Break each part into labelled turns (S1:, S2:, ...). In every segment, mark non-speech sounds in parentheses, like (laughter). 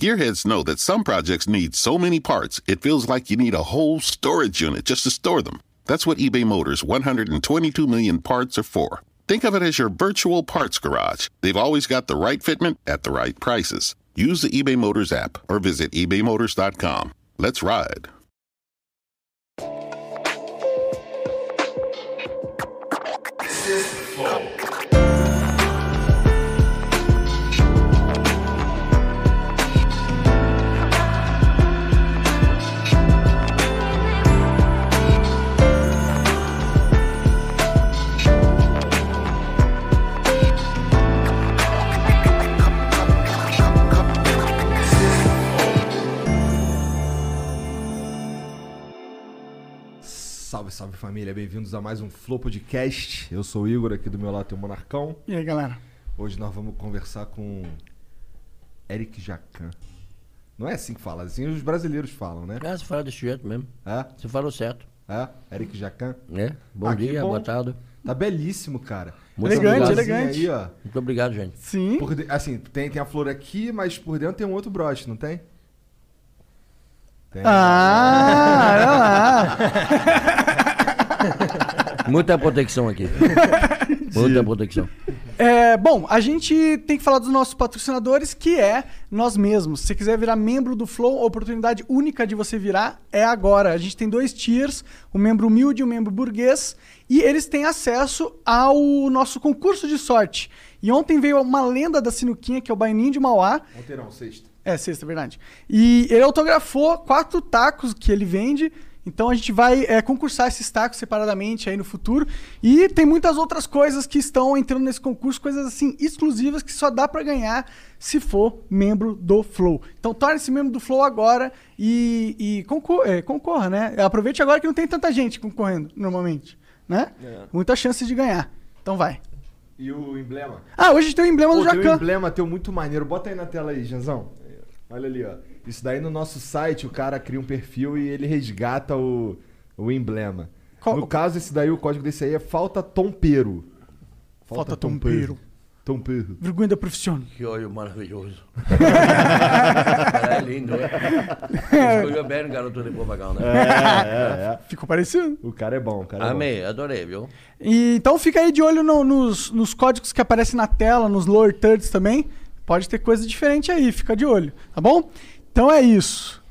S1: Gearheads know that some projects need so many parts, it feels like you need a whole storage unit just to store them. That's what eBay Motors' 122 million parts are for. Think of it as your virtual parts garage. They've always got the right fitment at the right prices. Use the eBay Motors app or visit ebaymotors.com. Let's ride.
S2: Salve, salve família, bem-vindos a mais um Flow Podcast. Eu sou o Igor, aqui do meu lado tem o Monarcão.
S3: E aí, galera?
S2: Hoje nós vamos conversar com Eric Jacan. Não é assim que fala, assim os brasileiros falam, né?
S4: Ah, você fala desse jeito mesmo.
S2: É?
S4: Você falou certo.
S2: É? Eric Jacan.
S4: Né? Bom
S2: Ah, que
S4: dia,
S2: bom.
S4: boa tarde.
S2: Tá belíssimo, cara.
S4: Muito
S2: Esse
S4: elegante,
S2: brosinho
S3: elegante.
S2: Aí, ó.
S4: Muito obrigado, gente.
S3: Sim.
S2: Por de- Assim, tem, tem a flor aqui, mas por dentro tem um outro broche, não tem? Tem.
S3: Ah, olha lá.
S4: Muita
S2: (laughs)
S4: proteção aqui. Muita proteção.
S3: É, bom, a gente tem que falar dos nossos patrocinadores, que é nós mesmos. Se você quiser virar membro do Flow, a oportunidade única de você virar é agora. A gente tem dois tiers, um membro humilde e um membro burguês, e eles têm acesso ao nosso concurso de sorte. E ontem veio uma lenda da sinuquinha, que é o Baininho de Mauá,
S2: Ontem não, sexta.
S3: É, sexta, é verdade. E ele autografou quatro tacos que ele vende. Então a gente vai é, concursar esses tacos separadamente aí no futuro. E tem muitas outras coisas que estão entrando nesse concurso, coisas assim exclusivas que só dá pra ganhar se for membro do Flow. Então torne-se membro do Flow agora e, e concor- é, concorra, né? Aproveite agora que não tem tanta gente concorrendo normalmente, né?
S2: É.
S3: Muita chance de ganhar. Então vai.
S2: E o emblema?
S3: Ah, hoje tem o emblema
S2: Pô,
S3: do
S2: tem um
S3: Jacan.
S2: emblema teu muito maneiro. Bota aí na tela aí, Janzão. Olha ali, ó. Isso daí no nosso site, o cara cria um perfil e ele resgata o, o emblema.
S3: Qual-
S2: No caso, esse daí, o código desse aí é falta tompeiro.
S3: Falta tompeiro.
S2: Tompeiro.
S3: Vergonha da profissão.
S4: Que olho (laughs) maravilhoso. é lindo, né? Escolheu bem o garoto de propaganda.
S2: É,
S3: Ah.
S2: é, é.
S3: Ficou parecido?
S2: O cara é bom, o cara é bom.
S4: Amei, adorei, viu?
S3: E, então fica aí de olho no- nos, nos códigos que aparecem na tela, nos lower thirds também. Pode ter coisa diferente aí, fica de olho, tá bom? Então é isso.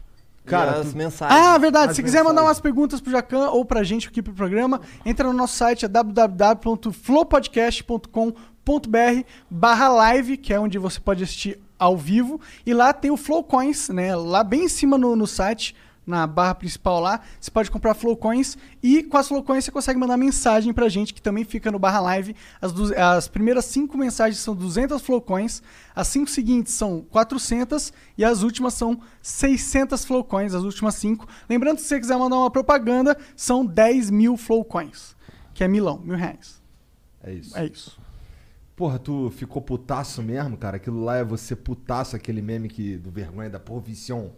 S2: Cara,
S5: E as
S2: tu-
S5: mensagens.
S3: Ah, verdade. Se
S2: as
S3: quiser mandar
S2: mensagens.
S3: umas perguntas pro Jacan ou pra gente aqui pro programa, entra no nosso site é www.flowpodcast.com.br barra live, que é onde você pode assistir ao vivo. E lá tem o Flow Coins, né? Lá bem em cima no, no site, na barra principal lá, você pode comprar Flow Coins e com as Flow Coins você consegue mandar mensagem pra gente, que também fica no barra live. As, du- as primeiras cinco mensagens são 200 Flow Coins, as cinco seguintes são 400 e as últimas são 600 Flow Coins, as últimas cinco. Lembrando que se você quiser mandar uma propaganda, são 10 mil Flow Coins, que é milão, mil reais.
S2: É isso.
S3: É isso.
S2: Porra, tu ficou putaço mesmo, cara? Aquilo lá é você putaço, aquele meme que do vergonha da provisão.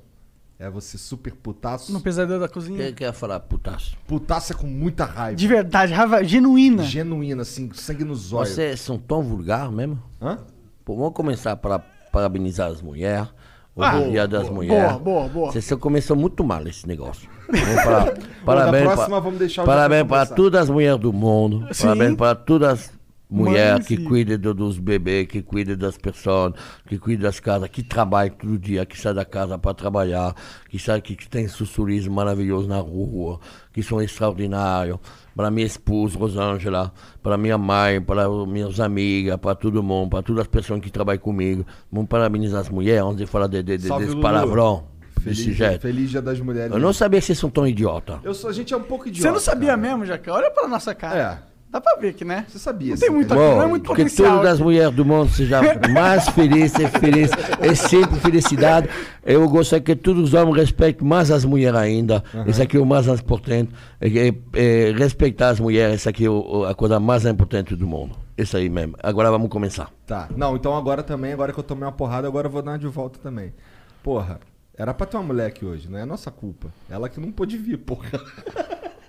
S2: É você super putaço.
S3: No pesadelo da
S4: O que
S3: cozinha.
S4: quer falar, putaço?
S2: Putaço é com muita raiva.
S3: De verdade, raiva genuína.
S2: Genuína, assim, sangue nos olhos.
S4: Vocês são tão vulgar mesmo?
S2: Hã?
S4: Pô, vamos começar para parabenizar as mulheres. O
S3: Ah,
S4: dia
S2: boa,
S4: das
S2: boa,
S4: mulheres.
S3: boa, boa.
S4: Vocês só começou muito mal
S2: (laughs)
S4: esse negócio. Vamos falar. parabéns
S2: da próxima
S4: pra-
S2: vamos deixar o
S4: parabéns
S2: Jacan
S4: para
S2: começar.
S4: todas as mulheres do mundo.
S3: Sim.
S4: Parabéns para todas as mulheres
S3: Mães
S4: que
S3: e-
S4: cuidam do- dos bebês, que cuidam das pessoas, que cuidam das casas, que trabalham todo dia, que saem da casa para trabalhar, que saem, que, que tem sussurrismo maravilhoso na rua, que são extraordinários. Para minha esposa, Rosângela, para minha mãe, para o- minhas amigas, para todo mundo, para todas as pessoas que trabalham comigo. Vamos parabenizar as mulheres, antes de falar de, de, de,
S2: Salve,
S4: desse
S2: Lulu.
S4: palavrão, desse
S2: Feliz,
S4: jeito.
S2: feliz dia das mulheres.
S4: Eu não sabia que vocês são tão idiota.
S2: Eu sou, a gente é um pouco idiota.
S3: Você não sabia
S2: cara.
S3: mesmo, Jacan? Olha pra nossa cara.
S2: É.
S3: Dá pra ver que, né?
S2: Você sabia.
S3: Não tem
S2: assim,
S3: muita
S2: cara.
S3: coisa.
S4: Bom,
S3: é muito
S4: que
S3: potencial
S4: todas as
S3: aqui.
S4: mulheres do mundo
S3: (laughs)
S4: sejam mais felizes, é feliz, é sempre felicidade. Eu gostaria que todos os homens respeitem mais as mulheres ainda. Isso aqui é o mais importante. É, que- é respeitar as mulheres, isso aqui é o- o- a coisa mais importante do mundo. Isso aí mesmo. Agora vamos começar.
S2: Tá. Não, então agora também, agora que eu tomei uma porrada, agora eu vou dar uma de volta também. Porra, era pra ter uma mulher aqui hoje, não é nossa culpa. Ela que não pôde vir, porra.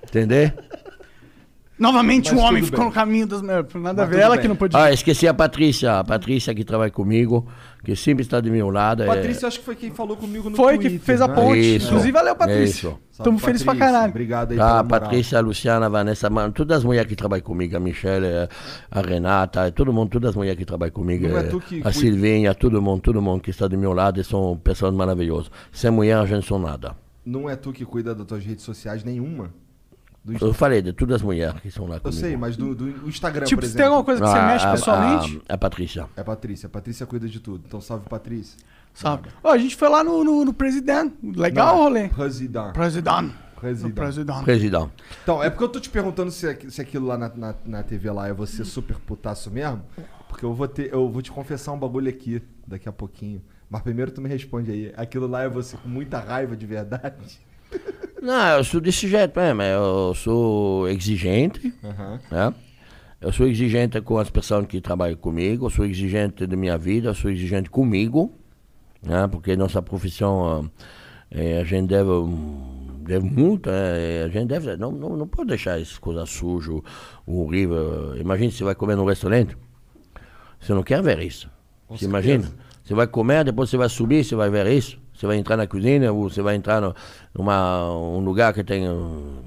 S4: Entender?
S3: Novamente
S2: Mas
S3: um homem
S2: tudo
S3: ficou
S2: bem.
S3: no caminho das. Nada a
S2: Mas
S3: ver,
S2: tudo
S3: ela
S2: bem.
S3: que não podia.
S4: Ah, esqueci a Patrícia. A Patrícia que trabalha comigo, que sempre está de meu lado. é-
S2: Patrícia, acho que foi quem falou comigo no
S3: Foi
S2: Twitter,
S3: que fez a
S2: né?
S3: ponte.
S4: Isso. É
S3: Inclusive, valeu, Patrícia.
S4: Isso.
S2: Salve,
S3: Estamos felizes pra
S2: Patrícia.
S3: cará
S2: Obrigado aí
S4: Tá,
S2: pela
S4: a
S2: moral.
S4: Patrícia, a Luciana, a Vanessa, mano, todas as mulheres que trabalham comigo, a Michelle, eh, a Renata, eh, todo mundo, todas as mulheres que trabalham comigo,
S2: Não é
S4: eh,
S2: tu que
S4: a
S2: cuida.
S4: Silvinha, todo mundo, todo mundo que está do meu lado, e são pessoas maravilhosas. Sem mulher, a gente sou nada.
S2: Não é tu que cuida das tuas redes sociais nenhuma? Do Insta-
S4: Eu falei de todas as mulheres que são lá
S2: Eu
S4: comigo. Ah,
S2: sei, mas do, do Instagram,
S3: Tipo,
S2: por
S3: se
S2: exemplo.
S3: tem alguma coisa que você mexe pessoalmente.
S4: A, Patrícia.
S2: É Patrícia. A Patrícia cuida de tudo. Então salve, Patrícia.
S4: ah,
S3: Sabe? Ó, a gente foi lá no, no, no Presidente. Legal É o rolê.
S2: Presidão.
S3: Presidente. No
S2: Presidente.
S3: Presidente.
S4: Presidão.
S2: Então, é porque eu tô te perguntando se, aqu- se aquilo lá na, na, na TV lá é você super putaço mesmo. Porque eu vou, ter, eu vou te confessar um bagulho aqui daqui a pouquinho. Mas primeiro tu me responde aí. Aquilo lá é você com muita raiva de verdade?
S4: Não, eu sou desse jeito mesmo, eu sou exigente,
S2: Aham.
S4: né? Eu sou exigente com as pessoas que trabalham comigo, eu sou exigente da minha vida, eu sou exigente comigo, né? Porque nossa profissão, ah, eh, a gente deve, hum, deve muito, né? E A gente deve, não, não, não pode deixar essas coisas sujas, horrível. Imagina se vai comer num restaurante, você não quer ver isso. você
S2: certeza.
S4: imagina? Você vai comer, depois você vai subir, você vai ver isso. Você vai entrar na cozinha ou você vai entrar no, numa um lugar que tem hum,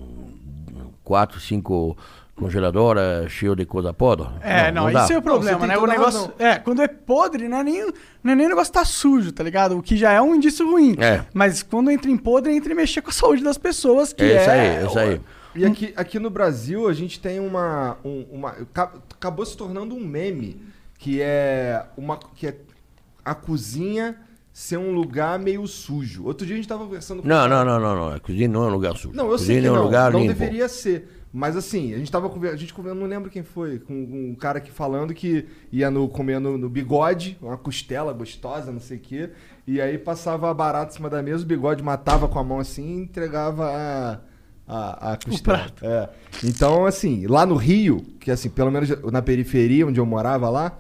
S4: quatro, cinco congeladoras cheio de coisa podre.
S3: É, não,
S4: dá.
S3: esse é o
S2: você
S3: problema,
S2: tem
S3: né? O
S2: toda a
S3: negócio.
S2: razão.
S3: É, quando é podre, não é, nem, não é nem o negócio tá sujo, tá ligado? O que já é um indício ruim.
S4: É.
S3: Mas quando entra em podre, entra em mexer com a saúde das pessoas, que
S4: É
S3: é.
S4: isso aí, é isso aí.
S2: E aqui, aqui no Brasil a gente tem uma. um- uma ca- acabou se tornando um meme, que é uma. que é a cozinha ser um lugar meio sujo. Outro dia a gente tava conversando com
S4: Não, não, não, não, não. A cozinha não é um lugar sujo.
S2: Não, eu
S4: cozinha
S2: sei que
S4: é um
S2: não,
S4: lugar
S2: não
S4: limpo.
S2: deveria ser. Mas assim, a gente tava conversando, a gente conver- não lembro quem foi, com, com um cara aqui falando que ia no, comendo no bigode, uma costela gostosa, não sei o quê, e aí passava a barata em cima da mesa, o bigode matava com a mão assim e entregava a, a, a costela.
S3: prato.
S2: É. Então, assim, lá no Rio, que assim, pelo menos na periferia onde eu morava lá,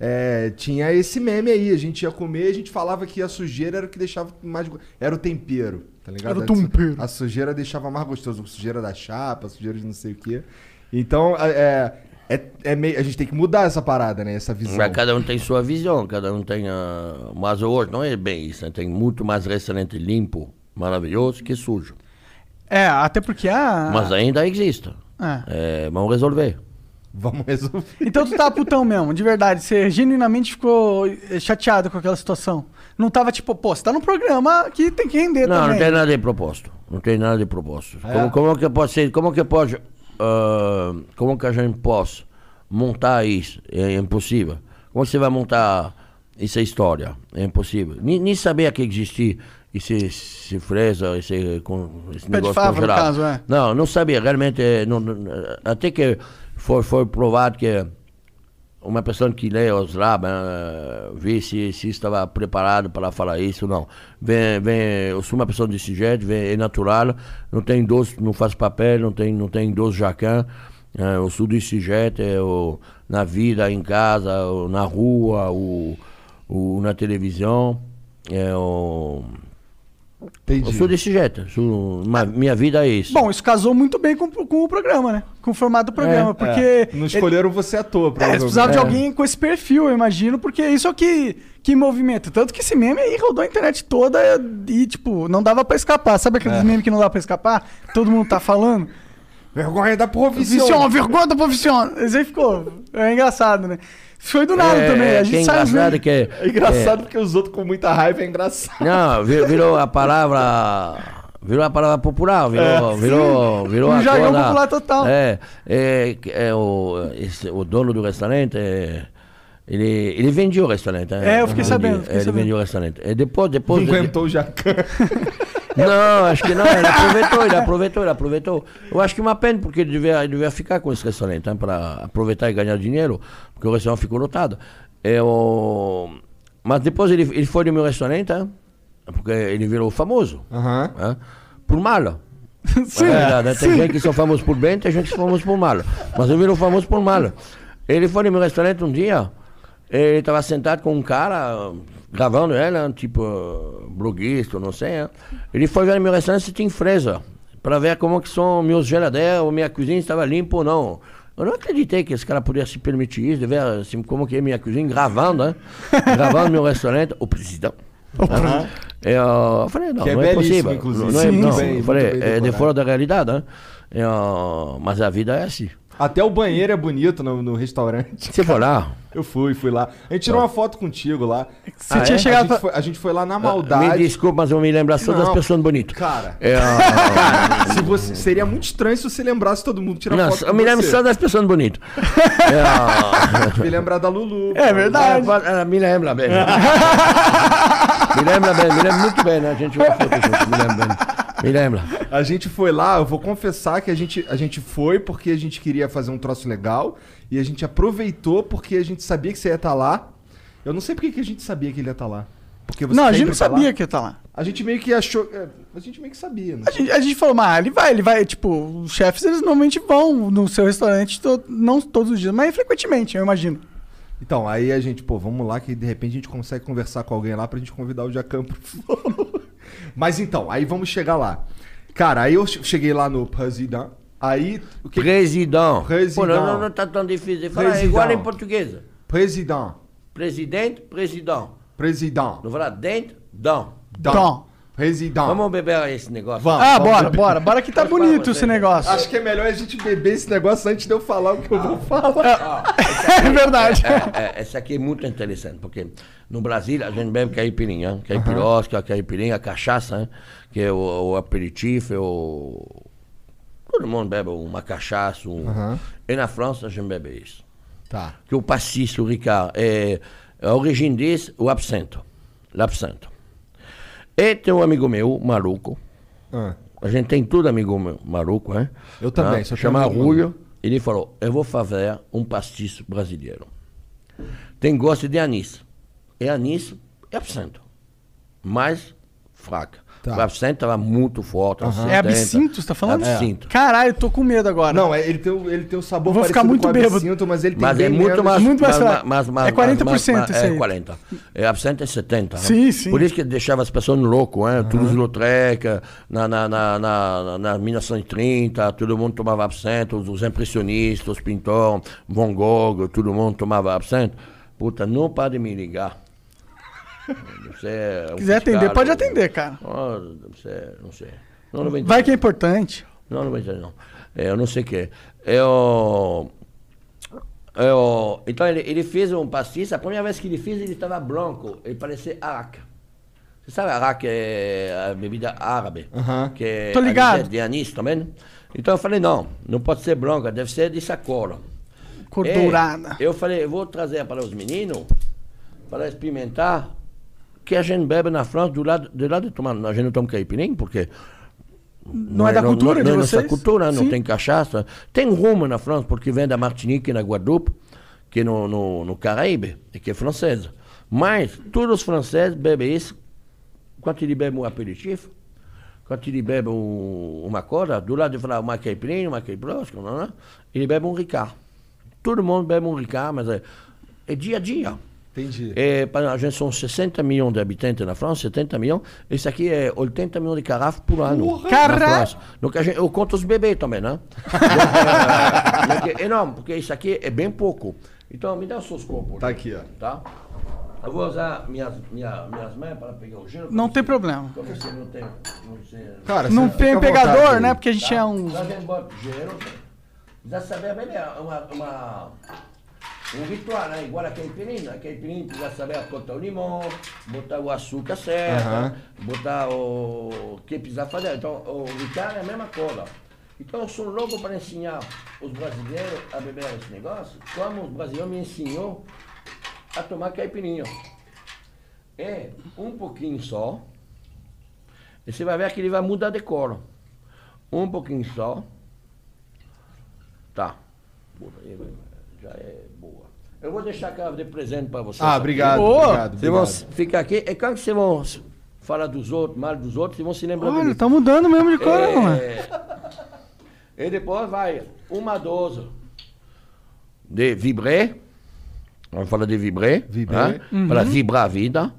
S2: é, tinha esse meme aí, a gente ia comer, a gente falava que a sujeira era o que deixava mais... go- Era o tempero, tá ligado?
S3: Era o tempero.
S2: A sujeira deixava mais gostoso, a sujeira da chapa, a sujeira de não sei o quê. Então, é, é, é meio, a gente tem que mudar essa parada, né? Essa visão.
S4: Mas cada um tem sua visão, cada um tem a. Mas hoje não é bem isso, né? tem muito mais restaurante limpo, maravilhoso, que sujo.
S3: É, até porque
S2: Ah.
S3: a.
S4: Mas ainda existe.
S3: É.
S4: É, vamos resolver.
S2: Vamos resolver.
S3: Então tu tava putão mesmo, de verdade. Você genuinamente ficou eh, chateado com aquela situação. Não tava tipo, pô, você tá num programa que tem que render
S4: não,
S3: também.
S4: não tem nada de proposto. Não tem nada de proposto.
S2: Ah, é?
S4: Como, como que eu posso ser- Como que pode. ah, como que a gente possa montar isso? É impossível. Como você vai montar essa história? É impossível. Nem, nem sabia que existia esse, esse fresa, esse, com, esse
S3: Pé de
S4: negócio
S3: fava, no
S4: congelado.
S3: caso, é.
S4: Não, não sabia. Realmente, eh, não- não- até que foi, foi provado que uma pessoa que lê os rabos, vê se, se estava preparado para falar isso ou não. Vem, vem, eu sou uma pessoa desse jeito, vem, é natural, não tem doce, não faz papel, não tem, não tem doce jacan. eh, eu sou desse jeito, eu, na vida, em casa, ou na rua, ou, ou na televisão. eh, Eu, eu
S2: Entendi.
S4: sou desse jeito, sou, ma- minha vida é isso.
S3: Bom, isso casou muito bem com, com o programa, né? Com o formato do programa,
S4: É,
S3: porque.
S2: É, não
S3: ele-
S2: escolheram você à toa,
S3: É,
S2: pra
S3: eles precisavam de alguém com esse perfil, eu imagino, porque isso é o que, que movimenta. Tanto que esse meme aí rodou a internet toda e, tipo, não dava pra escapar. Sabe aqueles memes que não dá pra escapar? Todo mundo tá falando?
S2: Vergonha da profissão.
S3: Profissional, vergonha da profissão. Esse aí ficou. É engraçado, né? Foi do nada
S4: É,
S3: também. A
S4: que é
S3: gente sabe.
S4: engraçado que é-
S2: É engraçado porque os outros com muita raiva é engraçado.
S4: Não, vi- virou a palavra. Virou a palavra popular, virou. virou, virou
S3: É. Um
S4: a
S3: jargão
S4: coisa-
S3: popular total.
S4: É, é, que é o, esse- o dono do restaurante. é, ele, ele vendia o restaurante. né?
S3: É, eu fiquei
S4: Ele
S3: sabendo,
S4: vendia,
S3: fiquei
S4: Ele
S3: sabendo.
S4: vendia o restaurante. E depois, depois.
S2: Não aguentou o
S3: (laughs)
S2: Jacan.
S4: Não, acho que não. Ele aproveitou, ele aproveitou, ele aproveitou. Eu acho que é uma pena, porque ele devia, ele devia ficar com esse restaurante, hein, para aproveitar e ganhar dinheiro, porque o restaurante ficou lotado. Eu... Mas depois ele, ele foi no meu restaurante, hein, porque ele virou famoso.
S2: Aham.
S4: hein, É. Por mal.
S3: É? (laughs) Sim,
S4: É verdade, né? Tem gente que são famosos por bem, tem gente que são famosos por mal. Mas eu virou famoso por mal. Ele foi no meu restaurante um dia, ele estava sentado com um cara, né? gravando ela, tipo, bloguista, não sei. né? Ele foi ver no meu restaurante se tinha fresa. para ver como que são meus geladeiros, minha cozinha estava limpa ou não. Eu não acreditei que esse cara pudesse se permitir isso, de ver assim, como que é minha cozinha, gravando,
S3: (laughs)
S4: né? gravando meu restaurante, o presidente. Aham. Eu falei, não,
S2: Que é
S4: não é
S2: belíssimo,
S4: possível.
S2: inclusive.
S4: Não é,
S2: Sim,
S4: não.
S2: sim.
S4: Eu falei,
S2: Muito bem
S4: é de
S2: decorado.
S4: fora da realidade, né? Eu, mas a vida é assim.
S2: Até o banheiro é bonito no, no restaurante.
S4: Você for lá,
S2: Eu fui, fui lá. A gente tirou uma foto contigo lá.
S3: Você
S4: Ah,
S3: tinha
S2: A
S4: é?
S3: chegado
S2: gente,
S3: pra...
S2: foi, a gente foi lá na
S4: me
S2: maldade.
S4: desculpa, mas eu me lembro só das
S2: Não.
S4: pessoas bonitas.
S2: Cara,
S4: É,
S2: se
S4: (laughs)
S2: você, seria muito estranho se você lembrasse todo mundo tirar
S4: não,
S2: foto.
S4: eu
S2: com
S4: me lembro
S2: você.
S4: só das pessoas bonitas.
S2: (laughs) Me lembrar da Lulu.
S3: É verdade.
S4: É, é, me lembra bem. me lembra bem, me lembra muito bem, né? A gente vai foto junto, me lembra bem. Me lembra.
S2: A gente foi lá, eu vou confessar que a gente, a gente foi porque a gente queria fazer um troço legal e a gente aproveitou porque a gente sabia que você ia estar lá. Eu não sei porque que a gente sabia que ele ia estar lá. Porque você
S3: Não, a gente
S2: sempre
S3: não
S2: tá
S3: sabia
S2: lá.
S3: que ia estar lá.
S2: A gente meio que achou. é, A gente meio que sabia, né?
S3: A gente, a gente falou, mas ele vai, ele vai. Tipo, os chefes, eles normalmente vão no seu restaurante, to- não todos os dias, mas frequentemente, eu imagino.
S2: Então, aí a gente, pô, vamos lá que de repente a gente consegue conversar com alguém lá pra gente convidar o Jacan pro (laughs) flow. Mas então, aí vamos chegar lá. Cara, aí eu che- cheguei lá no President. Aí, o que
S4: Presidão.
S2: Presidão.
S4: Pô, não, não, não tá tão difícil de falar, é
S2: Presidão.
S4: igual em português.
S2: President.
S4: Presidente, presidão.
S2: President.
S4: Não fala dente, dão.
S3: Dom.
S2: President.
S4: Vamos beber esse negócio.
S2: Ah. Vamos.
S3: Ah,
S2: vamos
S3: bora,
S2: beber.
S3: bora, bora que tá
S4: Pode falar,
S3: bonito
S4: você.
S3: esse negócio. (laughs)
S2: Acho que é melhor a gente beber esse negócio antes de eu falar o que eu
S3: Ah.
S2: vou falar.
S3: É verdade.
S4: É, é, essa aqui é muito interessante, porque no Brasil a gente bebe caipirinha, hein? é caipirosca, caipirinha, cachaça, hein? que é o, o aperitivo, é o... Todo mundo bebe uma cachaça. Um...
S2: Aham.
S4: E na França a gente bebe isso.
S2: Tá.
S4: Que o pastis, o Ricard, é a origem disso, o absento. L'absento. E tem um amigo meu, maluco,
S2: Ah,
S4: a gente tem tudo amigo meu, maluco, hein?
S2: Eu também, só tenho
S4: Chama
S2: amigo
S4: Rúlio, ele falou, eu vou fazer um pastiço brasileiro. Tem gosto de anis. E anis é absinto. Mais fraca.
S2: Tá.
S4: O absinto estava muito forte.
S2: Aham.
S3: É absinto, você tá falando?
S4: É Absinto.
S3: Caralho, eu tô com medo agora.
S2: Não, é- ele tem, o- ele tem um sabor
S3: Eu vou ficar
S2: parecido
S3: muito
S2: com o
S3: bêbado.
S2: absinto, mas ele tem
S4: Mas é
S2: bem
S4: muito
S2: menos-
S4: mais,
S3: Muito mais
S4: mas-
S3: fraco.
S4: mas- mas-
S3: É 40%
S4: mas- mas-
S3: isso aí.
S4: É 40. É absente é 70. né?
S3: Sim, sim.
S4: Por isso que deixava as pessoas né? loucas, hein? Toulouse-Lautrec, na, na, na, na, na- na 1930, todo mundo tomava absente, os, os impressionistas, os pintores, Van Gogh, todo mundo tomava absente. Puta, não para de
S3: (laughs)
S4: me ligar. Você é um
S3: Quiser atender, pode atender, cara.
S4: Ah, você- não sei. Não, não vou
S3: Vai que é importante.
S4: não, não vou entrar, não. É, eu não sei o que é. Eu, eu, então ele, ele fez um pastis, a primeira vez que ele fez, ele estava branco, ele parecia araca. Você sabe araca é a bebida árabe?
S2: Aham.
S4: que é
S3: Tô ligado.
S4: anis- De anis também. Então eu falei, não, não pode ser branca, deve ser de sacola.
S3: Cor
S4: É,
S3: dourada.
S4: Eu falei, eu vou trazer para os meninos, para experimentar, que a gente bebe na França, do lado, do lado de tomar, a gente não toma caipirinha, porque
S3: Não é da cultura
S4: não,
S3: de
S4: é nossa
S3: vocês?
S4: cultura, não
S3: Sim.
S4: tem cachaça. Tem rumo na França, porque vem da Martinique e na Guadeloupe, que é no, no, no Caraíbe, e que é francesa. Mas todos os franceses bebem isso quando eles bebem um aperitivo, quando eles bebem um- uma coisa, do lado de falar uma caipirinha, uma caipirosa, não é? eles bebem um ricard. Todo mundo bebe um ricard, mas é, é dia a dia.
S2: Entendi.
S4: É, para- a gente são 60 milhões de habitantes na França, 70 milhões. Isso aqui é 80 milhões de carafes por ano.
S2: Porra!
S4: na
S3: Caraca!
S4: França. Donc, a gente, eu conto os bebês também, né? Então, é, porque é enorme, porque isso aqui é bem pouco. Então, me dá os seus copos.
S2: Tá aqui, ó.
S4: Tá? Eu vou usar minhas, minha, minhas mãos para pegar o gelo.
S3: Não
S4: porque
S3: tem
S4: você-
S3: problema.
S4: Como você não tem... Não sei,
S2: Cara,
S3: Não
S2: você fica
S3: tem
S2: à vontade
S3: pegador,
S2: aí.
S3: né? Porque a gente
S4: Tá.
S3: é um.
S4: Lá gente bota gelo. Precisa saber bem, é uma, uma, um ritual, né? Igual a caipirinha. A caipirinha precisa saber botar o limão, botar o açúcar certo,
S2: Aham.
S4: botar o o que precisa fazer. Então, o ritual é a mesma coisa. Então, eu sou louco para ensinar os brasileiros a beber esse negócio, como os brasileiros me ensinou a tomar caipirinha. É um pouquinho só, e você vai ver que ele vai mudar de cor. Um pouquinho só. Tá. Puta, aí vai- Já é boa. Eu vou deixar a cara de presente para vocês.
S2: Ah, obrigado,
S3: Boa!
S2: obrigado,
S4: Vocês vão
S2: obrigado.
S4: s- ficar aqui. E quando vocês vão s- falar dos outros, mal dos outros, vocês vão se lembrar de
S3: Olha,
S4: mim.
S2: então-
S3: tá mudando mesmo de cor, né, mano.
S4: É, E depois vai uma dose de vibrer. Vamos falar de vibrer.
S2: Vibrer.
S4: Para vibrar a vida.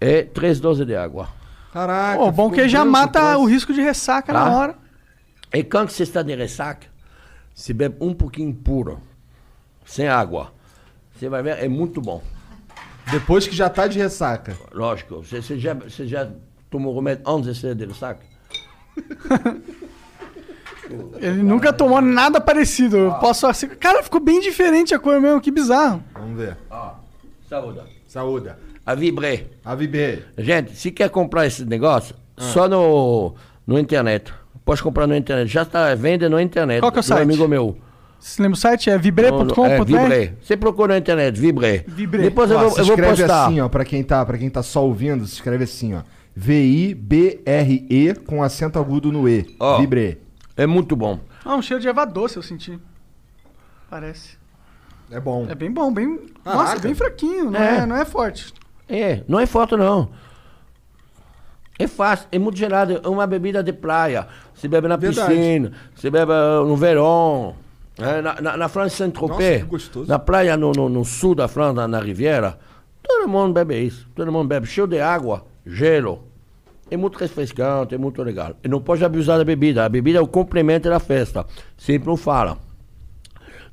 S4: E três doses de água.
S2: Caraca.
S3: Pô, bom
S2: ficou
S3: que já
S2: branco o
S3: mata
S2: troço.
S3: o risco de ressaca na
S4: Tá?
S3: hora.
S4: Et quand você está de ressaca, se bebe um pouquinho puro, sem água. Você vai ver, é muito bom.
S2: Depois que já tá de ressaca.
S4: Lógico, você, você já, você já tomou remédio antes de ser de ressaca?
S3: Ele nunca tomou nada parecido. Eu posso assim. Cara, ficou bem diferente a cor mesmo, que bizarro.
S2: Vamos ver.
S4: Ah, saúde.
S2: Saúda.
S4: A vibre.
S2: Avibê.
S4: Gente, se quer comprar esse negócio, só no, no internet. Pode comprar no internet. Já está à venda no internet.
S3: Qual que é o
S4: do
S3: site?
S4: amigo meu.
S3: Você lembra o site? É
S4: É,
S3: vibre.com.br?
S4: Vibré. Você procura na internet, Vibré.
S3: Vibré.
S4: Depois eu
S2: Ó,
S4: vou,
S2: se
S4: eu vou
S2: escreve
S4: postar.
S2: assim, ó, pra quem, tá, pra quem tá só ouvindo, se escreve assim, ó. V-I-B-R-E com acento agudo no E.
S4: Ó.
S2: Vibre.
S4: É muito bom.
S3: Ah, um cheiro de erva doce eu senti. Parece.
S2: É bom.
S3: É bem bom, bem.
S2: Caraca.
S3: Nossa, bem fraquinho, não é,
S4: É.
S3: não é forte.
S4: É, não é foto não. É fácil, é muito gelado, é uma bebida de praia. Você bebe na
S2: Verdade.
S4: piscina, você bebe ah, no verão. É, na, na, na França,
S2: Nossa,
S4: Saint-Tropez,
S2: que gostoso.
S4: na praia no, no, no sul da França, na, na Riviera, todo mundo bebe isso. Todo mundo bebe cheio de água, gelo. É muito refrescante, é muito legal. E não pode abusar da bebida. A bebida é o complemento da festa. Sempre um fala.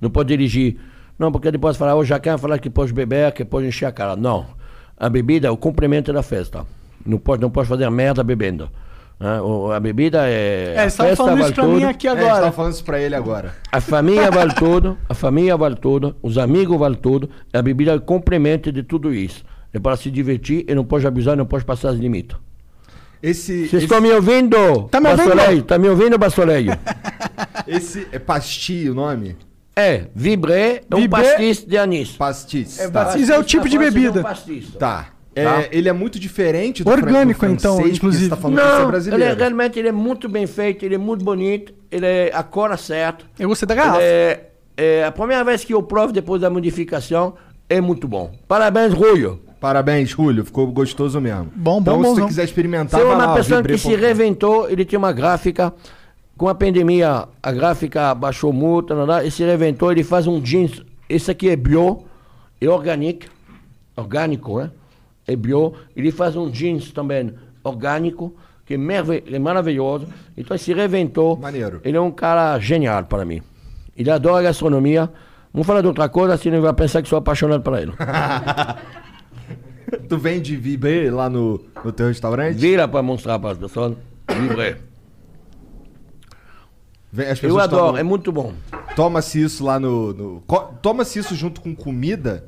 S4: Não pode dirigir. Não, porque depois fala, o Jacan falar que pode beber, que pode encher a cara. Não. A bebida é o complemento da festa. Não pode, não pode fazer merda bebendo. Né? O- A bebida é.
S3: É,
S4: a
S3: eles estavam
S4: festa
S3: falando
S4: vale
S3: isso pra
S4: tudo.
S3: mim aqui
S2: É, a gente
S3: agora.
S2: tava falando isso pra ele agora.
S4: A família vale tudo, a família vale tudo, os amigos vale tudo, a bebida é o complemento de tudo isso. É para se divertir e não pode abusar, não pode passar os limites.
S2: Esse,
S4: Vocês
S2: esse,
S4: estão me ouvindo?
S3: Tá me ouvindo?
S4: Bassoleio, tá me ouvindo,
S3: (laughs)
S4: Bassoleio?
S2: esse é pastis o nome?
S4: é, vibré é um
S3: Vibré-
S4: pastis de anis.
S2: Pastis.
S3: É
S2: tá.
S3: pastis. é o
S4: um
S3: tipo de bebida.
S2: Tá. É,
S4: Tá.
S2: Ele é muito diferente do
S3: Orgânico,
S2: fran- do
S3: então,
S2: francês,
S3: inclusive.
S2: Porque você tá falando que você é
S4: Não, ele
S2: brasileiro.
S4: é, realmente ele é muito bem feito, ele é muito bonito, ele é a cor certa.
S3: Eu gostei da garrafa.
S4: É, é a primeira vez que eu provo depois da modificação, é muito bom. Parabéns, Rui.
S2: Parabéns, Júlio. Ficou gostoso mesmo.
S3: Bom, bom,
S2: Então, se
S3: bonzão.
S2: você quiser experimentar,
S4: Você é
S2: vai lá,
S4: uma pessoa que
S2: vibre.com.
S4: se reinventou, ele tinha uma gráfica, com a pandemia a gráfica baixou muito, nananã, ele se reinventou, ele faz um jeans, esse aqui é bio, é orgânico, orgânico, né? É bio, ele faz um jeans também orgânico, que é, merve- é maravilhoso, então ele se reinventou.
S2: Maneiro.
S4: Ele é um cara genial para mim. Ele adora gastronomia, vamos falar de outra coisa, senão ele vai pensar que sou apaixonado por
S2: (laughs)
S4: ele.
S2: Tu vende vibre lá no, no teu restaurante?
S4: Vira para mostrar para as pessoas, livre.
S2: Vem- As
S4: Eu
S2: pessoas
S4: adoro,
S2: tomam-
S4: é muito bom.
S2: Toma-se isso lá no. no- co- Toma-se isso junto com comida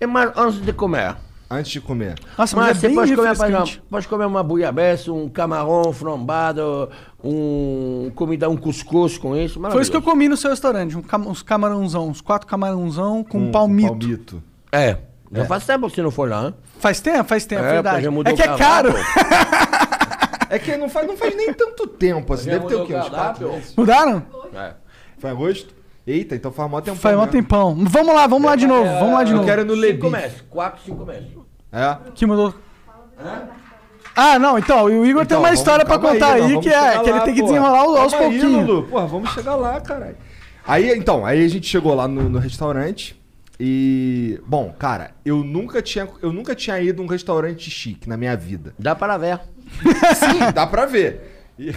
S4: É mais antes de comer.
S2: antes de comer.
S3: Nossa, mas,
S4: Mas
S3: é
S4: você
S3: bem
S4: pode comer, por
S3: refrescante.
S4: exemplo, pode comer uma buiabessa, um camarão flambado, um comida, um cuscuz com isso.
S3: Foi isso que eu
S4: maravilhoso.
S3: comi no seu restaurante, um cam- uns camarãozão, uns quatro camarãozão com
S4: Hum,
S3: palmito.
S2: palmito.
S4: É. Já faz tempo que você não foi lá, hein?
S3: Faz tempo? Faz tempo,
S4: É,
S3: é, verdade.
S4: já mudou
S3: É que é
S4: o
S3: caro.
S4: cardápio.
S3: (laughs)
S2: É que não faz, não faz nem tanto tempo assim.
S4: Já
S2: Deve ter
S4: mudou
S2: o quê? Uns quatro
S4: cardápio?
S2: meses?
S3: Mudaram?
S4: É.
S2: Foi em agosto? Eita, então faz mó tempo.
S3: Faz um tempão. Vamos lá, vamos lá de novo, vamos lá de
S2: Eu
S3: novo.
S2: quero ir no
S4: Cinco
S2: Lebi.
S4: meses, quatro, cinco meses.
S2: É.
S3: Que mudou. Ah, não, então, o Igor tem
S2: Então,
S3: uma
S2: vamos-
S3: história pra
S2: calma
S3: contar aí,
S2: nós vamos
S3: que
S2: chegar
S3: é que ele
S2: lá,
S3: tem que
S2: porra.
S3: desenrolar aos, aos
S2: Calma aí,
S3: pouquinhos.
S2: Lulu. Porra, vamos chegar lá, caralho. Aí, então, aí a gente chegou lá no, no restaurante e. Bom, cara, eu nunca, tinha, eu nunca tinha ido a um restaurante chique na minha vida.
S4: Dá para ver.
S2: Sim, dá pra ver. E-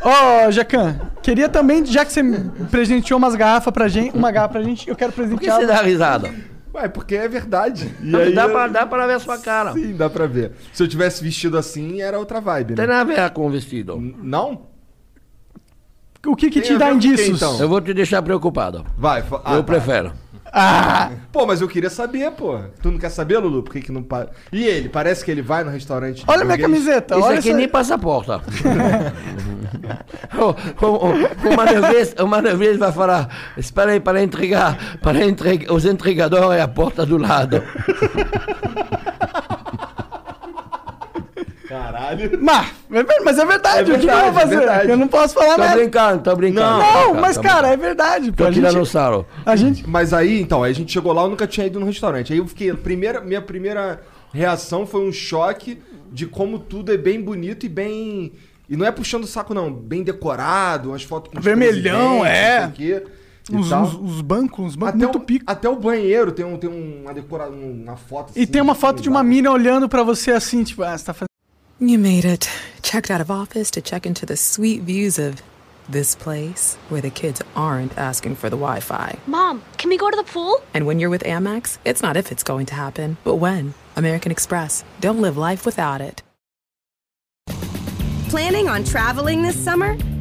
S3: Ó, Jacan, queria também, já que você me presenteou umas garrafas pra gente, uma garrafa pra gente, eu quero
S4: Por que você
S3: presentear.
S4: dá risada?
S2: Ué, porque é verdade. E
S4: Não,
S2: aí
S4: dá,
S2: eu-
S4: para, dá para ver a sua cara. Não
S2: Sim, dá pra ver. Se eu tivesse vestido assim, era outra vibe,
S4: tem
S2: né?
S4: nada a ver com o vestido.
S2: N- Não?
S3: O que que
S2: Tem
S3: te
S2: a
S3: dá
S2: ver com o quê,
S3: indícios?
S2: então?
S4: Eu vou te deixar preocupado.
S2: Vai, fa- ah,
S4: eu
S2: tá.
S4: prefiro.
S3: Ah,
S2: Pô, mas eu queria saber, pô. Tu não quer saber, Lulu? Por que, que não. Pa... E ele? Parece que ele vai no restaurante. de
S3: olha minha
S2: burguês?
S3: camiseta,
S4: Isso
S3: Então, olha
S4: aqui
S3: essa-
S4: nem passaporte. (laughs) o, o, o, o manevrez- o manevrez vai falar, espera aí para entregar, para entregar, os entregadores é a porta do lado.
S2: Caralho.
S3: Mas, é ver- mas é verdade,
S2: É
S3: o que que eu vou
S2: verdade, é
S3: fazer?
S2: verdade.
S3: eu não posso falar
S4: Tô
S3: nada.
S4: brincando, tô brincando.
S2: Não,
S4: tô
S3: Ah, Não,
S4: brincando,
S3: mas
S4: tô
S3: cara, é
S4: brincando.
S3: verdade. pô,
S4: Tô
S3: a gente-
S4: tirando o sarro.
S3: A gente.
S2: Mas aí, então, aí a gente chegou lá, eu nunca tinha ido no restaurante. Aí eu fiquei. a Primeira, minha primeira reação foi um choque de como tudo é bem bonito e bem. E não é puxando o saco, não. Bem decorado, umas fotos com os
S3: Vermelhão,
S2: presidentes, não
S3: é.
S2: sei o quê e
S3: Os,
S2: tal.
S3: os- os bancos, uns
S2: Tá.
S3: bancos
S2: Até um-
S3: muito
S2: o,
S3: pico.
S2: até o banheiro tem, um, tem uma decoração, uma foto assim,
S3: E tem uma foto de uma
S2: mina.
S3: mina olhando pra você assim, tipo, ah, você tá fazendo.
S5: You made it. Checked out of office to check into the sweet views of this place where the kids aren't asking for the Wi Fi.
S6: Mom, can we go to the pool?
S5: And when you're with Amex, it's not if it's going to happen, but when. American Express. Don't live life without it.
S7: Planning on traveling this summer?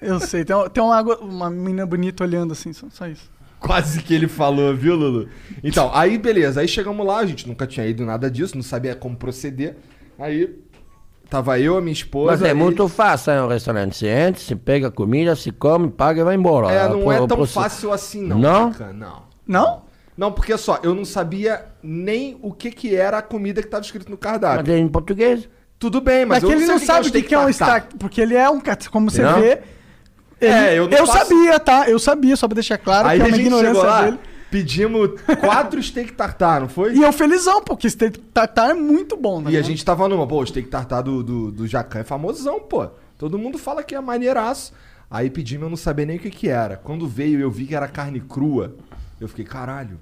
S3: Eu sei, tem, um, tem uma, água- uma menina bonita olhando assim, só, só isso.
S2: Quase que ele falou, viu, Lulu? Então, aí beleza, aí chegamos lá, a gente nunca tinha ido nada disso, não sabia como proceder. Aí tava eu, a minha esposa.
S4: Mas é
S2: e-
S4: muito fácil, é um restaurante. Você entra, você pega a comida, se come, paga e vai embora.
S3: Ah,
S2: É, não
S4: Pro-
S2: é tão
S4: pro-
S2: fácil assim, não.
S4: Não?
S2: Cara, não.
S3: Não?
S2: Não, porque só, eu não sabia nem o que que era a comida que tava escrito no
S4: Mas
S2: cardápio.
S4: é em português.
S2: Tudo bem, mas,
S3: Mas,
S2: eu
S3: que ele não
S2: sei
S3: sabe o que, que é um
S2: steak.
S3: stack, porque ele é um cara, como você
S4: Não?
S3: vê. ele-
S2: É, eu
S3: eu
S2: não faço-
S3: sabia, tá? Eu sabia, só pra deixar claro
S2: Aí
S3: que é
S2: a
S3: uma
S2: gente chegou
S3: ignorância
S2: lá,
S3: dele.
S2: pedimos quatro steak tartar, não foi?
S3: E eu felizão, porque esse tartar é muito bom, né?
S2: E a gente tava numa, pô, o steak tartar do, do, do Jacan é famosão, pô. Todo mundo fala que é maneiraço. Aí pedimos, eu não sabia nem o que que era. Quando veio, eu vi que era carne crua. Eu fiquei, caralho,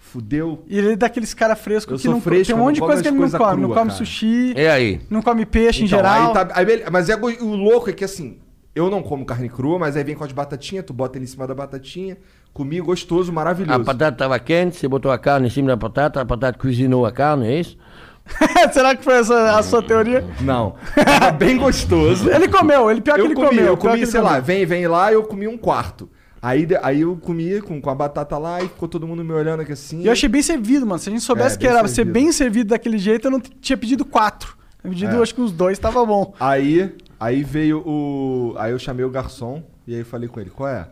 S2: fudeu.
S3: E ele é daqueles cara fresco
S2: Eu
S3: que
S2: sou
S3: não
S2: fresco,
S3: tem um
S2: eu não
S3: monte de
S2: como
S3: coisa
S2: as
S3: que ele não
S2: coisa
S3: come. não
S2: crua,
S3: come
S2: cara. É.
S3: sushi,
S4: E aí?
S3: não come peixe em
S2: Então, aí
S3: geral.
S2: tá- aí beleza. mas é, go- o louco é que assim, eu não como carne crua, mas aí vem com as batatinhas, tu bota ele em cima da batatinha, comi gostoso,
S4: A
S2: maravilhoso.
S4: batata estava quente, você botou a carne em cima da batata, a batata cozinhou a carne, é isso?
S3: (laughs) Será que foi essa a sua teoria?
S2: Não, tava (laughs) bem gostoso.
S3: Ele comeu, ele É pior que
S2: Eu
S3: ele
S2: comi,
S3: comeu.
S2: eu
S3: pior que
S2: comi,
S3: ele
S2: sei
S3: comeu.
S2: lá, vem, vem lá, eu comi um quarto. Aí, de- aí eu comi com, com a batata lá e ficou todo mundo me olhando aqui assim.
S3: E eu achei bem servido, mano. Se a gente soubesse
S2: É,
S3: que
S2: bem
S3: era ser
S2: servido.
S3: bem servido daquele jeito, eu não t- tinha pedido quatro. Eu pedido,
S2: É.
S3: acho que uns dois, tava bom.
S2: Aí, aí veio o. Aí eu chamei o garçom e aí falei com ele, qual é?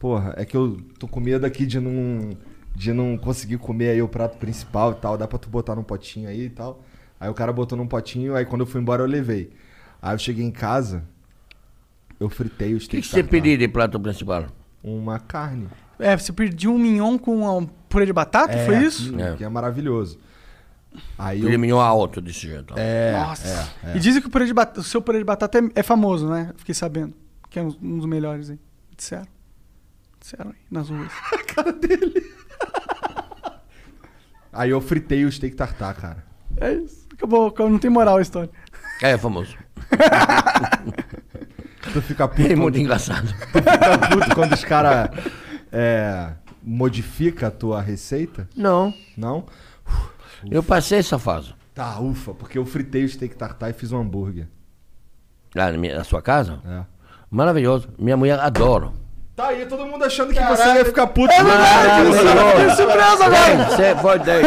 S2: Porra, é que eu tô com medo aqui de não. De não conseguir comer aí o prato principal e tal. Dá pra tu botar num potinho aí e tal. Aí o cara botou num potinho, aí quando eu fui embora eu levei. Aí eu cheguei em casa, eu fritei os
S4: O que, que você pediu de prato principal?
S2: Uma carne.
S3: É, você pediu um mignon com um purê de
S4: Ah,
S3: batata, foi isso?
S2: Que, que é maravilhoso. Aí eu.
S4: Eliminou a alto desse jeito.
S2: É,
S3: Nossa. E dizem que o, purê de batata, o seu purê de batata é, é famoso, né? Eu Fiquei sabendo. Que é um, um dos melhores aí. Disseram. Disseram aí, nas ruas.
S2: Aí eu fritei o steak tartar, cara.
S3: É isso. Acabou, acabou, não tem moral
S2: (laughs)
S3: a história.
S4: É, (laughs) famoso.
S2: Tu fica
S4: (laughs)
S2: puto,
S4: É
S2: quando,
S4: muito engraçado.
S2: fica puto quando os caras é, modifica a tua receita?
S4: Não,
S2: Não?
S4: eu passei essa fase.
S2: Tá, ufa, porque eu fritei o steak tartar e fiz um hambúrguer.
S4: Lá na, minha- na sua casa?
S2: É.
S4: Maravilhoso. Minha mulher adora.
S2: Tá aí, todo mundo achando que você ia ficar puto.
S4: Maravilhoso.
S3: Surpresa, velho!
S4: Você foi (laughs) daí.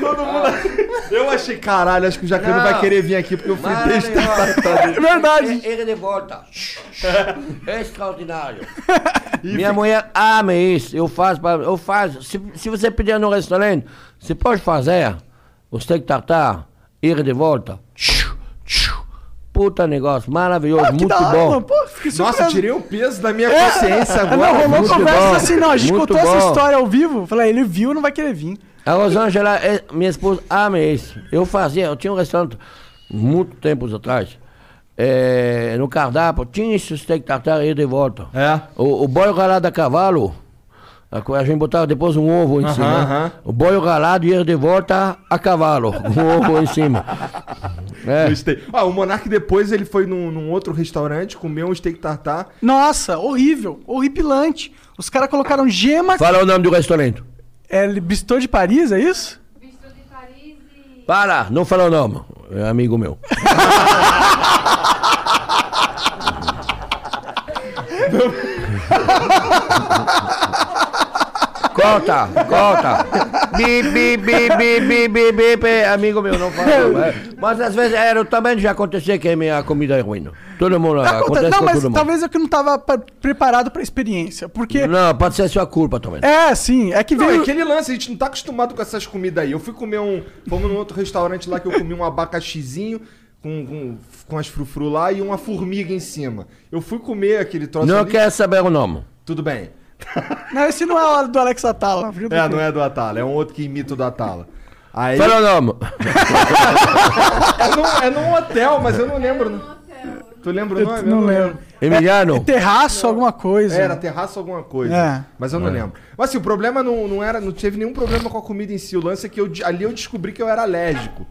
S2: Todo mundo... Eu achei, caralho, acho que o Jacano
S4: Não.
S2: vai querer vir aqui porque eu fritei o steak tartar.
S3: É verdade.
S4: Ele ele de volta. (laughs) Extraordinário. Minha mulher ama isso. Eu faço, pra- eu faço. Se, se você pedir no restaurante, você pode fazer o steak tartar, ir de volta. Puta negócio, maravilhoso,
S3: Ah, que
S4: muito
S3: da hora,
S4: bom.
S3: mano. Pô, fiquei
S2: Nossa,
S3: surpreso.
S2: tirei um o peso da minha consciência
S3: Ah, Não,
S2: agora.
S3: rolou
S4: muito
S3: conversa
S4: bom,
S3: assim, não. A gente
S4: muito
S3: contou essa
S4: bom.
S3: história ao vivo. Falei, ele viu, não vai querer vir.
S4: A Rosângela, é- minha esposa, ama isso. Eu fazia, eu tinha um restaurante muito tempos atrás. eh, no cardápio, tinha esse steak tartar e de volta.
S2: É.
S4: O, o boi ralado a cavalo, a, co- a gente botava depois um ovo em
S2: Aham,
S4: cima.
S2: aham.
S4: O boi ralado ia de volta a cavalo, (laughs) com o ovo
S2: (laughs)
S4: em cima. É.
S2: O steak- Ah, o Monark depois ele foi num, num outro restaurante, comeu um steak tartar.
S3: Nossa, horrível, horripilante. Os caras colocaram gema.
S4: Fala o nome do restaurante.
S3: É Bistô de Paris, é isso?
S4: Para, não fala o nome. É amigo meu. Corta, corta. Bi, bi, bi, bi, bi, bi, bi, bi. Amigo meu, não fala. não, é. Mas às vezes era, também já acontecia que a minha comida é ruim. Todo mundo, acontece,
S3: Acontece, Tá não,
S4: com
S3: mas
S4: todo mundo.
S3: talvez eu que não tava pa- preparado pra experiência. Porque.
S4: Não, pode ser sua culpa também.
S3: É, sim, é que
S2: Não, é
S3: veio.
S2: aquele lance, a gente não tá acostumado com essas comidas aí. Eu fui comer um. Fomos num outro restaurante lá que eu comi um abacaxizinho com, com, com as frufru lá e uma formiga em cima. Eu fui comer aquele troço
S4: Não
S3: é-
S2: ali.
S4: quer saber o nome.
S2: Tudo bem.
S3: Não, esse não é a hora do Alex Atala. viu?
S2: É, não é do Atala, é um outro que imita o do Atala. Aí,
S4: Fala o nome.
S2: é, num, é num hotel, mas eu não lembro. né? Tu lembra o
S3: Eu
S2: nome? Eu É,
S3: não lembro.
S4: Emiliano.
S3: é Terraço, alguma coisa.
S2: Era terraço alguma coisa.
S3: É.
S2: Mas eu não lembro. Mas assim, o problema não, não era. Não teve nenhum problema com a comida em si. O lance é que eu, de- ali eu descobri que eu era alérgico.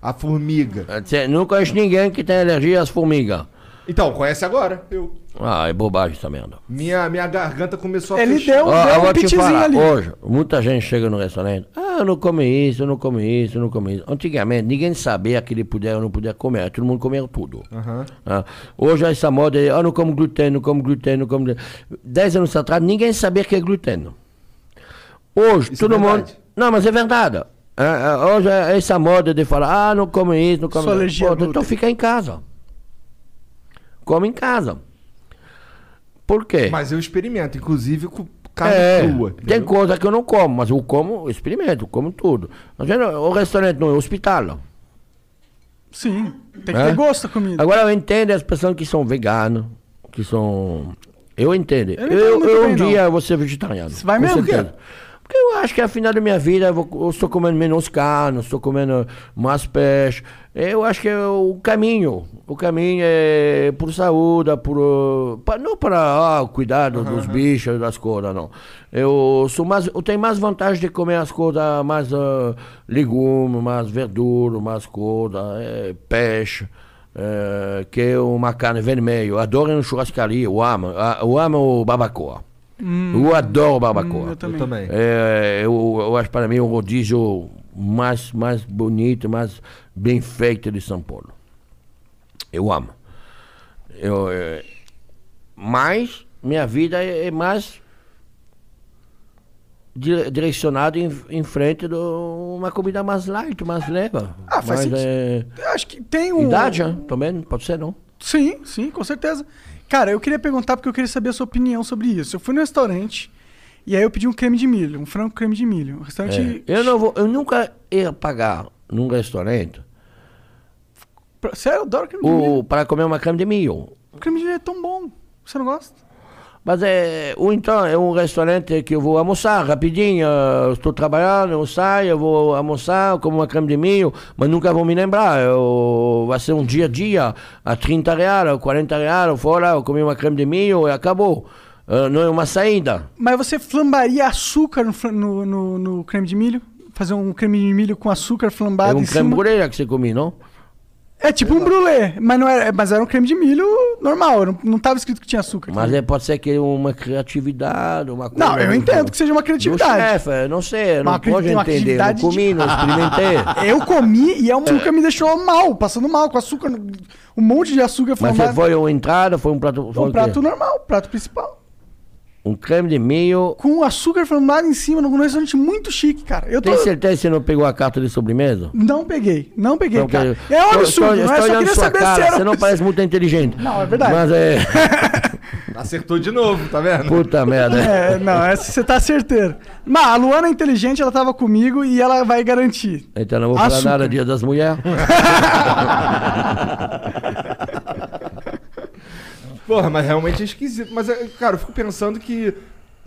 S2: à formiga.
S4: Cê Não conheço ninguém que tem alergia às formigas.
S2: Então, conhece agora? Eu.
S4: Ah, é bobagem essa merda.
S2: Minha, minha garganta começou a
S3: Ele
S2: fechar.
S3: deu-
S4: Ó,
S3: deu
S4: eu
S3: um
S4: vou te
S3: pitizinho
S4: falar,
S3: ali.
S4: hoje, muita gente chega no restaurante, ah, eu não comi isso, eu não comi isso, eu não comi isso. Antigamente, ninguém sabia que ele podia ou não podia comer, todo mundo comia tudo. Ah, hoje, essa moda é, ah, não como glúten, não como glúten, não como glúten. Dez anos atrás, ninguém sabia que é glúten. Hoje,
S2: Isso é
S4: todo mundo...
S2: verdade.
S4: Não, mas é verdade. Ah, ah, hoje, é essa moda de falar, ah, não come isso, não come
S3: Sou alergia ao
S4: Pô, Então
S3: glúten.
S4: fica em casa. Come em casa. Por quê?
S2: Mas eu experimento, inclusive com carne
S4: É,
S2: crua.
S4: Tem
S2: entendeu?
S4: coisa que eu não como, mas eu como, eu experimento, eu como tudo. Mas eu não- O restaurante não é hospital.
S3: Sim. Tem que
S4: É?
S3: ter gosto da comida.
S4: Agora eu entendo as pessoas que são veganas, que são. Eu entendo. Eu,
S3: não entendo muito
S4: eu um
S3: bem, não.
S4: dia vou ser vegetariano. Você
S3: vai mesmo?
S4: Porque eu acho que ao final da minha vida eu, vou, eu estou comendo menos carne, eu estou comendo mais peixe. Eu acho que é o caminho. O caminho é por saúde, por. uh, pa- não para ah, cuidado dos bichos, das coisas, não. Eu, sou mais, eu tenho mais vantagem de comer as coisas, mais uh, legumes, mais verdura, mais coisa, eh, peixe. eh, que uma carne vermelha. Eu adoro ir no churrascaria, eu amo. Ah, Eu amo o barbacoa. eu adoro barbacoa.
S3: eu
S2: Eu também.
S4: É, eu, eu acho para mim o rodízio mais, mais bonito, mais bem feito de São Paulo. Eu amo. Eu, é, mas minha vida é, é mais dire- direcionada em, em frente de uma comida mais light, mais leve.
S3: Ah, faz
S4: mais,
S3: sentido.
S4: é,
S3: Eu acho que tem um.
S4: idade, né? também, pode ser, não?
S3: Sim, sim, com certeza. Cara, eu queria perguntar porque eu queria saber a sua opinião sobre isso. Eu fui no restaurante e aí eu pedi um creme de milho, um frango creme de milho. Um restaurante.
S4: É. Eu, não vou, eu nunca ia pagar num restaurante
S3: Pra- Sério, eu adoro creme de milho.
S4: o, para comer uma creme de milho.
S3: O creme de milho é tão bom. Você não gosta?
S4: Mas é, ou então é um restaurante que eu vou almoçar rapidinho, eh, estou trabalhando, eu saio, eu vou almoçar, eu como uma creme de milho, mas nunca vou me lembrar. Eu, vai ser um dia a dia, a 30 reais, 40 reais, fora, eu comi uma creme de milho e acabou. Eh, não é uma saída.
S3: Mas você flambaria açúcar no, flan- no, no- no creme de milho? Fazer um creme de milho com açúcar flambado
S4: é um
S3: em
S4: creme
S3: cima?
S4: brulee que você come, não?
S3: É tipo um brulé, mas, não era, mas era um creme de milho normal, não, não tava escrito que tinha açúcar.
S4: Mas é, pode ser que é uma criatividade, uma coisa.
S3: Não, eu
S4: do-
S3: entendo que seja uma
S4: do
S3: criatividade.
S4: chefe, eh, não sei, eu não
S3: Uma cri-
S4: pode
S3: uma
S4: entender. Eu
S3: criatividade de-
S4: comi, não experimentei.
S3: (laughs) Eu comi e é um açúcar me deixou mal, passando mal, com açúcar, no- um monte de açúcar
S4: Mas foi-
S3: formado.
S4: foi uma entrada, foi um prato. Foi
S3: um
S4: o quê?
S3: prato normal, prato principal.
S4: Um creme de milho.
S3: Com açúcar formado em cima, num restaurante muito chique, cara. Eu tô...
S4: Tem certeza que você não pegou a carta de sobremesa?
S3: Não peguei, não peguei,
S4: Não,
S3: cara.
S4: porque-
S3: É um
S4: Tô-
S3: absurdo,
S4: tô-
S3: não é?
S4: estou
S3: Só
S4: olhando
S3: queria
S4: sua
S3: saber
S4: cara,
S3: se era...
S4: Você não parece muito inteligente.
S3: Não, é verdade.
S4: Mas é. (laughs)
S2: Acertou de novo, tá vendo?
S4: Puta merda. (laughs)
S3: É, não, essa você tá certeiro. Mas a Luana é inteligente, ela tava comigo e ela vai garantir.
S4: Então não vou falar
S3: Açúcar.
S4: nada dia das mulheres.
S2: Porra, mas realmente é esquisito. Mas, é, cara, eu fico pensando que.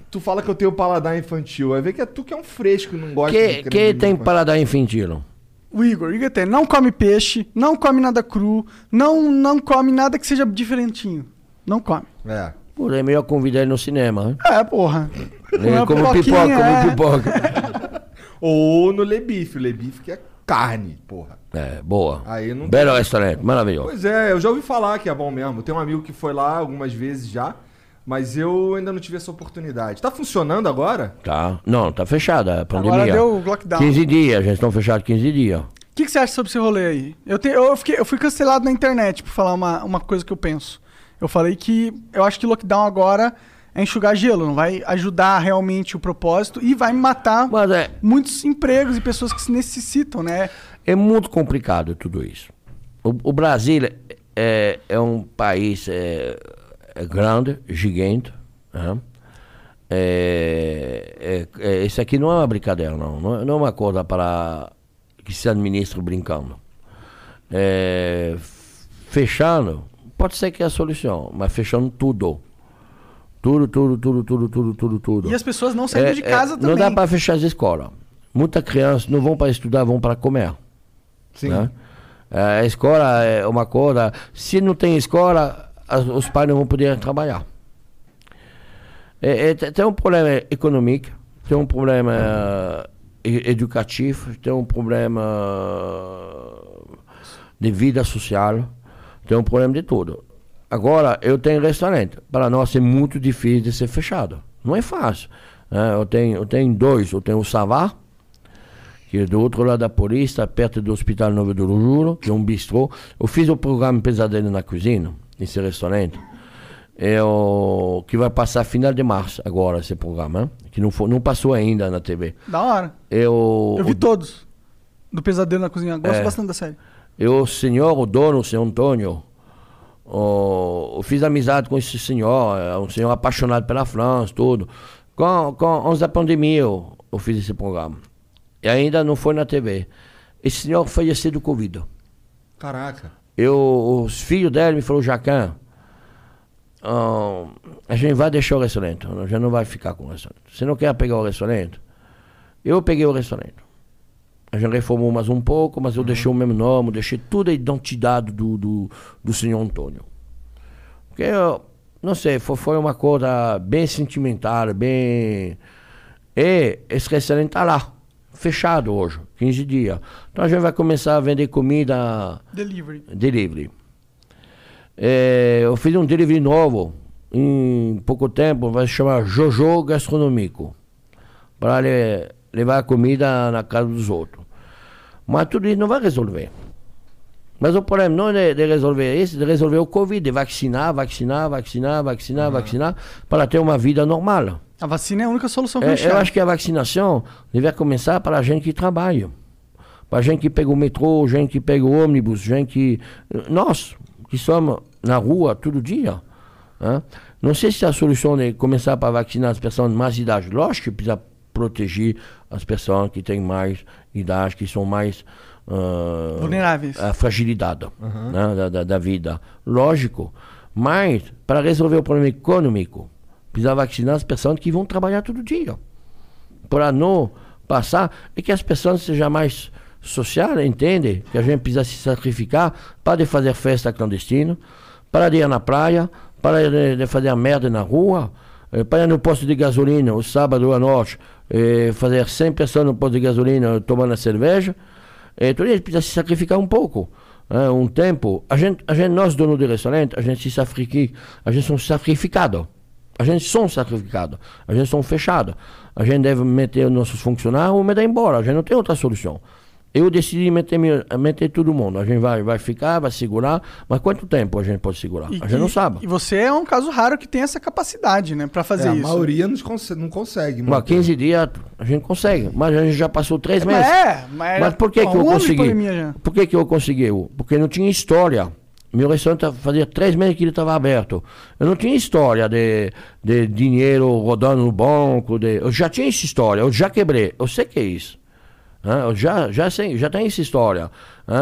S2: Tu fala que eu tenho paladar infantil. Vai ver que é tu que é um fresco e não gosta
S4: Que,
S2: creme
S4: que
S2: de
S4: tem
S2: milho.
S4: paladar infantil?
S3: O Igor, o Igor tem, não come peixe, não come nada cru, não, não come nada que seja diferentinho. Não come.
S2: É.
S4: Pô, é melhor convidar ele no cinema, né?
S3: É, porra.
S4: Ele
S3: Uma
S4: Como
S3: pipoquinha,
S4: pipoca,
S3: é.
S4: como pipoca.
S2: Ou no lebife. O lebife que é carne, porra.
S4: É, boa.
S2: Aí não
S4: Belo restaurante, maravilhoso.
S2: Pois é, eu já ouvi falar que é bom mesmo. Tem um amigo que foi lá algumas vezes já, mas eu ainda não tive essa oportunidade. Tá funcionando agora?
S4: Tá. Não, tá fechada a pandemia.
S3: deu lockdown.
S4: 15 dias, já estão fechados 15 dias.
S3: O que, que você acha sobre esse rolê aí? Eu, te- eu fiquei- eu fui cancelado na internet por falar uma, uma coisa que eu penso. Eu falei que eu acho que lockdown agora é enxugar gelo, não vai ajudar realmente o propósito e vai matar
S4: Mas é,
S3: muitos empregos e pessoas que se necessitam, né?
S4: É muito complicado tudo isso. O, o Brasil é, é um país é, é grande, gigante. né? É, é- é- isso aqui não é uma brincadeira, não. Não é, não é uma coisa para que se administre brincando. É, f- fechando, pode ser que é a solução, mas fechando tudo. Tudo, tudo, tudo, tudo, tudo, tudo, tudo. É,
S3: E as pessoas não saindo de casa também.
S4: Não dá para fechar as escolas. Muita criança não vão para estudar, vão para comer.
S2: Sim.
S4: né? É, A escola é uma coisa. Se não tem escola, as- os pais não vão poder trabalhar. É, é, te- tem um problema econômico, tem um problema eh, e- educativo, tem um problema de vida social, tem um problema de tudo. Agora, eu tenho restaurante. Para nós é muito difícil de ser fechado. Não é fácil. né? Eu, tenho, eu tenho dois. Eu tenho o Savá, que é do outro lado da Paulista, perto do Hospital Novo do Juro, que é um bistrô. Eu fiz o programa Pesadelo na Cozinha, nesse restaurante. É o que vai passar final de março agora esse programa, hein? que não, foi, não passou ainda na TV.
S3: Da hora.
S4: É o,
S3: Eu vi
S4: o-
S3: todos. Do Pesadelo na Cozinha. Gosto bastante da série.
S4: é o senhor, o dono, Euh, o senhor Antônio. o- eu fiz amizade com esse senhor, é um senhor apaixonado pela França, tudo. Com, com, antes da pandemia eu, eu fiz esse programa. E ainda não foi na TV. Esse senhor faleceu do Covid.
S2: Caraca.
S4: Eu, os filhos dele me falaram, Jacan, ah, a gente vai deixar o restaurante, a gente não vai ficar com o restaurante. Você não quer pegar o restaurante? Eu peguei o restaurante. A gente reformou mais um pouco, mas eu deixei o mesmo nome, deixei toda a identidade do, do, do senhor Antônio. Porque, eu, não sei, foi, foi uma coisa bem sentimental, bem... E esse restaurante está lá, fechado hoje, 15 dias. Então a gente vai começar a vender comida
S3: Delivery.
S4: delivery. É, eu fiz um delivery novo em pouco tempo, vai se chamar Jojo Gastronômico, para le- levar a comida na casa dos outros. Mas tudo isso não vai resolver. Mas o problema não é de resolver isso, de resolver o Covid, de vacinar, vacinar, vacinar, vacinar, vacinar, para ter uma vida normal.
S3: A vacina é a única solução que
S4: É,
S3: eu enxergo.
S4: eu acho que a vacinação deve começar para a gente que trabalha. Para a gente que pega o metrô, gente que pega o ônibus, gente que. Nós, que somos na rua todo dia. né? Não sei se a solução é começar para vacinar as pessoas de mais idade. Lógico que precisa proteger as pessoas que têm mais idade, que são mais. ah,
S3: Vulneráveis.
S4: A fragilidade né, da, da- da vida. Lógico. Mas, para resolver o problema econômico, precisa vacinar as pessoas que vão trabalhar todo dia para não passar e que as pessoas sejam mais sociais, entendem? Que a gente precisa se sacrificar para de fazer festa clandestina, para de ir na praia, para de, de fazer merda na rua, eh, para ir no posto de gasolina o sábado à noite, eh, fazer 100 pessoas no posto de gasolina eh, tomando a cerveja. Eh, Então eles precisam se sacrificar um pouco. né, um tempo, a gente, a gente, nós donos de restaurante, a gente se sacrifica, a gente é um são sacrificados. A gente são sacrificados, a gente são fechados. A gente deve meter os nossos funcionários ou mandar embora, a gente não tem outra solução. Eu decidi meter, meu- meter todo mundo. A gente vai, vai ficar, vai segurar, mas quanto tempo a gente pode segurar?
S3: E
S4: a
S3: que-
S4: gente não sabe.
S3: E você é um caso raro que tem essa capacidade, né? Pra
S2: É,
S3: fazer
S2: a
S3: isso.
S2: maioria não consegue. Não consegue
S4: Mas
S2: mano.
S4: 15 dias a gente consegue, mas a gente já passou três
S3: Mas
S4: meses.
S3: é, mas-
S4: Mas por que,
S3: Bom,
S4: que eu
S3: um ano de
S4: consegui?
S3: pandemia já.
S4: Por que, que eu consegui? Porque não tinha história. Meu restaurante tá, fazia três meses que ele estava aberto. Eu não tinha história de, de dinheiro rodando no banco. De, eu já tinha essa história, eu já quebrei. Eu sei que é isso. Né? Eu já, já sei, já tem essa história. né?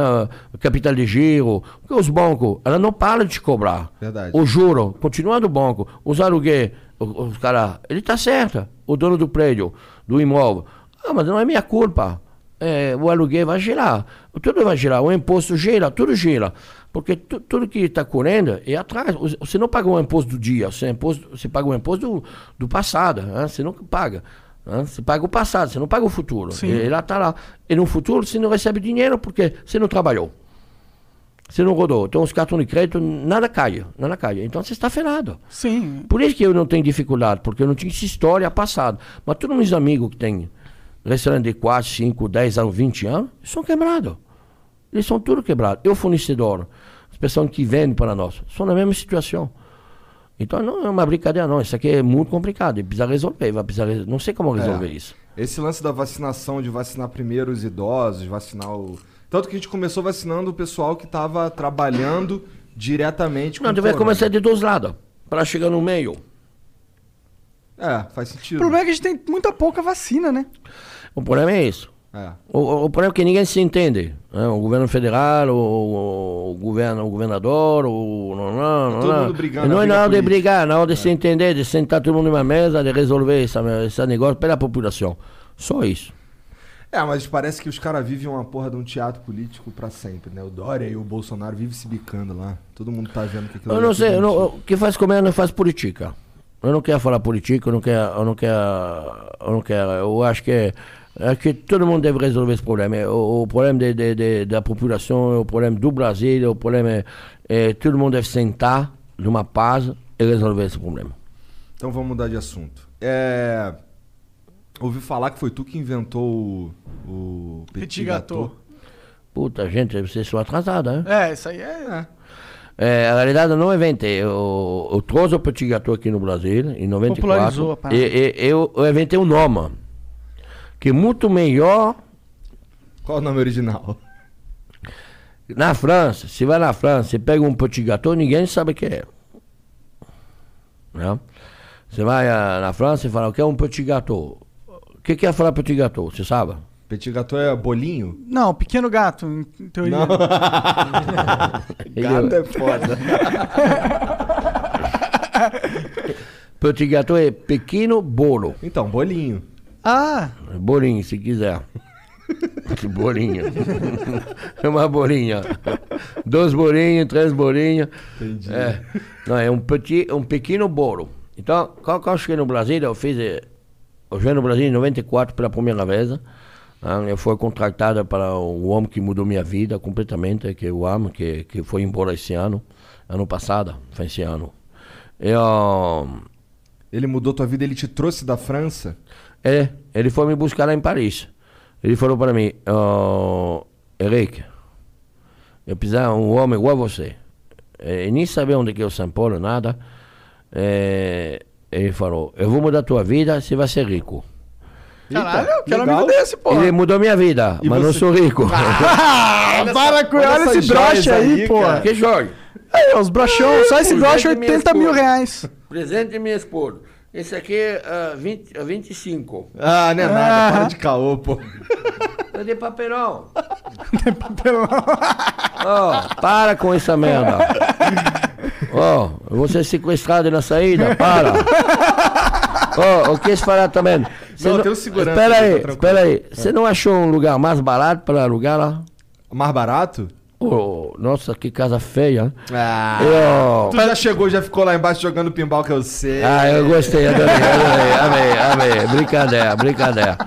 S4: Capital de giro. Porque os bancos, ela não para de te cobrar.
S2: Verdade.
S4: O juro, continua do banco. Os aluguéis, o- os caras, ele tá certo. O dono do prédio, do imóvel. Ah, mas não é minha culpa. É, o aluguel vai girar. Tudo vai girar. O imposto gira, tudo gira. Porque tu- tudo que está correndo é atrás. Os- Você não paga o imposto do dia, você, é imposto, você paga o imposto do, do passado. né? Você não paga. né? Você paga o passado, você não paga o futuro.
S3: Sim.
S4: E lá está lá. E no futuro você não recebe dinheiro porque você não trabalhou. Você não rodou. Então os cartões de crédito, nada cai, nada cai. Então você está ferrado.
S3: Sim.
S4: Por isso que eu não tenho dificuldade, porque eu não tinha essa história passada. Mas todos meus amigos que têm restaurante de 4, 5, 10 anos, 20 anos, são quebrados. Eles são tudo quebrados. Eu, fornecedor, as pessoas que vendem para nós, são na mesma situação. Então não é uma brincadeira, não. Isso aqui é muito complicado. E precisa resolver, vai precisar resolver. Não sei como resolver isso.
S2: Esse lance da vacinação, de vacinar primeiro os idosos, vacinar o. Tanto que a gente começou vacinando o pessoal que tava trabalhando diretamente com
S4: Não,
S2: o
S4: deve
S2: corona.
S4: começar de dois lados, para chegar no meio.
S2: É, faz sentido.
S3: O problema é que a gente tem muita pouca vacina, né?
S4: O problema é isso.
S2: É.
S4: O, o- o problema é que ninguém se entende. né? O governo federal, o, o- o governo, o governador, o. Não, não, não,
S2: Tá Todo
S4: não.
S2: mundo brigando,
S4: Não
S2: a
S4: é
S2: briga
S4: na hora de
S2: política. É.
S4: brigar, na hora de se entender, de sentar todo mundo numa mesa, de resolver essa- esse negócio pela população. Só isso.
S2: É, mas parece que os caras vivem uma porra de um teatro político pra sempre, né? O Dória e o Bolsonaro vivem se bicando lá. Todo mundo tá vendo que aquilo
S4: Eu
S2: ali
S4: não
S2: é
S4: sei,
S2: tudo
S4: eu não-
S2: mentira.
S4: o que faz comer não faz política. Eu não quero falar política, eu não quero, eu não quero, eu não quero. Eu acho que é que todo mundo deve resolver esse problema. É O, o problema de, de- de- da população, é o problema do Brasil, é o problema é, é todo mundo deve sentar numa paz e resolver esse problema.
S2: Então vamos mudar de assunto. É. Ouvi falar que foi tu que inventou o. o
S3: Petit gâteau.
S4: Puta gente, vocês são atrasados, hein?
S3: É, isso aí é.
S4: né? É, a realidade eu não inventei. Eu, eu trouxe o petit gâteau aqui no Brasil, em 94.
S3: Popularizou a parada.
S4: E, e- eu, eu inventei um nome, que é muito melhor
S2: Qual o nome original?
S4: Na França, se vai na França e pega um petit gâteau, ninguém sabe o que é. Né? Você vai ah, na França e fala, o que é um petit gâteau? O que que é falar petit gâteau? Você sabe?
S2: Petit gâteau é bolinho?
S3: Não, pequeno gato, em em teoria.
S2: Gato é foda. (laughs)
S4: Petit gâteau é pequeno bolo.
S2: Então, bolinho.
S3: Ah,
S4: Bolinho, se quiser. Que bolinha. É uma bolinha. Dois bolinhos, três bolinhos.
S2: Entendi.
S4: É. Não, é um, petit, um pequeno bolo. Então, quando, quando eu cheguei no Brasil, eu fiz. eh, Eu cheguei no Brasil em 94 pela primeira vez. né? Eu fui contratado para o homem que mudou minha vida completamente, que é o Am, que, que foi embora esse ano, ano passado, foi esse ano. Eu,
S2: Ele mudou tua vida, ele te trouxe da França.
S4: é, ele foi me buscar lá em Paris. Ele falou para mim, "Ó, Eric, eu precisava de um homem igual a você. E nem sabia onde que é o São Paulo, nada. É, ele falou, eu vou mudar a tua vida, você vai ser rico.
S3: caralho, eu Ah, quero um
S2: legal. é
S3: amigo desse, pô.
S4: Ele mudou minha vida,
S2: E
S4: mas não
S2: você?
S4: sou (laughs) rico.
S3: Ah, para com olha
S2: essas
S3: esse broche
S2: joias
S3: aí,
S2: aí,
S3: pô.
S2: cara.
S4: que joia!
S3: Aí, os brochão, só esse
S4: Pô,
S2: é
S3: broche
S4: já que minha
S3: 80 mil
S4: esposa.
S3: reais.
S4: Presente de minha esposa. Esse aqui é 20, ah, 25.
S2: Ah, não é nada. Para de caô, pô.
S4: É de papelão. de papelão. Oh, para com essa merda. Ó, oh, você é sequestrado na saída, para. Ó, oh, eu quis falar também. Cê
S2: Não, tem um segurança
S4: Espera
S2: ali, tá
S4: aí,
S2: tranquilo.
S4: espera aí. Você não achou um lugar mais barato para alugar lá?
S2: Mais barato?
S4: Oh, nossa, que casa feia. hein?
S2: Ah.
S4: Eu-
S2: Tu já chegou, já ficou lá embaixo jogando pinball que eu sei. É.
S4: Ah, eu gostei, adorei, adorei, amei, amei. Brincadeira, brincadeira.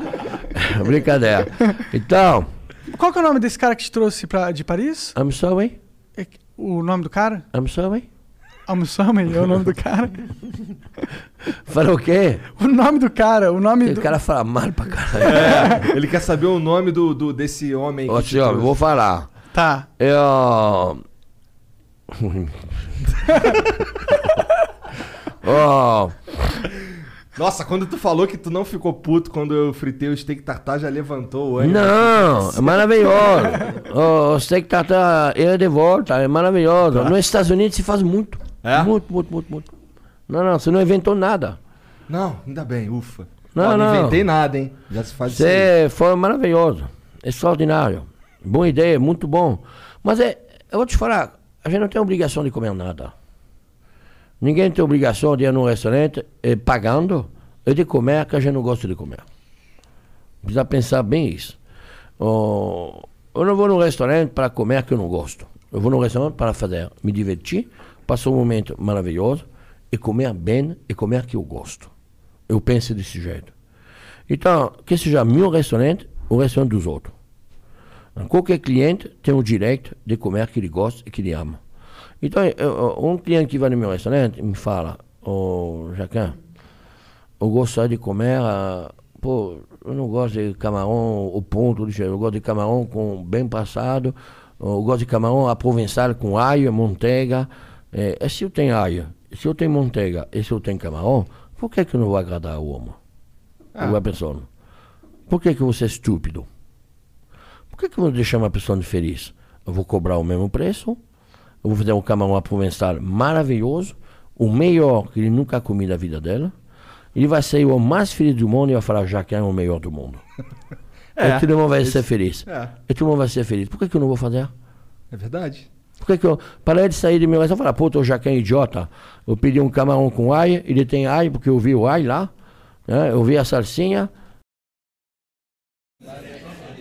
S4: Brincadeira. Então,
S3: Qual que é o nome desse cara que te trouxe pra, de Paris?
S4: I'm sorry,
S3: É que- O nome do cara?
S4: I'm sorry.
S3: Almussama é o nome do cara.
S4: Falou o quê?
S3: O nome do cara, o nome
S4: O
S3: do.
S4: cara fala mal pra caralho.
S2: É. Ele quer saber o nome do, do- desse homem.
S4: Ô,
S2: que te
S4: senhor, eu
S2: trouxe.
S4: vou falar.
S3: Tá.
S4: Eu. Ó,
S2: Nossa, quando tu falou que tu não ficou puto quando eu fritei o steak tartar, já levantou o ânimo.
S4: não, é maravilhoso. Ó, O steak tartar é de volta, é maravilhoso. Nos Estados Unidos se faz muito.
S2: É?
S4: Muito, muito, muito, muito. Não, não, você não inventou nada.
S2: Não, ainda bem, ufa.
S4: Não,
S2: Ó,
S4: não.
S2: inventei nada, hein? Já se faz isso aí.
S4: Você foi maravilhoso, extraordinário. Boa ideia, muito bom. Mas é, eu vou te falar, a gente não tem obrigação de comer nada. Ninguém tem obrigação de ir num restaurante eh, pagando e de comer que a gente não gosta de comer. Precisa pensar bem isso. Ó, eu não vou num restaurante para comer que eu não gosto. Eu vou num restaurante para fazer, me divertir, passar um momento maravilhoso e comer bem e comer que eu gosto. Eu penso desse jeito. Então, que seja meu restaurante ou restaurante dos outros. Então, Qualquer cliente tem o direito de comer o que ele gosta e que ele ama. Então, eu- eu- um cliente que vai no meu restaurante me fala, ô Jacan, eu gosto só de comer, ah, pô, eu não gosto de camarão ao ponto, de cheiro. eu gosto de camarão com bem passado, eu gosto de camarão a provençal com alho, manteiga. Eh, e se eu tenho alho, se eu tenho manteiga e se eu tenho camarão, por que que não vai agradar o homem?
S2: Ah.
S4: Ou a pessoa? Por que que você é estúpido? Por que que eu vou deixar uma pessoa feliz? Eu vou cobrar o mesmo preço, eu vou fazer um camarão provençal maravilhoso, o melhor que ele nunca comi na vida dela, ele vai ser o mais feliz do mundo e vai falar, já que é o melhor do mundo.
S2: (laughs) É.
S4: e todo mundo vai ser feliz.
S2: É.
S4: E todo mundo vai ser feliz. Por que que eu não vou fazer?
S2: É verdade.
S4: Por que que eu, para ele sair de meu restaurante, eu falar, puta, o Jacan é idiota. Eu pedi um camarão com ai, ele tem ai, porque eu vi o ai lá, né? eu vi a salsinha.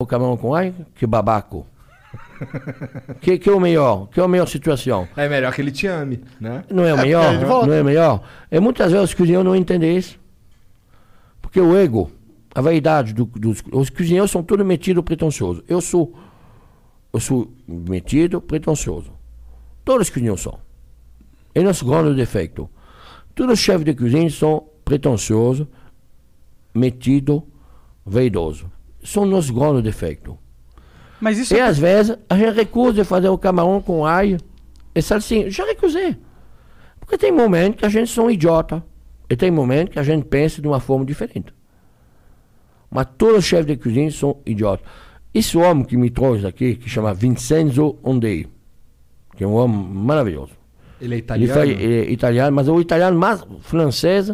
S4: O camarão com ai,
S3: (laughs)
S4: que babaco. que, que é o melhor? Que é a melhor situação?
S2: É melhor que ele te ame, né?
S4: Não é o
S3: porque
S4: melhor?
S3: ele volta.
S4: Não é o melhor? É muitas vezes os cozinheiros não entendem isso. Porque o ego, a vaidade do- dos. Os cozinheiros são todos metidos pretensiosos. Eu sou. Eu sou metido pretensioso. Todos os cozinheiros são. Eles não se guardam o defeito. Todos os chefes de cozinha são pretensiosos, metidos, vaidosos. São nos grandes defeitos.
S3: Mas isso
S4: E
S3: é.
S4: às vezes a gente recusa de fazer o camarão com alho e salsinha. Já recusei. Porque tem momentos que a gente são idiota. E tem momentos que a gente pensa de uma forma diferente. Mas todos os chefes de cozinha são idiotas. Esse homem que me trouxe aqui, que chama Vincenzo Ondei, que é um homem maravilhoso.
S2: Ele é
S4: Ele
S2: italiano.
S4: foi é, italiano, mas é o italiano mais francês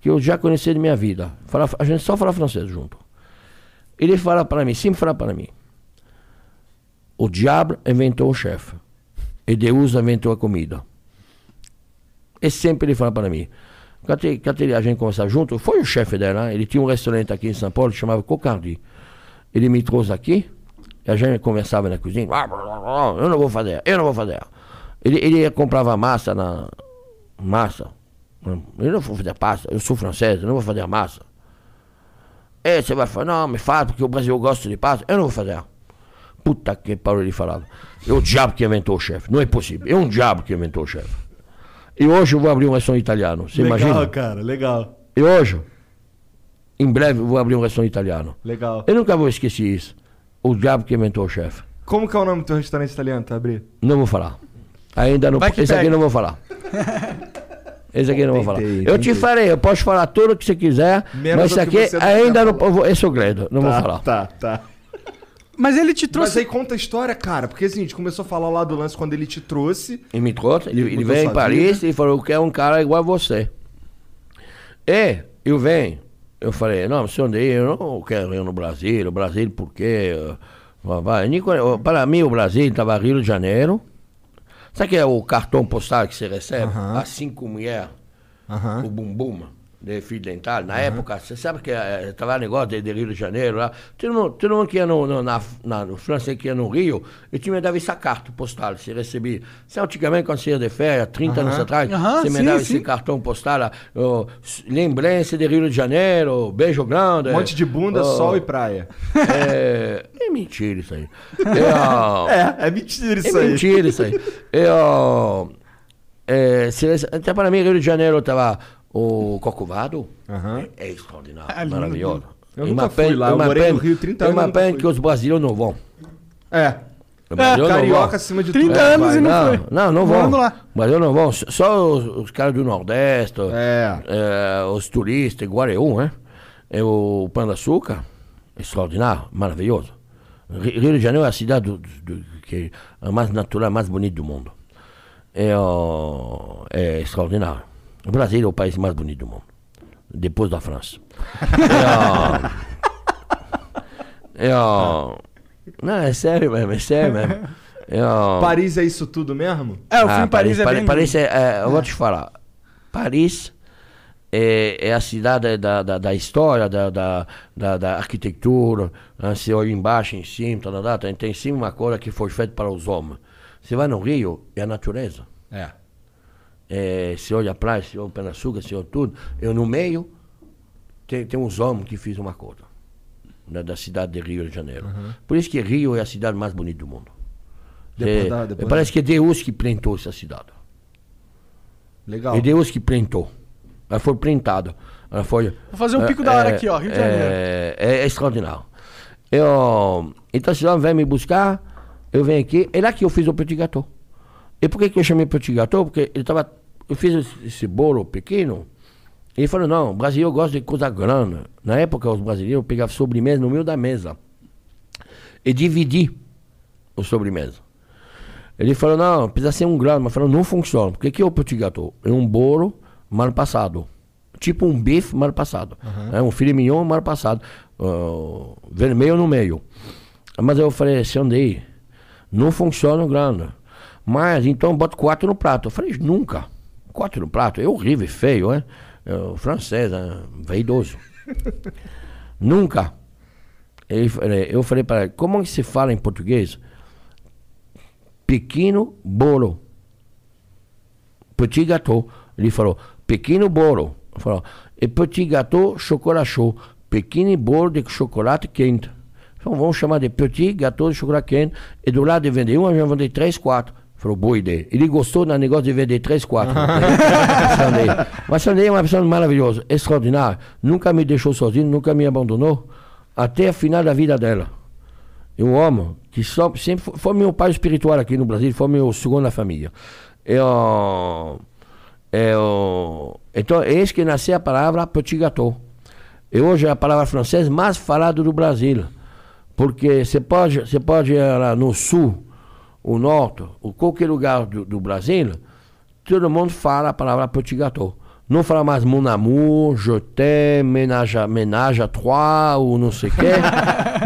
S4: que eu já conheci de minha vida. Fala- a gente só fala francês junto. Ele fala para mim, sempre fala para mim. O diabo inventou o chefe. E Deus inventou a comida. E sempre ele fala para mim. Cate- Caterina, a gente conversava junto, foi o chefe dela, hein? ele tinha um restaurante aqui em São Paulo que chamava Cocardi. Ele me trouxe aqui, e a gente conversava na cozinha, "Ah, blá, blá, blá, eu não vou fazer, eu não vou fazer. Ele, ele comprava massa na. Massa. Eu não vou fazer pasta, eu sou francês, eu não vou fazer massa. E você vai falar, não, me faz, porque o Brasil gosta de pasta, eu não vou fazer. Puta que pariu, ele falava. É o diabo que inventou o chefe, não é possível, é um diabo que inventou o chefe. E hoje eu vou abrir um restaurante italiano, você
S2: legal,
S4: imagina?
S2: cara, legal.
S4: E hoje, em breve, eu vou abrir um restaurante italiano.
S2: Legal.
S4: Eu nunca vou esquecer isso. O diabo que inventou o chefe.
S2: Como que é o nome do teu restaurante italiano, tá, Abri?
S4: Não vou falar. Ainda não.
S3: Vai que
S4: Esse aqui
S3: pega.
S4: não vou falar. Esse aqui não vou falar.
S2: Tentei,
S4: Eu te
S2: tentei.
S4: falei, eu posso falar tudo o que você quiser,
S2: Menos
S4: mas
S2: o
S4: isso
S2: que
S4: aqui
S2: você não
S4: ainda
S2: quer
S4: não. eu vou- É segredo, não vou falar.
S2: Tá, tá.
S3: Mas ele te
S2: Mas
S3: trouxe.
S2: aí conta a história, cara, porque assim, a gente começou a falar lá do lance quando ele te trouxe.
S4: Ele me trouxe, ele, ele
S2: Mudou
S4: veio em
S2: sua
S4: Paris e falou: Eu quero um cara igual a você. E eu venho. Eu falei: Não, senhor Ney, eu não quero ir no Brasil. O Brasil, por quê? Eh, vai, vai. Nem conhe- oh, Para mim, o Brasil estava Rio de Janeiro. Sabe que é o cartão postal que você recebe?
S2: Aham.
S4: As cinco mulheres,
S2: Aham.
S4: o bumbum de fio dental. Na época, você sabe que estava negócio de, de Rio de Janeiro lá. Todo mundo, todo mundo que ia no, no- na, na no França, que ia no Rio, eu tinha dava essa carta postal, você recebia. Você antigamente, quando você ia de férias, 30 anos atrás,
S3: Aham,
S4: você me
S3: sim,
S4: dava
S3: sim.
S4: esse cartão postal, lá, ó, lembrança de Rio de Janeiro, beijo grande.
S2: Um monte de bunda,
S4: ó,
S2: sol e
S4: (laughs)
S2: praia.
S4: É, é mentira isso aí. É,
S2: (laughs)
S4: ó,
S2: É, é mentira
S4: é mentira isso aí. Eu, é, se- até para mim, Rio de Janeiro estava o Cocovado.
S2: Aham.
S4: É extraordinário,
S3: Ah, lindo,
S4: maravilhoso.
S2: Eu
S4: É
S2: nunca
S4: uma
S2: fui
S4: pena-
S2: lá, eu
S4: é uma
S2: morei no
S4: pena-
S2: Rio 30
S4: é
S2: anos, eu
S4: uma
S2: nunca
S4: pena
S2: fui.
S4: que os brasileiros não vão.
S2: É.
S4: Os brasileiros não
S2: Carioca
S4: vão.
S2: acima de
S3: 30
S2: tudo.
S3: anos
S2: vai.
S3: e não-
S4: É, Não,
S3: foi.
S4: não, não
S3: Vamos
S4: vão.
S3: lá.
S4: Mas eu não vão. S- Só os, os caras do Nordeste,
S2: É.
S4: eh, os turistas, Guareum, né? É o Pão de Açúcar, extraordinário, maravilhoso. Ri- Rio de Janeiro é a cidade do- do- do- que é a mais natural, a mais bonita do mundo. é, ó, é extraordinário. O Brasil é o país mais bonito do mundo, depois
S3: (laughs)
S4: da França. É, ó, é, ó, não, é sério mesmo, é sério mesmo. É, ó,
S2: Paris é isso tudo mesmo?
S3: É, o fim
S4: ah,
S3: em Paris é bem...
S4: Paris é- é, eu vou te falar. Paris é, é a cidade da, da, da história, da, da, da, da arquitetura. Né? Você olha embaixo, em cima, tá, tá, tá, tem, tem sim uma coisa que foi feita para os homens. Você vai no Rio, é a natureza.
S2: É.
S4: É, você olha a praia, você olha o Penassuca, você olha tudo. Eu no meio, tem, tem uns homens que fiz uma coisa. né, da cidade de Rio de Janeiro.
S2: Uhum.
S4: Por isso que Rio é a cidade mais bonita do mundo.
S2: Depois
S4: É,
S2: da- depois
S4: parece que é Deus que plantou essa cidade.
S2: Legal.
S4: É Deus que printou. Ela foi printada. Ela foi.
S3: Vou fazer um pico da hora aqui, ó, Rio de Janeiro.
S4: É, é extraordinário. Eu, então, se ela vem me buscar, eu venho aqui. É lá que eu fiz o petit gâteau. E por que, que eu chamei petit gâteau? Porque ele tava, eu fiz esse- esse bolo pequeno. E ele falou: não, o Brasil gosta de coisa grande. Na época, os brasileiros pegavam sobremesa no meio da mesa e dividir o sobremesa. Ele falou, não, precisa ser um grande, mas falou, não funciona. O que que é o petit gâteau? É um bolo mal passado. Tipo um bife mal passado. É um filé mignon mal passado. ah, vermelho no meio. Mas eu falei, Sandei, não funciona o grande. Mas então bota quatro no prato. Eu falei, nunca. Quatro no prato é horrível, é feio, é? É, o francês, é vaidoso. (laughs) nunca. Ele, falei- eu falei para ele, como é que se fala em português? pequeno bolo. Petit gâteau. Ele falou, pequeno bolo. Ele Falou, e petit gâteau chocolat chaud. Pequeno bolo de chocolate quente. Então vamos chamar de petit gâteau de chocolate quente. E do lado de vender um, a gente vender três, quatro. Ele Falou, boa ideia. Ele gostou do negócio de vender três, quatro. Sandei. Mas Sandei é uma pessoa maravilhosa, extraordinária. Nunca me deixou sozinho, nunca me abandonou. Até a final da vida dela. É um homem que só, sempre foi, foi meu pai espiritual aqui no Brasil, foi meu segundo na família. É, Eu, eu, então, é isso que nasceu a palavra petit gâteau. E hoje é a palavra francesa mais falada do Brasil. Porque você pode, você pode ir lá no sul, o norte, ou qualquer lugar do, do Brasil, todo mundo fala a palavra petit gâteau. Não fala mais mon amour, je t'aime, ménage, à- ménage à trois, ou não sei o quê.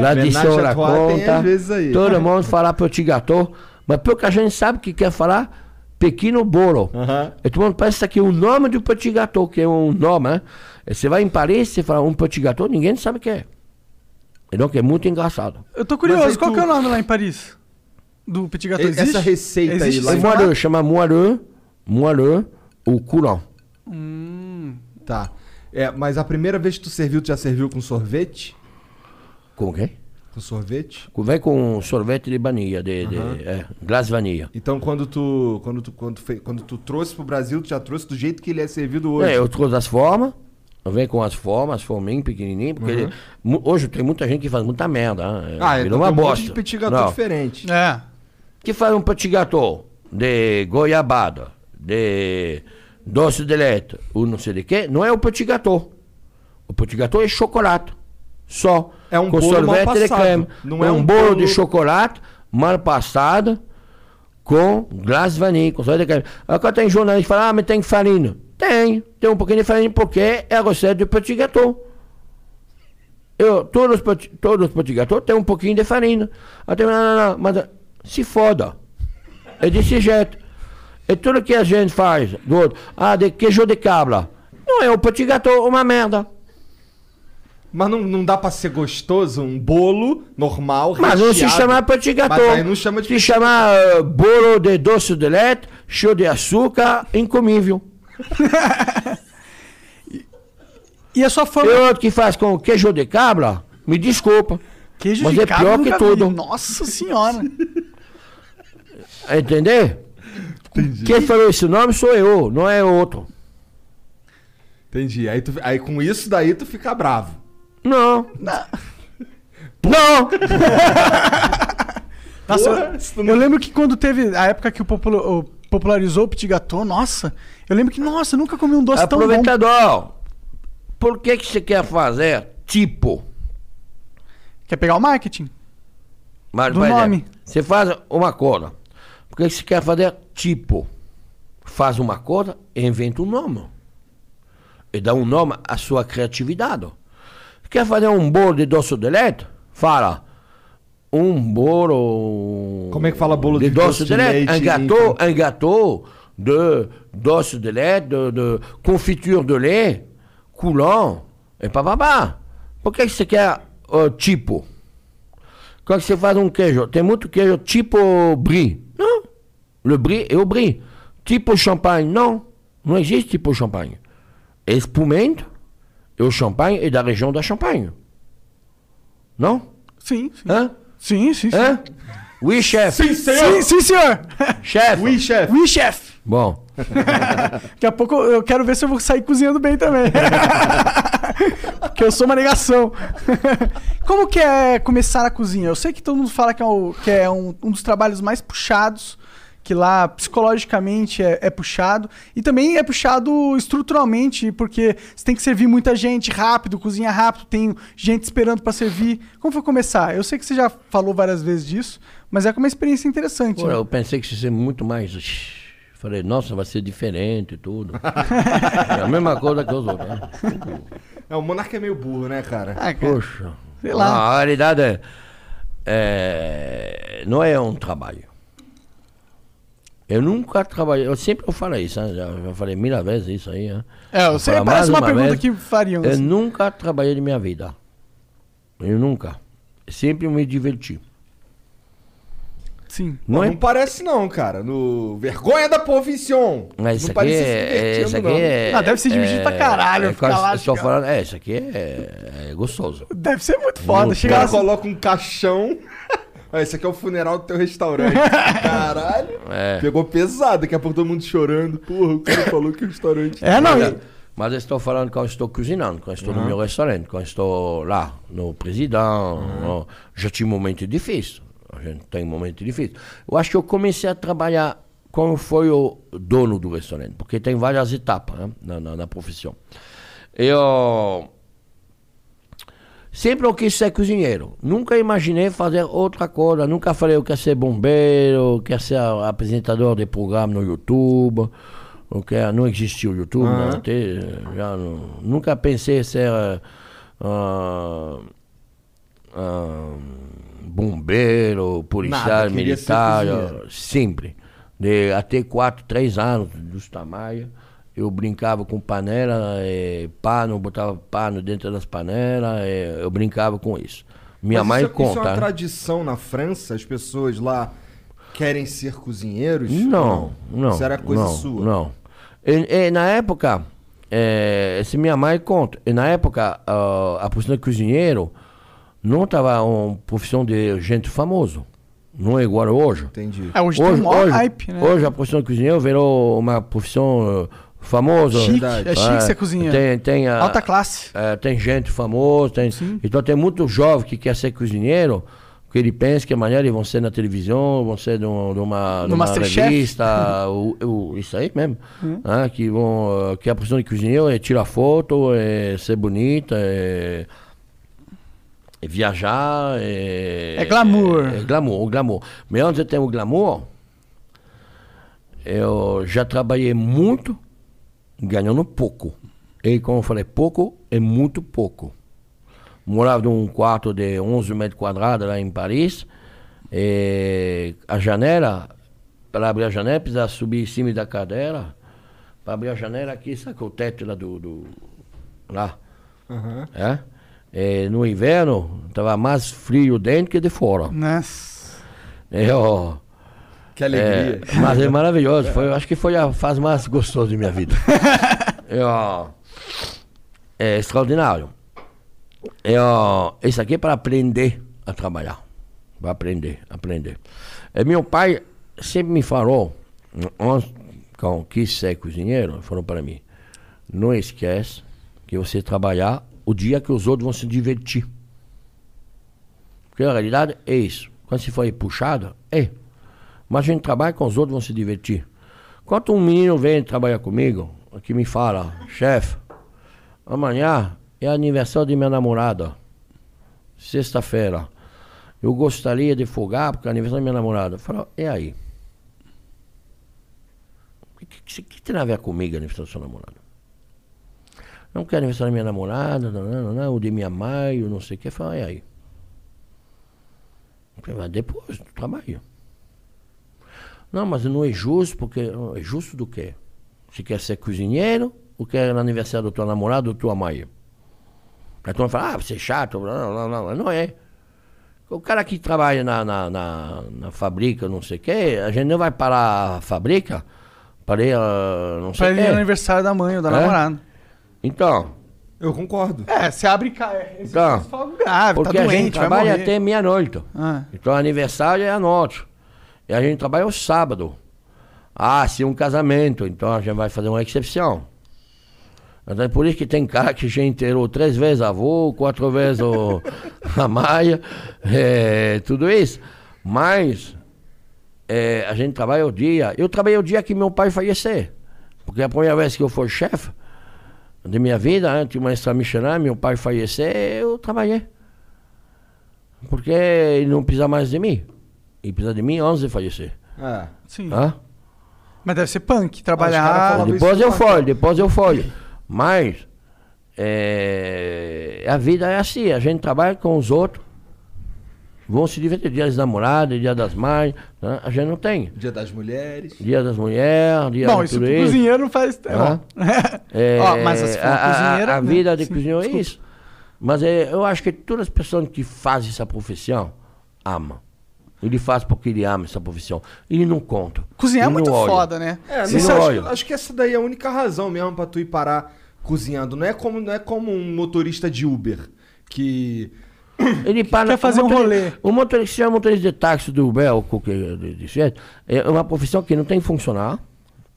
S4: Lá
S2: Ménage
S4: disse
S2: à
S4: ora
S2: trois tem às
S4: conta.
S2: vezes aí.
S4: Todo mundo fala petit gâteau, mas pouca gente sabe que quer falar pequeno bolo.
S2: Aham.
S4: E todo mundo pensa que tá o nome do petit gâteau, que é um nome, né? E Você vai em Paris, você fala um petit gâteau, ninguém sabe o que é. Então que é muito engraçado.
S3: Eu tô
S2: Mas
S3: curioso,
S2: aí
S3: qual
S2: tu-
S3: que é o nome lá em Paris? Do petit gâteau
S2: E- essa
S3: existe?
S2: receita aí
S3: existe
S2: lá
S4: É
S3: esse
S2: em-
S3: prato?
S4: moelleux, chama moelleux, moelleux ou coulant.
S2: Tá. É, mas a primeira vez que tu serviu, tu já serviu com sorvete?
S4: Com o quê?
S2: Com sorvete?
S4: Com- é? Vem com sorvete de vanilha, de, de é, glace vanilha.
S2: Então quando tu, quando tu, quando tu, fe- quando tu trouxe pro Brasil, tu já trouxe do jeito que ele é servido hoje.
S4: É, eu trouxe as formas, vem com as formas, as forminhas pequenininhas, porque ele- mu- hoje tem muita gente que faz muita merda. né?
S2: Uhum. Ah,
S4: Virou
S2: então
S4: uma
S2: tem um monte
S4: bosta.
S2: de petit gâteau
S4: Não.
S2: diferente.
S3: É.
S4: que faz um petit gâteau de goiabada, de doce de leite, ou não sei de que, não é o petit gâteau. O petit gâteau é chocolate, só.
S2: É um
S4: com
S2: bolo mal
S4: sorvete de
S2: passado,
S4: creme.
S2: não
S4: é
S2: é
S4: um
S2: um
S4: bolo de
S2: bolo-
S4: chocolate mal passado com glace vanille, com sorvete de creme. Agora tem jornalista que fala, ah, mas tem farinha. Tem, tem um pouquinho de farinha, porque é a receita do petit gâteau. Eu, todos, os poti- todos os petit gâteaux têm um pouquinho de farinha. Até, não, não, não, mas ah, se foda. É desse jeito. É tudo que a gente faz. do outro. Ah, de queijo de cabra. Não é um petit gâteau, é uma merda.
S2: Mas não, não dá pra ser gostoso um bolo normal,
S4: Mas não se
S2: recheado.
S4: chama petit gâteau.
S2: Mas aí não chama de
S4: Se chama eh, bolo de doce de leite, cheio de açúcar, incomível.
S3: E a sua fama...
S4: E outro que faz com queijo de cabra, me desculpa.
S3: Queijo
S4: mas
S3: de
S4: é
S3: cabra
S4: pior
S3: eu nunca
S4: que tudo.
S3: vi. Nossa
S4: (laughs)
S3: senhora.
S4: Entendeu? Quem falou esse nome sou eu, não é outro.
S2: Entendi. Aí, tu, aí com isso daí tu fica bravo.
S4: Não. Não!
S3: Nossa,
S2: Porra,
S3: eu-
S2: isso
S3: eu,
S2: não-
S3: lembro que quando teve a época que o popula- o popularizou o petit gâteau, nossa, eu lembro que, nossa, eu nunca comi um doce tão bom.
S4: Aproveitador, por que, que você quer fazer tipo?
S3: Quer pegar o marketing?
S4: Mas,
S3: Do
S4: por exemplo,
S3: nome.
S4: Você faz uma coisa. Por que que você quer fazer tipo? faz uma coisa e inventa um nome. E dá um nome à sua criatividade. Quer fazer um bolo de doce de leite? Fala. Um bolo.
S2: Como é que fala bolo de doce de leite então.
S4: Un
S2: em
S4: gâteau, un gâteau de doce de leite, de, de confiture de lait, coulant, et papapá. Por que que você quer eh, tipo? Quando você faz um queijo, tem muito queijo tipo brie. Não. Le brie é o brie. Tipo champanhe, não. Não existe tipo champanhe. Espumento e o champanhe é da região da Champanhe. Não?
S3: Sim, sim.
S4: Hã?
S3: Sim, sim, sim.
S4: Hã? Oui,
S2: Sim,
S4: chefe.
S3: Sim,
S2: senhor!
S3: sim, senhor. (laughs)
S4: Chefe.
S2: Ui, chefe!
S3: Oui, chefe.
S4: Bom,
S2: Tá
S3: Daqui a pouco eu eu quero ver se eu vou sair cozinhando bem também. Porque eu sou uma negação. Como que é começar a cozinha? Eu sei que todo mundo fala que é, o- que é um, um dos trabalhos mais puxados, que lá psicologicamente é, é puxado. E também é puxado estruturalmente, porque você tem que servir muita gente rápido, cozinha rápido, tem gente esperando pra servir. Como foi começar? Eu sei que você já falou várias vezes disso, mas é uma experiência interessante.
S4: Pô,
S3: né?
S4: eu pensei que isso ia ser muito mais. Falei, nossa, vai ser diferente
S2: (laughs)
S4: e tudo. é a mesma coisa que os outros. né?
S2: É, o Monarca é meio burro, né, cara?
S3: Ah, cara.
S4: Poxa.
S3: Sei lá.
S4: Não, a realidade é, é, Não é um trabalho. Eu nunca trabalhei. Eu sempre falo isso, né? já, já falei mil vezes isso aí. Né?
S3: É, eu
S4: Vou
S3: sei,
S4: falar mais
S3: parece uma,
S4: uma
S3: pergunta
S4: vez.
S3: que fariam.
S4: Eu
S3: assim.
S4: nunca trabalhei na minha vida. Eu nunca. Sempre me diverti.
S3: Sim.
S2: Não,
S4: Não é?
S2: parece não, cara. No Vergonha da Profissão.
S4: Mas isso
S2: não
S4: aqui
S2: parece se
S4: é.
S2: divertindo,
S4: Isso aqui
S2: não.
S4: é.
S3: Ah, deve se divertir pra caralho,
S4: é
S3: ficar
S4: quase-
S3: lá,
S4: eu só
S3: ficar-
S4: falando, é, isso aqui é, é gostoso.
S3: Deve ser muito foda.
S4: Muito
S2: O
S3: Chegar
S2: cara
S3: lá, assim,
S2: coloca um caixão. (laughs) Ah, esse aqui é o funeral do teu
S3: (laughs)
S2: restaurante. Caralho.
S4: É.
S2: Pegou pesado, daqui a pouco todo mundo chorando. Porra, o cara falou que o restaurante.
S3: É, não.
S4: Mas,
S3: e-
S4: mas eu estou falando quando estou cozinhando, quando estou no meu restaurante, quando estou lá no presidente. no- já tive momentos difíceis. A gente tem momentos difíceis. Eu acho que eu comecei a trabalhar quando foi o dono do restaurante, porque tem várias etapas né, na, na, na profissão. Eu sempre eu quis ser cozinheiro. Nunca imaginei fazer outra coisa. Nunca falei eu quero ser bombeiro, eu quero ser apresentador de programa no YouTube. Eu quero, não existia o YouTube, né? Te- já não- nunca pensei em ser eh, ah, ah, bombeiro, policial,
S2: Nada, queria ser
S4: militar.
S2: cozinheiro.
S4: Sempre. De até 4, 3 anos dos tamanhos. Eu brincava com panela, e pano, botava pano dentro das panelas, e eu brincava com isso. Minha
S2: Mas
S4: mãe
S2: isso, é-
S4: conta.
S2: Isso é uma
S4: né?
S2: tradição na França, as pessoas lá querem ser cozinheiros?
S4: Não, não.
S2: Isso era coisa
S4: não,
S2: sua.
S4: Não. E, e na época, eh, se minha mãe conta, e na época ah, a profissão de cozinheiro não estava uma profissão de gente famoso. Não é igual hoje.
S2: Entendi.
S3: É, hoje, tem o maior hype, né?
S4: hoje a profissão de cozinheiro virou uma profissão eh, famosa. Ah,
S3: Chique, é chique ser cozinheiro.
S4: Tem, tem a-
S3: Alta classe.
S4: é, tem gente famosa, tem, então tem muito jovem que quer ser cozinheiro, que ele pensa que amanhã eles vão ser na televisão, vão ser numa, numa, numa
S3: Masterchef. (laughs) É.
S4: revista, o- o- isso aí mesmo, né, que, vão, eh, que a profissão de cozinheiro é tirar foto, é ser bonita, é, é viajar. É,
S3: É glamour.
S4: É, é glamour, o glamour. Mas antes eu tenho o glamour, eu já trabalhei muito ganhando pouco. E como eu falei, pouco é muito pouco. Morava num quarto de 11 metros quadrados lá em Paris. E a janela, para abrir a janela, precisava subir em cima da cadeira. Para abrir a janela aqui, sabe que é o teto lá do. do lá. É? E no inverno, estava mais frio dentro que de fora.
S3: Uhum. né?
S4: É,
S3: Nossa.
S4: Eu.
S2: Que alegria.
S4: É, mas é maravilhoso. Foi, eu acho que foi a fase mais gostosa de minha vida. Eu, é extraordinário. Eu, isso aqui é para aprender a trabalhar. Para aprender, aprender. É, meu pai sempre me falou, antes, quando quis ser cozinheiro, ele falou para mim, não esquece que você trabalhar o dia que os outros vão se divertir. Porque na realidade é isso. Quando se for puxado, é. Mas a gente trabalha com os outros, vão se divertir. Quando um menino vem trabalhar comigo, que me fala, chefe, amanhã é aniversário de minha namorada, sexta-feira. Eu gostaria de folgar porque é aniversário da minha namorada. Eu falo, e aí? O que O que, que- que tem a ver comigo, aniversário da sua namorada? Não quero aniversário da minha namorada, não, não, não, não, o de minha mãe, o não sei o que. Eu Falei, e aí? Eu Falei, mas depois do trabalho. Não, mas não é justo, porque. É justo do quê? Você quer ser cozinheiro ou quer no aniversário da tua namorada ou tua mãe? A turma fala, ah, você é chato. Não, não, não, não é. O cara que trabalha na, na, na, na fábrica, não sei o quê, a gente não vai parar a fábrica para ir, ah, não
S3: Pra
S4: sei o
S3: ele ir no
S4: quê.
S3: aniversário da mãe ou da
S4: É?
S3: namorada.
S4: Então,
S2: Eu concordo.
S3: É, você abre e cai. Esse
S4: Então,
S3: é algo grave, tá
S4: porque a gente
S3: doente, vai
S4: trabalha
S3: morrer.
S4: até meia-noite.
S3: Ah.
S4: Então, aniversário é à noite. E a gente trabalha o sábado. Ah, se é um casamento, então a gente vai fazer uma exceção. Então, é por isso que tem cara que já enterou três vezes a avô, quatro vezes o, (laughs) a maia, é, tudo isso. Mas é, a gente trabalha o dia. Eu trabalhei o dia que meu pai falecer. Porque a primeira vez que eu fui chefe de minha vida, antes de uma extra Michelin, meu pai falecer, eu trabalhei. Porque ele não precisa mais de mim. Ele precisa de mim antes de falecer.
S2: É.
S3: Sim.
S4: Hã?
S3: Mas deve ser punk,
S2: cara
S3: trabalhar...
S2: fala-
S4: Depois
S2: isso
S4: eu
S2: não-
S4: folho, depois eu folho. Mas é, a vida é assim, a gente trabalha com os outros. Vão se divertir, dia das namoradas, dia das mães, né? a gente não tem.
S2: Dia das Mulheres.
S4: Dia das mulheres, dia
S3: Bom,
S4: de
S3: isso
S4: tudo
S3: pro
S4: isso.
S3: cozinheiro não faz... É,
S4: Hã? É,
S3: bom. (laughs) Ó, mas se for
S4: a, a-
S3: cozinheiro,
S4: a
S3: né?
S4: vida de
S3: Sim,
S4: cozinheiro é
S3: desculpa.
S4: isso. Mas é, eu acho que todas as pessoas que fazem essa profissão amam. Ele faz porque ele ama essa profissão. Ele não conta.
S3: Cozinhar é
S4: Ele
S3: muito
S4: não olha.
S3: foda, né?
S2: É,
S4: Sim,
S2: não, acho,
S4: olha.
S2: que- acho que essa daí é a única razão mesmo pra tu ir parar cozinhando. Não é como, não é como um motorista de Uber que.
S4: Ele para,
S3: quer fazer
S4: o
S3: um
S4: motorista-
S3: rolê.
S4: O motorista, o motorista de táxi do Uber ou qualquer de- de jeito, é uma profissão que não tem funcionário.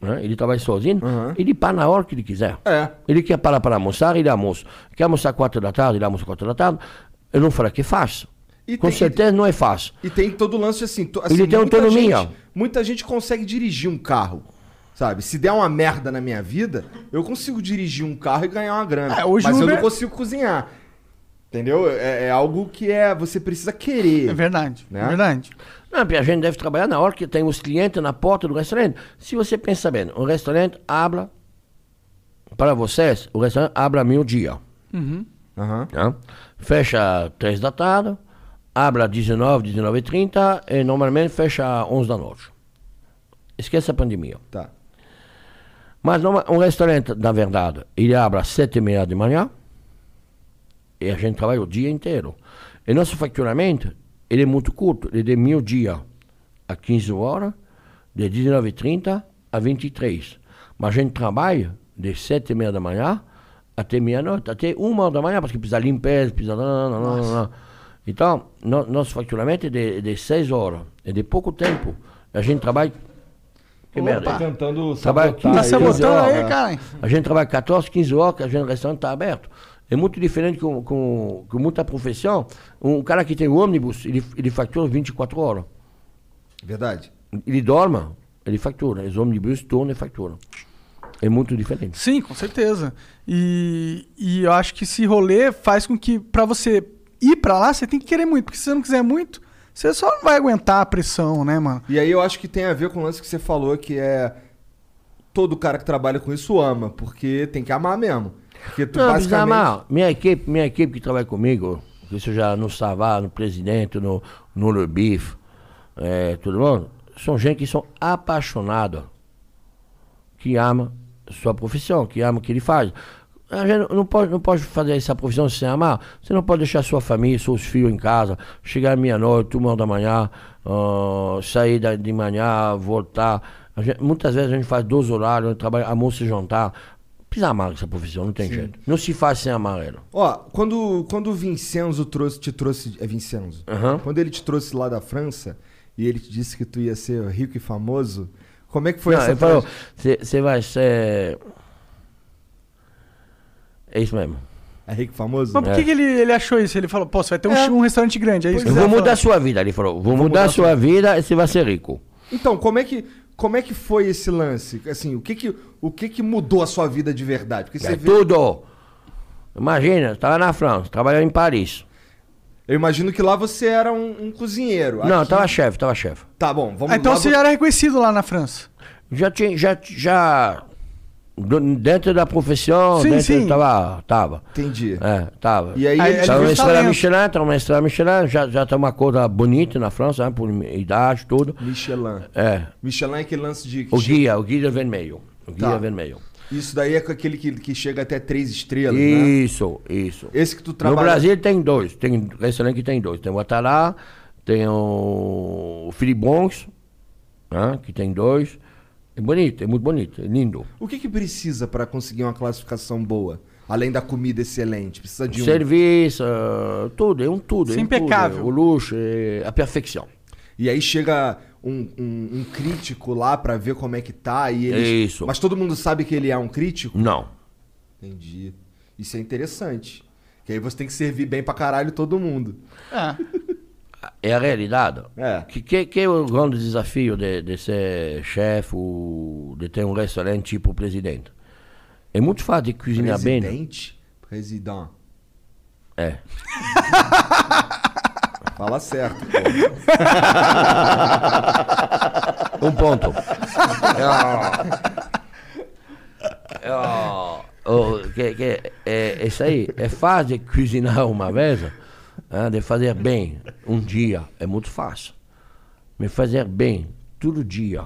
S4: né? Ele trabalha sozinho.
S3: Uhum.
S4: Ele para na hora que ele quiser.
S2: É.
S4: Ele quer parar para almoçar, ele almoça. Quer almoçar quatro da tarde, ele almoça quatro da tarde. Eu não falo que é fácil.
S2: E
S4: Com
S2: tem-
S4: certeza não é fácil.
S2: E tem todo o lance assim. to- assim,
S4: Ele tem um
S2: muita
S4: autonomia.
S2: gente- muita gente consegue dirigir um carro. Sabe? Se der uma merda na minha vida, eu consigo dirigir um carro e ganhar uma grana.
S3: É, hoje
S2: mas
S3: no
S2: eu não
S3: Uber-
S2: consigo cozinhar. Entendeu? É, é algo que é. Você precisa querer.
S3: É verdade,
S2: Né?
S3: é verdade.
S4: Não, porque a gente deve trabalhar na hora que tem os clientes na porta do restaurante. Se você pensa bem, o restaurante abre para vocês, o restaurante abre a meio-dia.
S2: Aham.
S4: né? Fecha às 3 da tarde, abre às 19, 19h30 e normalmente fecha às 11 da noite. Esquece a pandemia.
S2: Tá.
S4: Mas não, um restaurante, na verdade, ele abre às 7h30 de manhã e a gente trabalha o dia inteiro. E nosso faturamento, ele é muito curto, ele é de meio-dia a 15 horas, de 19h30 a 23 Mas a gente trabalha de 7h30 da manhã até meia-noite, até uma hora da manhã, porque precisa limpeza, precisa... Não, não, não, não, não. Então, no, nosso faturamento é de, de 6 horas, é de pouco tempo. A gente trabalha... Que merda. hein?
S2: tentando
S4: Trabalha
S2: sabotar.
S4: 15
S3: Tá
S4: Aí,
S3: sabotando
S4: horas,
S3: aí,
S4: né?
S3: cara.
S4: A gente trabalha 14, 15 horas, que a gente, o restaurante está aberto. É muito diferente com, com, com muita profissão. Um cara que tem o ônibus, ele, ele fatura 24 horas.
S2: Verdade.
S4: Ele dorme, ele fatura. Os ônibus tornam e faturam. É muito diferente.
S3: Sim, com certeza. E, e eu acho que esse rolê faz com que, pra você ir pra lá, você tem que querer muito. Porque se você não quiser muito, você só não vai aguentar a pressão, né, mano?
S2: E aí eu acho que tem a ver com o lance que você falou, que é todo cara que trabalha com isso ama, porque tem que amar mesmo. Porque tu
S4: Não, precisa
S2: basicamente.
S4: amar. Minha equipe, minha equipe que trabalha comigo, que seja no Savá, no Presidente, no, no Le Bif, é, todo mundo, são gente que são apaixonadas, que ama sua profissão, que ama o que ele faz. A gente não pode, não pode fazer essa profissão sem amar. Você não pode deixar sua família, seus filhos em casa, chegar meia-noite, uma hora da manhã, ah, sair da- de manhã, voltar. A gente- muitas vezes a gente faz dois horários, a gente trabalha almoço e jantar. Precisa amar essa profissão, não tem jeito. Não se faz sem amar ela.
S2: Ó, quando, quando o Vincenzo trouxe, te trouxe. É Vincenzo?
S4: Aham.
S2: Quando ele te trouxe lá da França e ele te disse que tu ia ser rico e famoso, como é que foi
S4: Não,
S2: essa
S4: ele falou,
S2: frase?
S4: você vai ser. É isso mesmo.
S2: É rico e famoso?
S3: Mas por que, que ele, ele achou isso? Ele falou, pô, você vai ter um, chi- um restaurante grande, é isso?
S4: Eu
S3: que
S4: vou
S3: você
S4: mudar
S3: vai
S4: sua vida, ele falou. Vou mudar sua vida e você vai ser rico.
S2: Então, como é que. Como é que foi esse lance? Assim, o que que, o que, que mudou a sua vida de verdade? Porque você
S4: É
S2: vê-
S4: tudo. Imagina, estava na França, trabalhando em Paris.
S2: eu imagino que lá você era um, um cozinheiro.
S4: Não,
S2: Aqui-
S4: estava chefe, estava chefe.
S2: Tá bom, vamos
S3: falar. Ah, então
S2: lá
S3: você
S2: vo-
S3: já era reconhecido lá na França.
S4: Já tinha. Já, já do- dentro da profissão,
S3: Sim,
S4: dentro
S3: sim.
S4: Tava, tava.
S2: Entendi.
S4: É, tava.
S2: E aí,
S3: Aí
S2: ele-
S3: ele-
S4: Tá
S3: viu
S4: uma
S3: o
S4: estrela
S3: talento.
S4: Michelin, tá uma estrela Michelin, já, já tá uma coisa bonita na França, né, por idade, tudo.
S2: Michelin.
S4: É.
S2: Michelin é aquele lance de. que
S4: O
S2: che-
S4: guia, o guia vermelho. O guia
S2: Tá.
S4: vermelho.
S2: Isso daí é com aquele que, que chega até três estrelas, né?
S4: Isso, isso.
S2: Esse que tu trabalha-
S4: No Brasil tem dois. Tem restaurante que tem dois. Tem o Atalá, tem o, o Philip Bronx, né, que tem dois. É bonito, é muito bonito, é lindo.
S2: O que, que precisa pra conseguir uma classificação boa? Além da comida excelente, precisa de um.
S4: Serviço, ah, tudo, é um tudo. é
S3: Isso é
S4: um tudo,
S3: impecável.
S4: O luxo, é a perfeição.
S2: E aí chega um, um- um crítico lá pra ver como é que tá. E eles...
S4: Isso.
S2: Mas todo mundo sabe que ele é um crítico?
S4: Não.
S2: Entendi. Isso é interessante. Que aí você tem que servir bem pra caralho todo mundo.
S3: Ah,
S4: É a realidade.
S2: É.
S4: Que, que, que é o grande desafio de, de ser chefe, ou de ter um restaurante tipo presidente? É muito fácil de cozinhar bem. né?
S2: Presidente? Presidente.
S4: É.
S2: Fala certo,
S4: (laughs)
S2: pô.
S4: Um ponto. É, ó, ó, que- que- é, isso aí. É fácil de cozinhar uma vez, né, de fazer bem um dia. É muito fácil. Me fazer bem todo dia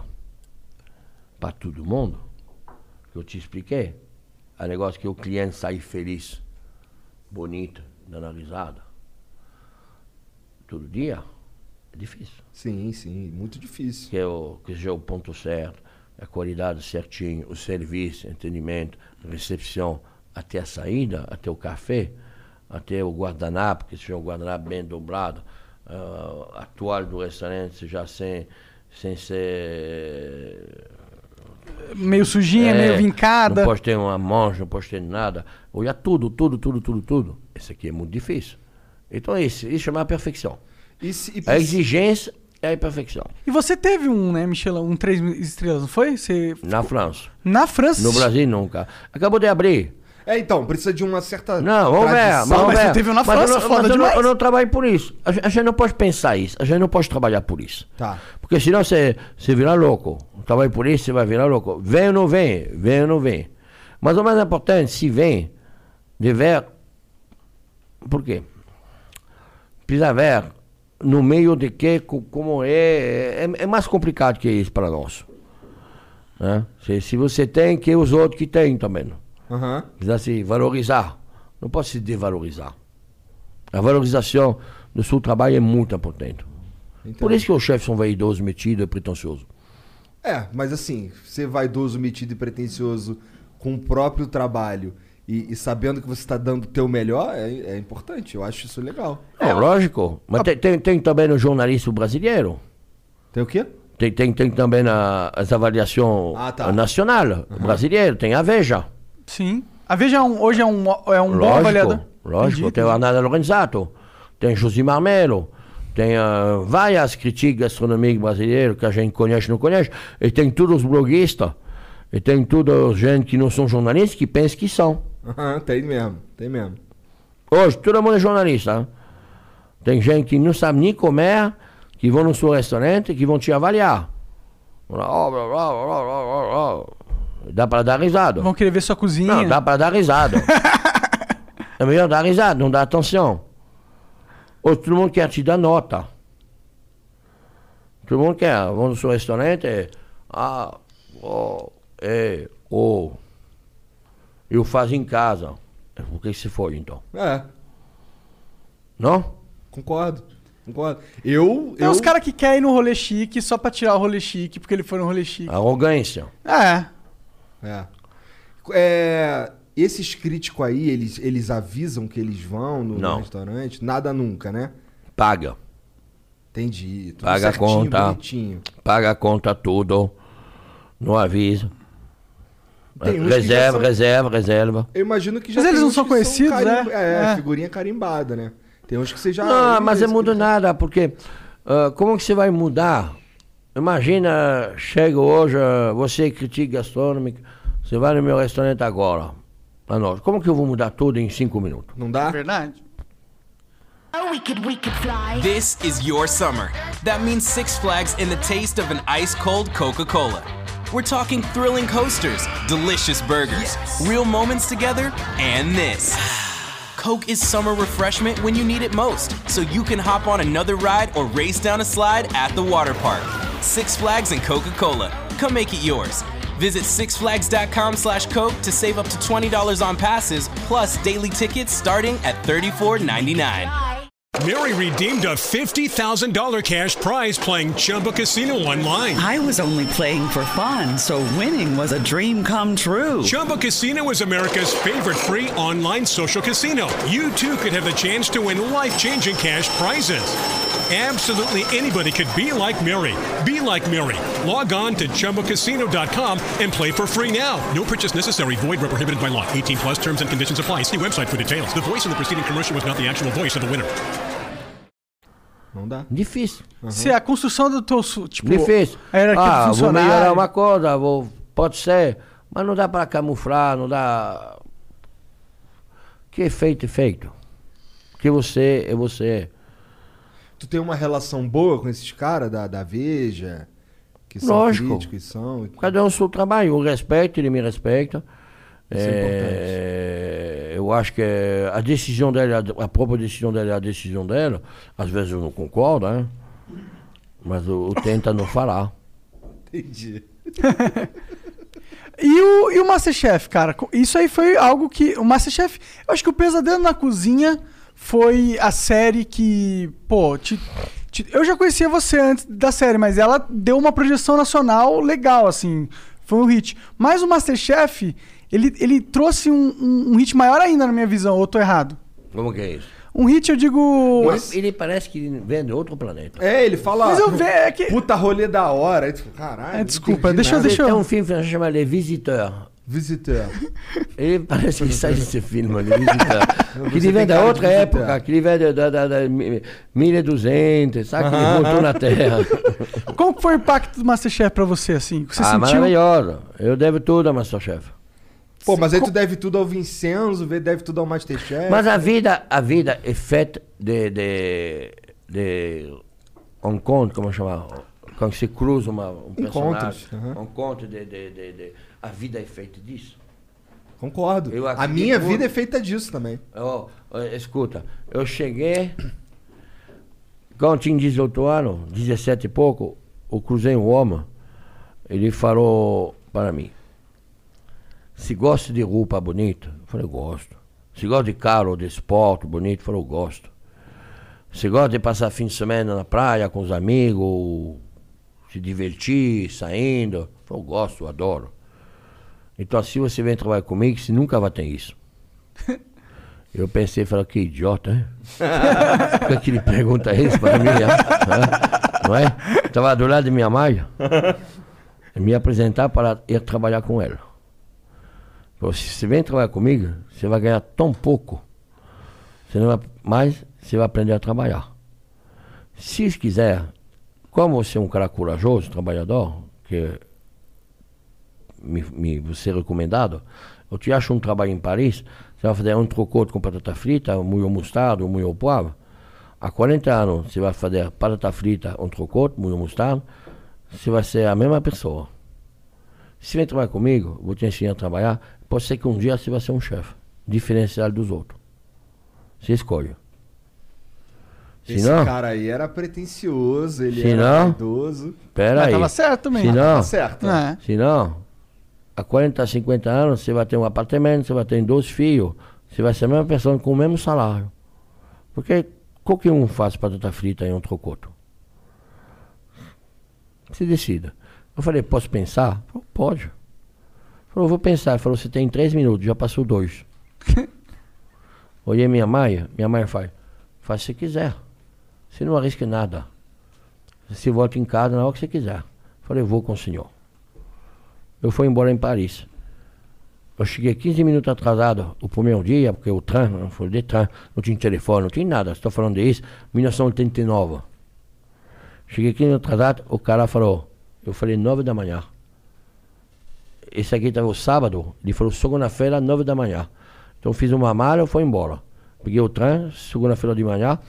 S4: para todo mundo, que eu te expliquei, é negócio que o cliente sai feliz, bonito, dando risada. Todo dia é difícil
S2: Sim, sim. Muito difícil.
S4: que é o que seja o ponto certo, a qualidade certinho, o serviço, entendimento, recepção, até a saída, até o café, até o guardanapo, que seja o guardanapo bem dobrado, ah, a toalha do restaurante seja sem, sem ser
S3: meio sujinha,
S4: é,
S3: meio vincada.
S4: Não pode ter uma mancha, não pode ter nada. Olhar tudo, tudo, tudo, tudo, tudo. Isso aqui é muito difícil. Então isso, isso chama a perfeição.
S2: E, se- e
S4: A
S2: preci-
S4: exigência é a perfeição.
S3: E você teve um, né, Michelin, um três estrelas, não foi? Você...
S4: Na França.
S3: Na França.
S4: No Brasil nunca. Acabou de abrir.
S2: É, então, precisa de uma certa.
S4: Não, vamos ver.
S2: tradição.
S4: Vamos ver.
S3: mas você teve na
S4: eu
S3: França,
S4: não-
S3: foda
S4: mas eu, não,
S3: demais.
S4: eu não trabalho por isso. A, gen- a gente não pode pensar isso. A gente não pode trabalhar por isso.
S2: Tá.
S4: Porque senão você, você vira louco. Um Trabalho por isso, você vai virar louco. Vem ou não vem? Vem ou não vem? Mas o mais importante, se vem, dever. Por quê? Precisa ver no meio de que, co- como é. É, é mais complicado que isso para nós. Né? Se, se você tem, que os outros que têm também
S2: Aham.
S4: precisa se valorizar. Não pode se desvalorizar. A valorização do seu trabalho é muito importante.
S2: Entendi.
S4: Por isso que os chefes são vaidosos, metidos e pretensiosos.
S2: É, mas assim, ser vaidoso, metido e pretencioso com o próprio trabalho e, e sabendo que você tá dando o teu melhor é, é importante. Eu acho isso legal.
S4: É, lógico. Mas tem, tem, tem também o jornalista brasileiro.
S2: Tem o quê?
S4: Tem, tem, tem também a, as avaliações
S2: Ah, tá.
S4: nacional brasileiro. Tem a Veja.
S3: Sim. A Veja é um- hoje é um, é um bom avaliador.
S4: Lógico. Lógico.
S3: Entendi.
S4: Tem o Arnaldo Lorenzato. Tem Josimar Melo. Tem ah, várias críticas gastronômicas brasileiras que a gente conhece e não conhece. E tem todos os bloguistas. E tem toda a gente que não são jornalistas que pensam que são.
S2: Aham, tem mesmo, tem mesmo.
S4: Hoje, todo mundo é jornalista. hein? Tem gente que não sabe nem comer, que vão no seu restaurante e que vão te avaliar. Fala, ó, blá, blá, blá, blá, blá, blá. Dá para dar risada.
S3: Vão querer ver sua cozinha.
S4: Não, dá pra dar risada. é melhor dar risada, não dar atenção. Ou todo mundo quer te dar nota. Todo mundo quer. Vamos no seu restaurante, é. Ah, ó, é, ô. Eu faço em casa. Por que se foi então?
S2: É,
S4: Não?
S2: concordo. Concordo. Eu.
S3: Tem
S2: eu...
S3: uns caras que querem ir no rolê chique só pra tirar o rolê chique, porque ele foi no rolê chique.
S4: Arrogância. Ah.
S3: É.
S2: É. É, Esses críticos aí, eles, eles avisam que eles vão no, no
S4: Não.
S2: restaurante? Nada nunca, né?
S4: Paga.
S2: Entendi. Tudo
S4: Paga a
S2: certinho,
S4: conta.
S2: bonitinho.
S4: Paga a conta tudo. Não avisa.
S2: Tem uns que já
S4: reserva,
S2: são-
S4: reserva, reserva.
S2: Eu imagino que já
S3: Mas eles
S2: tem
S3: não
S2: uns
S3: são
S2: que
S3: conhecidos,
S2: carim-
S3: né?
S2: É,
S3: É. Ah,
S2: figurinha carimbada, né? Tem uns que você já...
S4: Não, mas é
S2: esse
S4: muito
S2: que-
S4: nada, porque ah, como que você vai mudar? Imagina, chega hoje, ah, você critica gastronômico, você vai no meu restaurante agora, à noite. Como que eu vou mudar tudo em cinco minutos?
S2: Não
S3: É.
S2: dá?
S3: Verdade.
S8: This is your summer. That means Six Flags and the taste of an ice cold Coca Cola. We're talking thrilling coasters, delicious burgers, real moments together, and this. Coke is summer refreshment when you need it most, so you can hop on another ride or race down a slide at the water park. Six Flags and Coca-Cola. Come make it yours. Visit sixflags.com slash Coke to save up to $20 on passes, plus daily tickets starting at $34.99.
S9: Mary redeemed a $50,000 cash prize playing Chumba Casino online.
S10: I was only playing for fun, so winning was a dream come true.
S9: Chumba Casino is America's favorite free online social casino. You too could have the chance to win life changing cash prizes. Absolutely anybody could be like Mary. Be like Mary. Log on to chumbacasino.com and play for free now. No purchase necessary. Void where prohibited by law. 18 plus terms and conditions apply. See website for details. The voice in the preceding commercial was not the actual voice of the winner.
S2: Não dá.
S4: Difícil.
S3: Se a construção do teu. su- Tipo,
S4: Difícil.
S3: A hierarquia do
S4: ah, vou
S3: funcionário.
S4: melhorar uma coisa, vou, pode ser, mas não dá para camuflar, não dá. Que é feito, é feito. Que você é você.
S2: Tu tem uma relação boa com esses caras da, da Veja? Que são
S4: Lógico.
S2: críticos, e são...
S4: Cada um seu trabalho, eu respeito, ele me respeita.
S2: Isso é
S4: É, eu acho que é, a decisão dela, a própria decisão dela é a decisão dela. Às vezes eu não concordo, né? Mas eu, eu tento não falar.
S2: Entendi.
S3: E o, e o Masterchef, cara? Co- Isso aí foi algo que. O Masterchef. Eu acho que o Pesadelo na Cozinha foi a série que. Pô, te- te- eu já conhecia você antes da série, mas ela deu uma projeção nacional legal, assim. Foi um hit. Mas o Masterchef, ele, ele trouxe um, um- um hit maior ainda na minha visão, ou eu tô errado?
S4: Como que é isso?
S3: Um hit, eu digo.
S4: Ele, ele parece que vem de outro planeta.
S2: É, ele fala...
S3: Mas eu ve- é que-
S2: Puta rolê da hora. Aí tu fala, caralho...
S3: É,
S2: não
S3: desculpa,
S2: entendi
S3: deixa eu-
S2: nada."
S4: Ele tem um filme francês chamado Les Visiteurs.
S2: Visiteur.
S4: Ele (laughs) parece que sai desse filme ali,
S2: (laughs)
S4: Visiteur. que
S2: você
S4: ele vem
S2: tem
S4: da
S2: cara de
S4: outra
S2: Visiteur.
S4: época, que ele vem da, da, da, da mi- 1200, sabe? Que ele voltou
S2: (laughs)
S4: na Terra.
S3: Qual que foi o impacto do Masterchef pra você, assim? Você
S4: ah,
S3: sentiu?
S4: maravilhoso. Eu devo tudo a Masterchef.
S2: Pô, mas aí tu deve tudo ao Vincenzo, vê- deve tudo ao Masterchef.
S4: Mas a vida, a vida é feita de, de, de encontro, como chama? Quando se cruza uma, um
S2: Encontros,
S4: personagem.
S2: aham.
S4: Encontro de, de, de, de... A vida é feita disso.
S2: Concordo.
S4: Eu
S2: a
S4: acredito
S2: minha
S4: muito.
S2: vida é feita disso também.
S4: Ó, ó, escuta, eu cheguei, quando tinha 18 anos, 17 e pouco, eu cruzei um homem, ele falou para mim, se gosta de roupa bonita, eu falei, gosto. Se gosta de carro, de esporte bonito, eu falei, eu gosto. Se gosta de passar fim de semana na praia com os amigos, se divertir, saindo, eu falei, eu gosto, eu adoro. Então assim você vem trabalhar comigo, você nunca vai ter isso. Eu pensei, falei, que idiota, hein? (laughs) Por que que ele pergunta isso para mim? hein? Não é? Estava do lado de minha mãe, (laughs) me apresentar para ir trabalhar com ela. Falou, se você vem trabalhar comigo, você vai ganhar tão pouco, você não vai, mas você vai aprender a trabalhar. Se quiser, como você é um cara corajoso, trabalhador, que me, me você é recomendado, eu te acho um trabalho em Paris, você vai fazer um trocô com batata frita, um molho mostarda, um molho poivre. Há 40 anos você vai fazer batata frita, um trocô, molho mostarda, você vai ser a mesma pessoa. Se vem trabalhar comigo, vou te ensinar a trabalhar, pode ser que um dia você vai ser um chefe, diferenciado dos outros. Você escolhe. Se
S2: Esse
S4: não,
S2: cara aí era pretencioso, ele
S4: Se
S2: era
S4: não-
S2: vaidoso.
S4: pera
S3: Mas
S4: aí.
S3: tava certo também.
S4: Se
S3: Ah,
S4: não,
S2: Tá certo.
S3: É. (laughs)
S4: Se não, há 40, 50 anos, você vai ter um apartamento, você vai ter dois filhos, você vai ser a mesma pessoa com o mesmo salário. Porque qualquer um faz batata frita e um trocoto. Se decida. Eu falei, posso pensar? Ele Falou, pode. Ele Falou, vou pensar. Ele Falou, você tem três minutos, já passou dois. Olhei minha mãe, minha mãe faz, faz se quiser. Você não arrisca nada. Você volta em casa na hora que você quiser. Eu Falei, vou com o senhor. Eu fui embora em Paris. Eu cheguei 15 minutos atrasado o primeiro dia, porque o trem, não foi de trem, não tinha telefone, não tinha nada. Estou falando disso, 1989. Cheguei 15 minutos atrasado, o cara falou, eu falei 9 da manhã. Esse aqui estava o sábado, ele falou segunda-feira, 9 da manhã. Então eu fiz uma mala e fui embora. Peguei o trem, segunda-feira de manhã.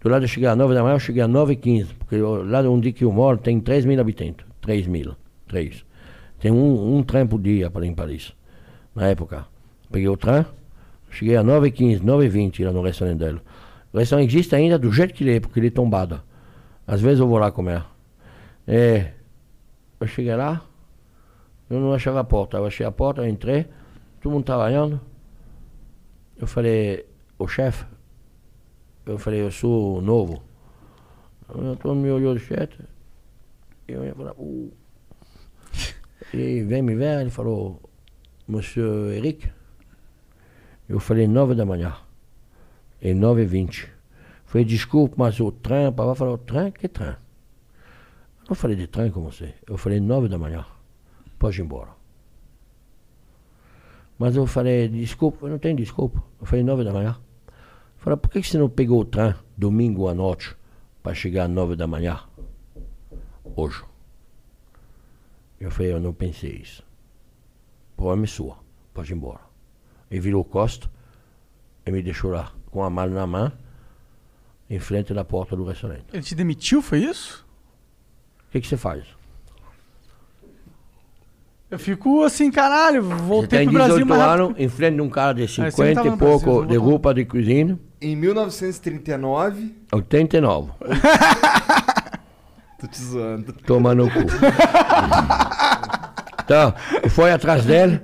S4: Do lado eu cheguei às 9 da manhã, eu cheguei às 9 h 15 porque eu- lá onde que eu moro tem 3 mil habitantes. 3 mil, 3. Tem um, um trem por dia para ir em Paris. Na época. Peguei o trem, cheguei às 9h15, 9h20 lá no restaurante dela. O restaurante existe ainda do jeito que ele é, porque ele é tombado. Às vezes eu vou lá comer. É, eu cheguei lá, eu não achava a porta. Eu achei a porta, eu entrei, todo mundo trabalhando. Eu falei, o chefe, eu falei, eu sou novo. Todo mundo me olhou do chefe, eu ia falar, "Uh." Ele vem me ver, ele falou, Monsieur Eric, eu falei nove da manhã, em nove e vinte. Falei, desculpa, mas o trem, papai falou, trem, que trem? Eu não falei de trem com você, eu falei nove da manhã, pode ir embora. Mas eu falei, desculpa, eu não tenho desculpa, eu falei nove da manhã. Eu falei, por que que você não pegou o trem domingo à noite para chegar às nove da manhã, hoje? Eu falei, eu não pensei isso. Problema é sua, pode ir embora. Ele virou o costo e me deixou lá, com a mala na mão, em frente da porta do restaurante.
S3: Ele te demitiu, foi isso?
S4: O que, que você faz?
S3: Eu fico assim, caralho,
S4: Você
S3: voltei
S4: tem
S3: pro Brasil
S4: 18
S3: mais rápido.
S4: anos, em frente de um cara de
S3: você não
S4: 50
S3: tava
S4: e
S3: no Brasil, eu
S4: pouco,
S3: vou um
S4: de
S3: falar.
S4: roupa de cozinha,
S2: Em 1939.
S4: 89,
S2: Tô te zoando.
S4: tomando o cu. Então, eu fui atrás dele,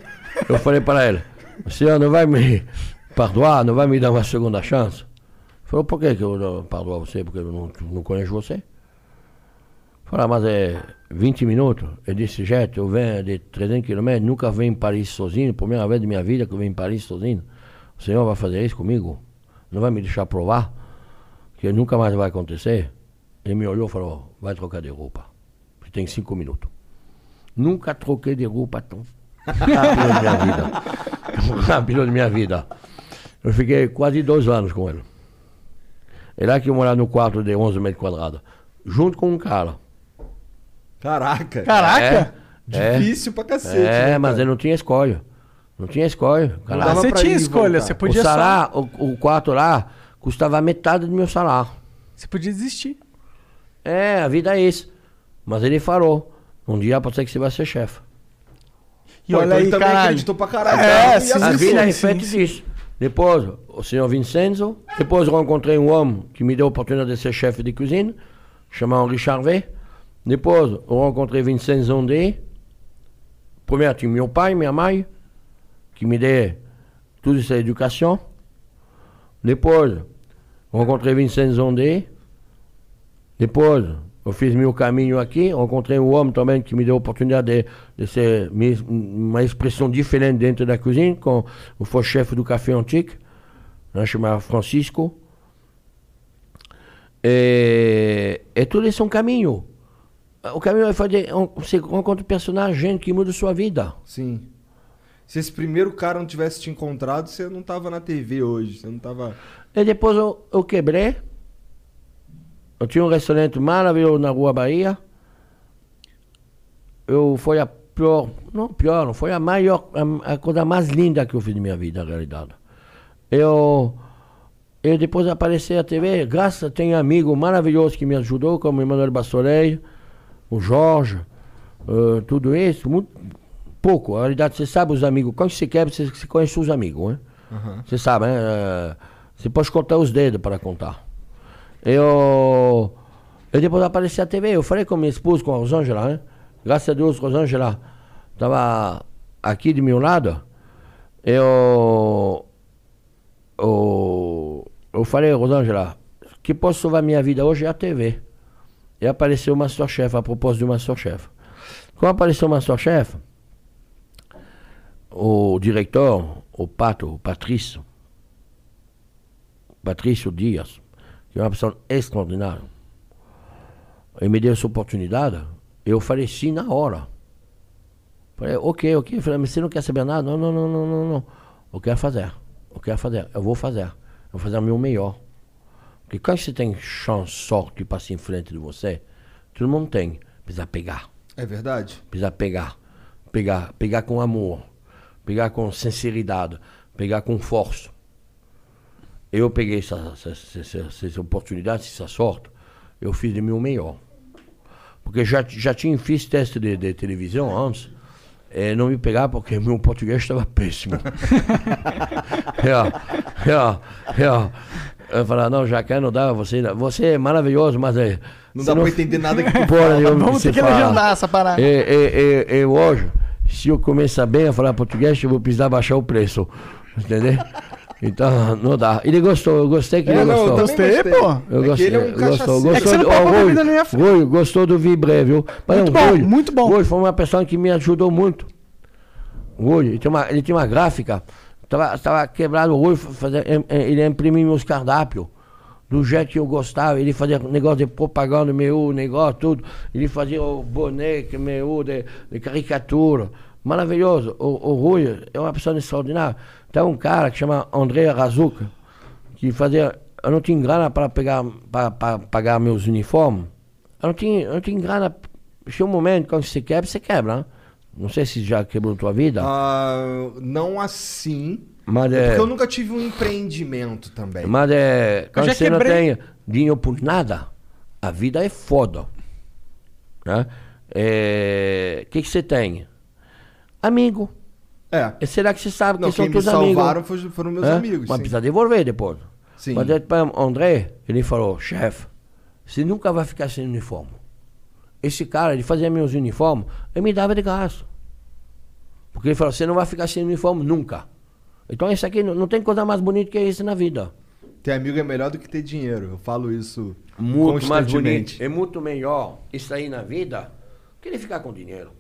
S4: eu falei para ele, o senhor não vai me perdoar, não vai me dar uma segunda chance? Ele falou, por que, que eu não perdoo você? Porque eu não, não conheço você. Falei, "Ah, mas é 20 minutos, é desse jeito, eu venho de 300 quilômetros, nunca venho em Paris sozinho, primeira vez da minha vida que eu venho em Paris sozinho. O senhor vai fazer isso comigo? Não vai me deixar provar? Que nunca mais vai acontecer? Ele me olhou e falou, vai trocar de roupa. Você tem cinco minutos. Nunca troquei de roupa tão rápido na minha vida. (laughs) Tão rápido na minha vida. Eu fiquei quase dois anos com ele. É lá que eu morava no quarto de 11 metros quadrados. Junto com um cara.
S2: Caraca.
S3: Caraca!
S4: É,
S2: Difícil pra cacete,
S4: É,
S2: né,
S4: mas
S2: cara?
S4: eu não tinha escolha. Não tinha escolha.
S3: Ah,
S4: Cara.
S3: você
S2: pra ir
S3: tinha
S2: e
S3: escolha,
S2: voltar.
S3: você podia
S4: o
S3: só.
S4: salário, o, o quarto lá, custava metade do meu salário.
S3: Você podia desistir.
S4: É, a vida é isso. Mas ele falou. Um dia pode ser que você vai ser chefe.
S3: E
S2: Pô,
S3: olha
S2: então
S3: aí,
S2: ele também
S3: caralho.
S2: acreditou pra caralho.
S3: É,
S2: E
S3: sim,
S4: A
S2: assim,
S3: sim.
S4: vida é feita disso. Depois, o senhor Vincenzo. Depois, eu encontrei um homem que me deu a oportunidade de ser chefe de cozinha, chamado Richard V. Depois, eu encontrei Vincenzo Ondé. Primeiro, tinha meu pai, minha mãe, que me deu toda essa educação. Depois, eu encontrei Vincenzo um Ondé. Depois, eu fiz meu caminho aqui, encontrei um homem também que me deu a oportunidade de, de ser mis- uma expressão diferente dentro da cozinha, com o foi chefe do Café Antique, né, chamado Francisco. E, e tudo isso é um caminho. O caminho é fazer, um- você encontra personagem, gente que muda sua vida.
S2: Sim. Se esse primeiro cara não tivesse te encontrado, você não tava na TV hoje. Você não tava.
S4: E depois eu, eu quebrei. Eu tinha um restaurante maravilhoso na Rua Bahia. Eu foi a pior, não pior, não foi a maior, a, a coisa mais linda que eu fiz na minha vida, na realidade. Eu, eu depois apareci na TV, graças a tem amigo maravilhoso que me ajudou, como o Emanuel Bastorei, o Jorge, eh, tudo isso, muito pouco. Na realidade, você sabe os amigos, quando você quer, você, você conhece os amigos, né? Você sabe, né? Eh, Você pode contar os dedos para contar. Eu, eu depois apareci na TV, eu falei com minha esposa, com a Rosângela, né? Graças a Deus, Rosângela estava aqui de meu lado. Eu, eu, eu falei, Rosângela, que posso salvar minha vida hoje é a TV. E apareceu o Masterchef, a propósito do Masterchef. Quando apareceu o Masterchef, o diretor, o Pato, o Patrício, Patrício Dias, que é uma pessoa extraordinária, ele me deu essa oportunidade, eu falei sim na hora. Falei, ok, ok. Eu falei, mas você não quer saber nada? Não, não, não, não, não, não. Eu quero fazer. Eu quero fazer. Eu vou fazer. Eu vou fazer o meu melhor. Porque quando você tem chance, sorte que passa em frente de você, todo mundo tem. Precisa pegar
S2: É verdade?
S4: precisa pegar, pegar, pegar com amor, pegar com sinceridade, pegar com força. Eu peguei essa, essa, essa, essa, essa oportunidade, essa sorte, eu fiz de meu melhor. Porque já, já tinha fiz teste de, de televisão antes, eh, não me pegar porque meu português estava péssimo. (laughs) é, é, é. Eu falava, não, Jacan, não dá, você, você é maravilhoso, mas é.
S2: Não
S4: você
S2: dá pra entender nada que tu
S4: Porra
S2: fala.
S4: nenhuma
S2: Vamos
S4: você
S2: ter que
S4: fala.
S2: legendar essa parada.
S4: É, é, é, é, hoje, se eu começar bem a falar português, eu vou precisar baixar o preço. Entendeu? Então, não dá. Ele gostou, eu gostei que
S2: É,
S4: ele
S2: não, eu
S4: gostou.
S2: também gostei, pô.
S4: Eu
S2: É que
S4: gostei,
S2: ele é um
S4: eu gostou,
S2: cachaceiro.
S4: gostou.
S2: É que você não
S4: do-
S2: pode
S4: ó,
S2: pôr
S4: Rui,
S2: comida na minha
S4: Rui, gostou do Vibré, viu? Mas
S3: Muito
S4: não,
S3: bom,
S4: Rui,
S3: muito bom.
S4: Rui foi uma pessoa que me ajudou muito. Rui, ele tinha uma, ele tinha uma gráfica. Tava, tava quebrado o olho, fazia- em- em- ele imprimia meus cardápios do jeito que eu gostava. Ele fazia negócio de propaganda, meu negócio, tudo. Ele fazia o boné, que meu, de, de caricatura. Maravilhoso. O, o Rui é uma pessoa extraordinária. Tem um cara que chama André Razuca, que fazia. Eu não tinha grana para pegar, para, para pagar meus uniformes. Eu não tinha, eu não tinha grana. Chega um momento, quando você quebra, você quebra, né? Não sei se já quebrou tua vida.
S2: Ah, não assim.
S4: Mas
S2: É
S4: é.
S2: Porque eu nunca tive um empreendimento também.
S4: Mas é. Quando
S2: já
S4: você não
S2: quebrei.
S4: tem dinheiro por nada, a vida é foda. né? É, O que, que você tem? Amigo.
S2: É.
S4: E será que você sabe
S2: Não,
S4: que são
S2: quem me
S4: teus
S2: salvaram
S4: amigos?
S2: foi- foram meus
S4: Hã?
S2: amigos,
S4: Mas
S2: sim.
S4: precisa devolver depois.
S2: Sim.
S4: Mas eu, para André, ele falou, chefe, você nunca vai ficar sem uniforme. Esse cara, ele fazia meus uniformes, ele me dava de graça. Porque ele falou, você não vai ficar sem uniforme nunca. Então isso aqui, não, não tem coisa mais bonita que isso na vida.
S2: Ter amigo é melhor do que ter dinheiro. Eu falo isso
S4: muito mais bonito.
S2: constantemente.
S4: É muito melhor isso aí na vida que ele ficar com dinheiro.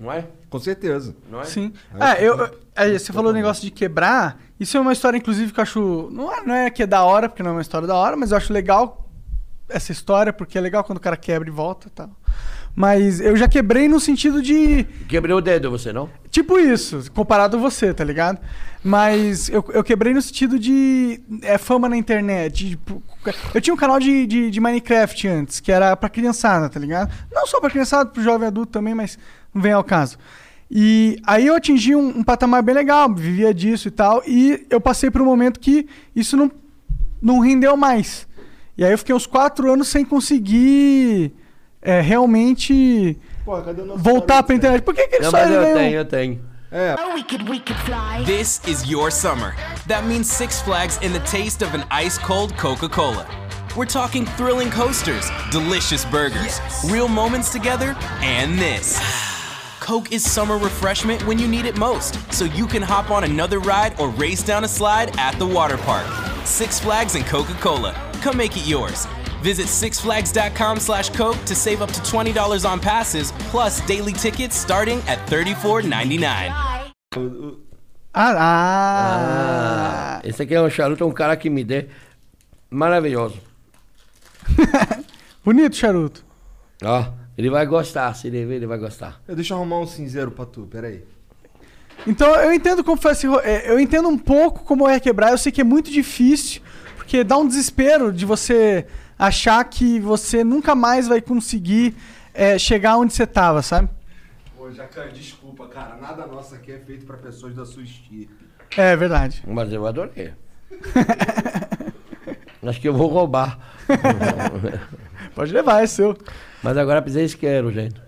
S4: Não é?
S2: Com certeza.
S4: Não é?
S3: Sim. Ah, eu, eu- aí você falou o negócio de quebrar. Isso é uma história, inclusive, que eu acho. Não é, não é que é da hora, porque não é uma história da hora, mas eu acho legal essa história, porque é legal quando o cara quebra e volta e tal. Mas eu já quebrei no sentido de.
S4: Quebrei o dedo, você não?
S3: Tipo isso, comparado a você, tá ligado? Mas eu, eu quebrei no sentido de é, fama na internet. de, tipo, eu tinha um canal de, de, de Minecraft antes, que era pra criançada, tá ligado? Não só pra criançada, pro jovem adulto também, mas não vem ao caso. E aí eu atingi um, um patamar bem legal, vivia disso e tal, e eu passei por um momento que isso não, não rendeu mais. E aí eu fiquei uns quatro anos sem conseguir é, realmente voltar pra internet. Por que, que ele
S4: Não,
S3: só
S4: mas eu
S3: ganhou- um
S4: tenho, eu tenho.
S8: Oh, we could, we could fly. This is your summer. That means Six Flags in the taste of an ice cold Coca Cola. We're talking thrilling coasters, delicious burgers, real moments together, and this. (sighs) Coke is summer refreshment when you need it most, so you can hop on another ride or race down a slide at the water park. Six Flags and Coca Cola. Come make it yours. Visit sixflags.com slash Coke to save up to $20 on passes, plus daily tickets starting at $34.99.
S3: Ah, ah.
S4: Ah, esse aqui é um charuto, um cara que me dê. Maravilhoso.
S3: Bonito, charuto.
S4: Ó, ele vai gostar, se ele ver, ele vai gostar.
S2: Eu deixa eu arrumar um cinzeiro pra tu, peraí.
S3: Então eu entendo como foi esse ro- é, Eu entendo um pouco como é quebrar. Eu sei que é muito difícil, porque dá um desespero de você achar que você nunca mais vai conseguir é, chegar onde você tava, sabe?
S2: Ô, Jacan, desculpa, cara. Nada nosso aqui é feito pra pessoas da sua estirpe.
S3: É verdade.
S4: Mas eu adorei. Acho que eu vou roubar. (laughs)
S3: Pode levar, é seu.
S4: Mas agora precisa isqueiro, gente.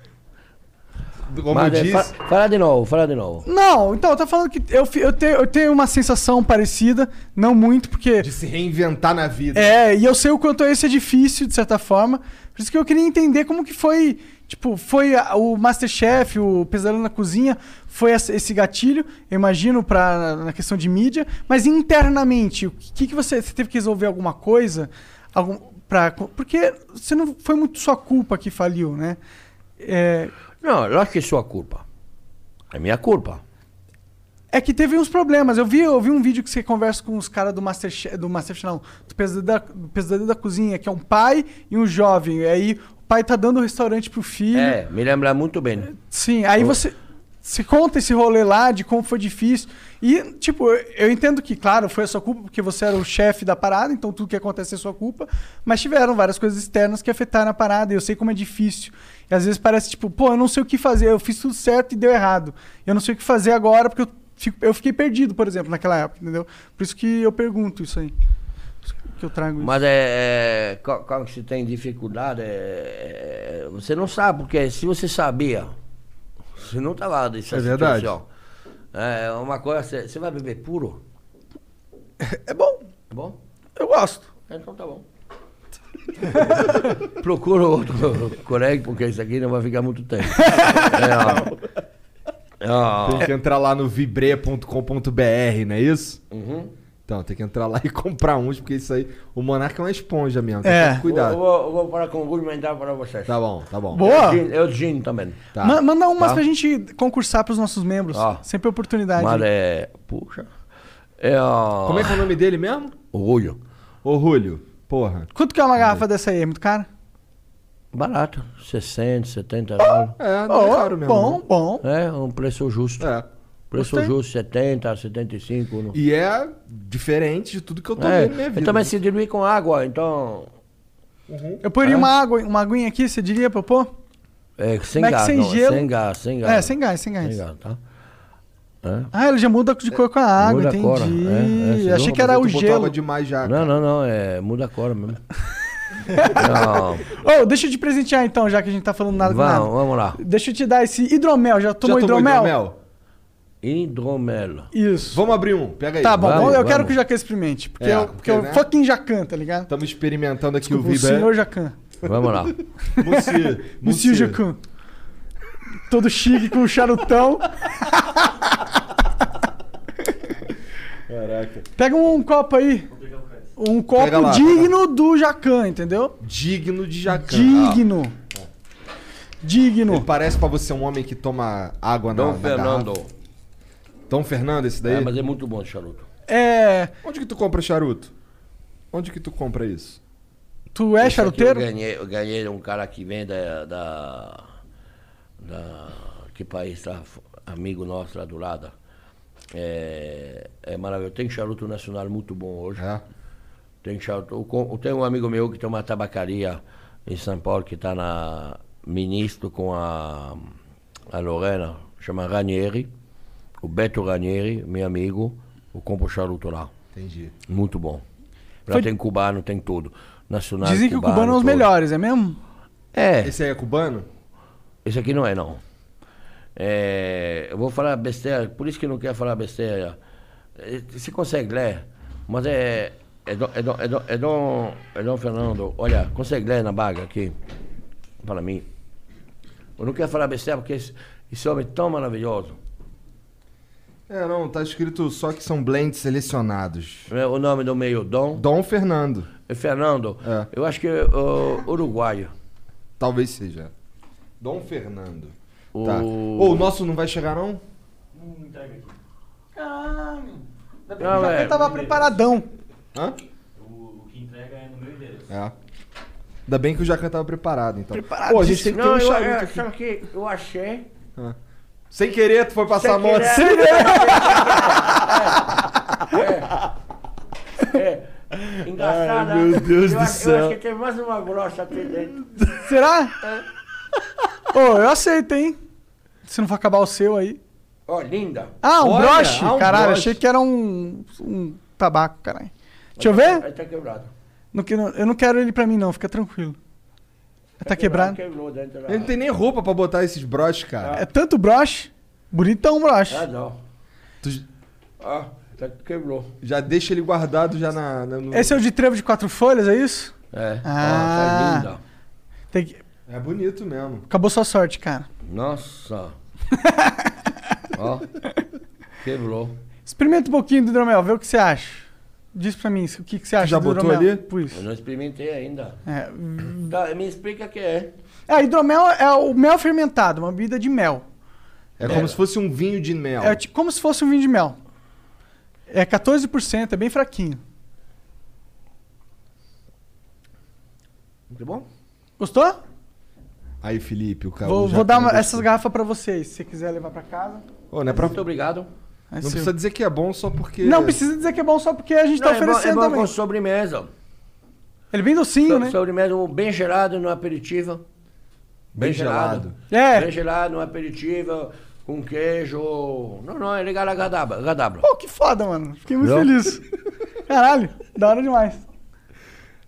S2: Como
S4: Mas,
S2: eu
S4: é,
S2: disse.
S4: fa- fala de novo, fala de novo.
S3: Não, então eu tô falando que eu, fi- eu, tenho, eu tenho uma sensação parecida, não muito, porque.
S2: De se reinventar na vida.
S3: É, e eu sei o quanto isso é difícil, de certa forma. Por isso que eu queria entender como que foi. Tipo, foi a- o Masterchef, o Pesadelo na Cozinha, foi essa- esse gatilho, eu imagino, pra, na questão de mídia. Mas internamente, o que, que você, você teve que resolver alguma coisa? Algum, pra, porque você não foi muito sua culpa que faliu, né? É,
S4: Não, lógico que é sua culpa. É minha culpa.
S3: É que teve uns problemas. Eu vi, eu vi um vídeo que você conversa com os caras do Masterchef, do Masterchef não, do Pesadelo, da, do Pesadelo da Cozinha, que é um pai e um jovem. E aí o pai tá dando o restaurante pro filho.
S4: É, me lembra muito bem.
S3: Sim, aí você se conta esse rolê lá de como foi difícil. E, tipo, eu, eu entendo que, claro, foi a sua culpa porque você era o chefe da parada, então tudo que acontece é sua culpa. Mas tiveram várias coisas externas que afetaram a parada e eu sei como é difícil. E às vezes parece, tipo, pô, eu não sei o que fazer, eu fiz tudo certo e deu errado. Eu não sei o que fazer agora porque eu, fico- eu fiquei perdido, por exemplo, naquela época, entendeu? Por isso que eu pergunto isso aí. Por isso que eu trago isso.
S4: Mas é, é, co- quando você tem dificuldade, é, é, você não sabe, porque se você sabia, Você não estava nessa
S2: É verdade.
S4: situação. É uma coisa, você- você vai beber puro?
S11: É bom.
S4: É bom?
S11: Eu gosto.
S4: Então tá bom. Procura outro (laughs) colega, porque isso aqui não vai ficar muito tempo. É, ó.
S2: Tem que
S4: É, ó.
S2: entrar lá no vibre.com.br, não é isso?
S4: Uhum.
S2: Então, tem que entrar lá e (laughs) comprar uns, porque isso aí. O Monarca é uma esponja mesmo. Tem que
S4: É.
S2: ter cuidado.
S4: Eu vou, eu vou parar com o Gui e mandar para vocês.
S2: Tá bom, tá bom.
S3: Boa.
S4: Eu gin, eu gin também.
S3: Ma- manda umas
S4: Tá?
S3: pra gente concursar pros nossos membros.
S4: Ó.
S3: Sempre oportunidade.
S4: Mas é. Puxa. É, ó.
S3: Como é que é o
S2: nome dele mesmo?
S4: Orgulho.
S2: Orgulho. Porra.
S3: Quanto que é uma garrafa dessa aí? É muito cara?
S4: Barato. 60, 70 reais.
S2: É,
S3: não é Oh, caro mesmo, bom,
S4: bom. É, um preço justo.
S2: É.
S4: Preço
S2: Gostei.
S4: justo, 70, 75. não-
S2: E é diferente de tudo que eu tomei
S4: É,
S2: na minha vida.
S4: eu também se dilui com água, então.
S3: Eu poria
S4: É.
S3: uma água, uma aguinha aqui, você diria pra eu pôr?
S4: É, sem
S3: Como é que
S4: gás.
S3: sem
S4: não,
S3: gelo?
S4: Sem gás, sem gás.
S3: É, sem gás, sem gás.
S4: tá? É.
S3: Ah, ele já muda de cor com a água,
S4: Muda a
S3: entendi.
S4: cor, é, é,
S3: Achei
S4: senão
S3: que era
S4: você
S3: o
S4: botou
S3: gelo.
S4: água
S2: demais já.
S4: Não, não, não, é, muda a cor mesmo. não,
S3: Ô, deixa eu te presentear então, já que a gente tá falando nada com
S4: vamos,
S3: nada.
S4: vamos lá.
S3: Deixa eu te dar esse hidromel. Já tomou, hidromel?
S4: Hidromel.
S3: Isso.
S2: Vamos abrir um, pega aí.
S3: Tá bom,
S2: Vamos,
S3: eu
S2: vamos.
S3: quero que o Jacan experimente. Porque,
S2: É,
S3: eu, porque
S2: porque,
S3: eu
S2: né?
S3: fucking Jacan, tá ligado?
S2: Estamos experimentando aqui
S3: Desculpa,
S2: o É,
S3: o
S2: Viber.
S3: senhor Jacan.
S4: Vamos lá.
S3: (laughs)
S2: Monsieur,
S3: Monsieur Jacan. Todo chique com o charutão.
S2: Caraca.
S3: Pega um copo aí. Um
S2: Pega
S3: copo
S2: lá,
S3: digno do Jacan, entendeu?
S2: Digno de Jacan.
S3: Digno.
S2: Ah.
S3: Digno.
S2: Ele parece pra você um homem que toma água na
S4: Dom
S2: na
S4: Fernando.
S2: garrafa. Dom Fernando, esse daí?
S4: É, mas é muito bom esse charuto.
S3: É.
S2: Onde que tu compra charuto? Onde que tu compra isso?
S3: Tu é
S4: Esse aqui
S3: charuteiro?
S4: Eu ganhei, eu ganhei de um cara que vem da, da, da- Que país tá? F- Amigo nosso lá do lado. É, é maravilhoso. Tem charuto nacional muito bom hoje. Tem charuto. eu com- eu tenho um amigo meu que tem uma tabacaria em São Paulo que está na Ministro com a, a Lorena, chama Ranieri. O Beto Ranieri, meu amigo, eu compro charuto lá.
S2: Entendi.
S4: Muito bom. Lá
S3: Foi-
S4: tem cubano, tem tudo.
S2: um
S4: Nacional.
S3: Dizem que o cubano é os
S4: todo.
S3: melhores, é mesmo?
S4: É.
S2: Esse aí é cubano?
S4: Esse aqui não é, não. É, eu vou falar besteira, por isso que eu não quero falar besteira. É, Você consegue ler, mas é. É Dom, é Dom, é Dom, é Dom, é Dom Fernando. Olha, consegue ler na baga aqui? Para mim. Eu não quero falar besteira porque esse, esse homem é tão maravilhoso.
S2: É, não, tá escrito só que são blends selecionados.
S4: É, O nome do meio, Dom.
S2: Dom Fernando.
S4: É Fernando. Eu acho que é ó, uruguaio.
S2: Talvez seja. Dom Fernando.
S4: O-
S2: Tá. Ô, o nosso não vai chegar, não?
S3: Caralho. Ainda bem que
S4: Não,
S3: o Jacan
S4: é.
S3: tava preparadão.
S2: Hã?
S12: O que entrega é no meu endereço.
S2: É. Ainda bem que o Jacan tava preparado, então.
S4: Preparado.
S2: Pô, a gente tem que ter
S4: Não,
S2: um
S4: eu-
S2: charuto
S4: eu-
S2: aqui.
S4: sabe o que eu achei.
S2: Ah. Sem querer, tu foi passar
S4: Sem
S2: a mão
S4: querer.
S2: assim.
S4: É. Engraçado. né?
S2: Ai, meu Deus
S4: eu,
S2: do
S4: acho- Eu
S2: céu.
S4: acho que tem mais uma grossa aqui dentro.
S3: Será? Ô, eu aceito, hein? Se não for acabar o seu aí.
S4: Ó, linda.
S3: Ah, um
S4: Olha,
S3: broche?
S4: ah, um
S3: caralho,
S4: broche.
S3: achei que era um, um tabaco, caralho. Deixa eu ver.
S4: Aí tá quebrado.
S3: Não que- não- eu não quero ele pra mim, não, fica tranquilo. Tá quebrado.
S4: Quebrou dentro da...
S2: Ele não tem nem roupa pra botar esses broches, cara.
S3: É tanto broche, bonitão um broche.
S4: Ah, não. Ah, tá quebrou.
S2: Já deixa ele guardado já na... na- no-
S3: Esse é o de trevo de quatro folhas, é isso?
S4: É.
S3: Ah.
S4: Ó, tá linda.
S3: Tem que-
S2: É bonito mesmo.
S3: Acabou sua sorte, cara.
S4: Nossa.
S2: (laughs)
S4: Ó, quebrou.
S3: Experimenta um pouquinho do hidromel, vê o que você acha. Diz pra mim o que, que você acha
S4: já
S3: do
S4: botou
S3: hidromel.
S4: ali?
S3: Pois.
S4: Eu não experimentei ainda.
S3: É.
S4: Tá, me explica o que é.
S3: É, hidromel é o mel fermentado, uma bebida de mel.
S2: É como se fosse um vinho de mel.
S3: É ti- como se fosse um vinho de mel. É 14%, é bem fraquinho.
S4: Muito Tá bom?
S3: Gostou?
S2: Aí, Felipe, o cara...
S3: tipo- Vou,
S2: Tá, o
S3: vou dar
S2: Jacan
S3: uma-
S2: gostou.
S3: essas garrafas pra vocês, se você quiser levar pra casa.
S2: Ô, não é pra-
S4: Muito obrigado.
S2: Não
S3: seu.
S2: precisa dizer que é bom só porque...
S3: assim, Não precisa dizer que é bom só porque a gente tá
S4: Não, é bom-
S3: oferecendo
S4: é bom
S3: também.
S4: com sobremesa.
S3: Ele é bem docinho,
S4: So-
S3: né?
S4: Sobremesa um bem gelado no aperitivo.
S2: Bem gelado.
S3: É.
S4: Bem gelado no aperitivo, com queijo. Não, não, é legal a gadabra. gadabra.
S3: Pô, que foda, mano. Fiquei muito
S4: Não?
S3: feliz. (laughs) Caralho, da hora demais. Hum.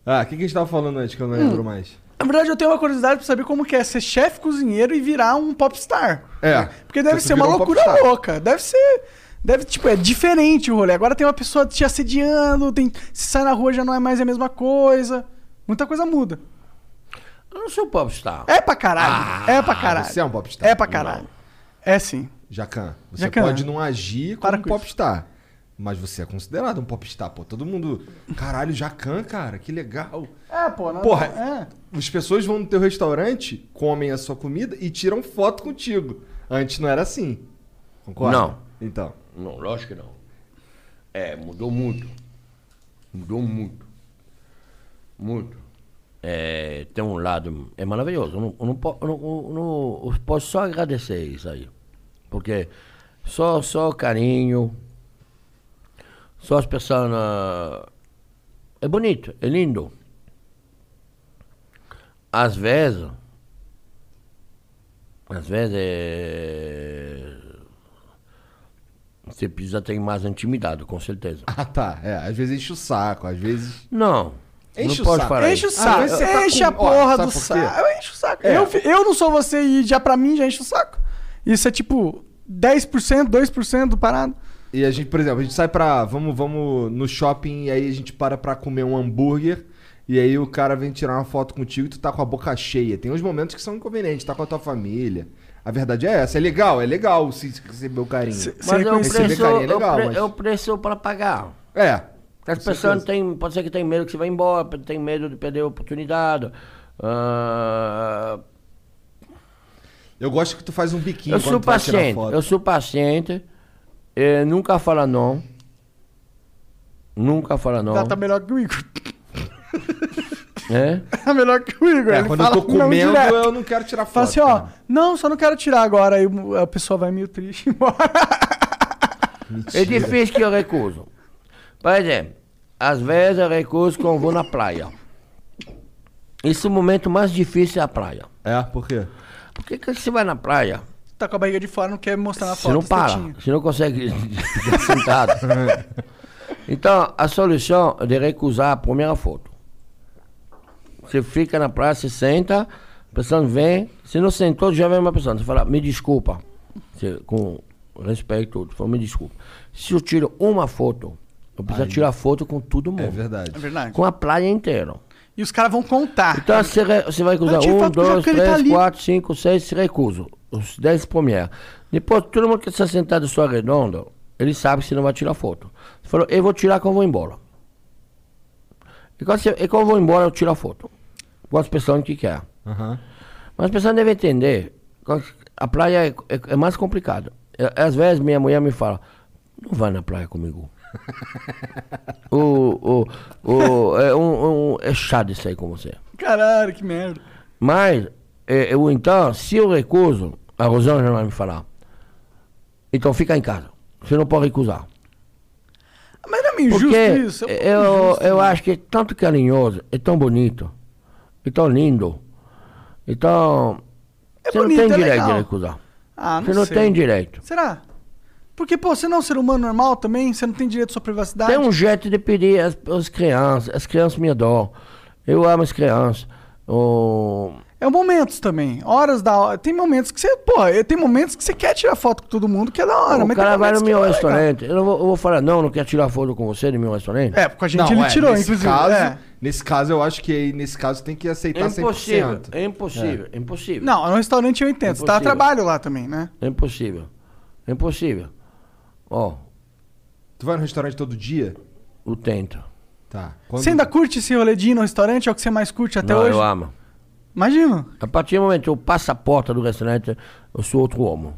S2: Ah, o que, que a gente tava falando antes que eu não lembro mais?
S3: Na verdade, eu tenho uma curiosidade pra saber como que é ser chefe cozinheiro e virar um popstar.
S2: É.
S3: Porque deve
S2: Você
S3: ser uma
S2: virou um
S3: loucura
S2: popstar.
S3: louca. Deve ser. Deve, tipo, é diferente o rolê. Agora tem uma pessoa te assediando, tem, se sai na rua já não é mais a mesma coisa. Muita coisa muda.
S4: Eu não sou um popstar.
S3: É pra caralho. é pra caralho.
S2: Você é um popstar.
S3: É pra caralho. É sim.
S2: Jacan, você
S3: Jacan.
S2: pode não agir como um popstar. Mas você é considerado um popstar, pô. Todo mundo. Caralho, Jacan, cara, que legal.
S3: É, pô. Não,
S2: Porra,
S3: é.
S2: as pessoas vão no teu restaurante, comem a sua comida e tiram foto contigo. Antes não era assim. Concorda?
S4: Não.
S2: Então. (laughs)
S4: Não, lógico que não. É, mudou muito. Mudou muito. Muito. É, tem um lado. É maravilhoso. Eu não, eu não po- eu não- eu não- eu posso só agradecer isso aí. Porque só, só carinho. Só as pessoas. na- É bonito, é lindo. Às vezes. Às vezes. é, Você precisa ter mais intimidade, com certeza.
S2: Ah, tá. É, às vezes enche o saco, às vezes.
S4: Não.
S2: Enche
S4: não
S2: o
S4: pode
S2: saco.
S4: falar
S3: Enche o
S4: isso.
S2: Ah,
S3: saco.
S2: mas você tá
S3: enche
S2: com-
S3: a
S2: ó,
S3: porra
S2: sabe por
S3: do
S2: quê?
S3: saco. Eu encho o saco.
S2: É.
S3: Eu, fi- eu não sou você e já pra mim já enche o saco. Isso é tipo 10%, 2% do parado.
S2: E a gente, por exemplo, a gente sai pra. Vamos, vamos no shopping e aí a gente para pra comer um hambúrguer. E aí o cara vem tirar uma foto contigo e tu tá com a boca cheia. Tem uns momentos que são inconvenientes, tá com a tua família. A verdade é essa, é legal, é legal se se receber o carinho.
S4: Mas é um
S2: receber
S4: preço,
S2: carinho é
S4: é um
S2: legal,
S4: pre-
S2: mas.
S4: é um preço para pagar.
S2: É.
S4: As
S2: com
S4: pessoas
S2: certeza.
S4: têm, pode ser que tem medo que você vai embora, pe- tem medo de perder a oportunidade. Ah,
S2: Eu gosto que tu faz um biquinho
S4: eu
S2: quando
S4: sou
S2: tu vai tirar
S4: paciente,
S2: foto.
S4: eu sou paciente, eh, nunca fala não. Nunca fala não.
S3: Tá, tá melhor que o Igor. (laughs)
S4: É?
S3: Tá melhor que o Igor.
S2: É,
S3: ele
S2: quando eu
S3: fala
S2: tô comendo,
S3: direto.
S2: eu não quero tirar
S3: Fala
S2: foto. né?
S3: assim, ó, não, só não quero tirar agora. Aí a pessoa vai meio triste e (laughs) embora.
S2: (laughs)
S4: É difícil que eu recuso. Por exemplo, às vezes eu recuso quando vou na praia. Esse momento mais difícil é a praia.
S2: É, por quê?
S4: Porque quando você vai na praia,
S3: Tá com a barriga de fora, não quer mostrar na
S4: Você
S3: foto. tá
S4: não para,
S3: tetinha.
S4: você não consegue (laughs) ficar sentado. então, a solução é de recusar a primeira foto. Você fica na praia, você senta, a pessoa vem, se não sentou, já vem uma pessoa. Você fala, me desculpa. Você, com respeito, você fala, me desculpa. Se eu tiro uma foto, eu preciso
S2: Aí-
S4: tirar foto com todo mundo.
S2: É verdade.
S3: É verdade.
S4: Com a praia inteira.
S3: E os caras vão contar.
S4: Então você, re- você vai
S3: Tá. Eu
S4: recusar
S3: tirei
S4: um,
S3: foto com o
S4: dois,
S3: Jacan, ele tá
S4: três,
S3: ali.
S4: quatro, cinco, seis, se recuso. Os dez primeiro. Depois, todo mundo que está sentado em sua redonda, ele sabe que você não vai tirar foto. Você falou, eu vou tirar quando eu vou embora. E quando, você, e quando eu vou embora, eu tiro a foto. Com as pessoas que quer.
S2: Aham.
S4: Mas as pessoas devem entender. quando- A praia é, é- é mais complicada. É- Às vezes minha mulher me fala, não vai na praia comigo. o, o, o, é, um, um- é chato isso aí com você.
S3: Caralho, que merda.
S4: Mas, eh, eu, então, se eu recuso, a Rosângela vai me falar. Então fica em casa. Você não pode recusar.
S3: Mas não é meio injusto
S4: Porque
S3: isso? É um pouco
S4: eu,
S3: injusto,
S4: eu
S3: né?
S4: acho que é tanto carinhoso, é tão bonito, é tão lindo. Então, você
S3: bonito,
S4: não
S3: é
S4: tem direito
S3: legal.
S4: de recusar.
S3: Ah, não
S4: você não
S3: sei.
S4: tem direito.
S3: Será? Porque, pô, você não é um ser humano normal também? Você não tem direito à sua privacidade?
S4: Tem um jeito de pedir às, às crianças. As crianças me adoram. Eu amo as crianças. Oh,
S3: É momentos também. Horas da hora. Tem momentos que você, pô, tem momentos que você quer tirar foto com todo mundo, que é da hora.
S4: o
S3: mas
S4: cara
S3: tem
S4: vai
S3: momentos
S4: no
S3: que
S4: meu
S3: não é legal.
S4: restaurante. Eu, não vou, eu vou falar, não, não quero tirar foto com você no meu restaurante.
S3: É, porque a gente ele
S2: é,
S3: tirou,
S2: nesse
S3: inclusive.
S2: Caso,
S3: é.
S2: Nesse caso, eu acho que aí, nesse caso tem que
S4: É
S2: aceitar
S4: impossível,
S2: 100%.
S4: é impossível, é impossível.
S3: Não, no restaurante eu
S2: é
S3: entendo. Você tá a
S4: Impossível.
S3: trabalho lá também, né?
S4: É impossível. É impossível. Ó,
S2: Tu vai no restaurante todo dia?
S4: eu tento.
S2: Tá.
S3: Você ainda curte esse rolê de ir no restaurante? É o que você mais curte até
S4: não,
S3: hoje?
S4: eu amo.
S3: Imagino.
S4: A partir do momento que eu passo a porta do restaurante, eu sou outro homem.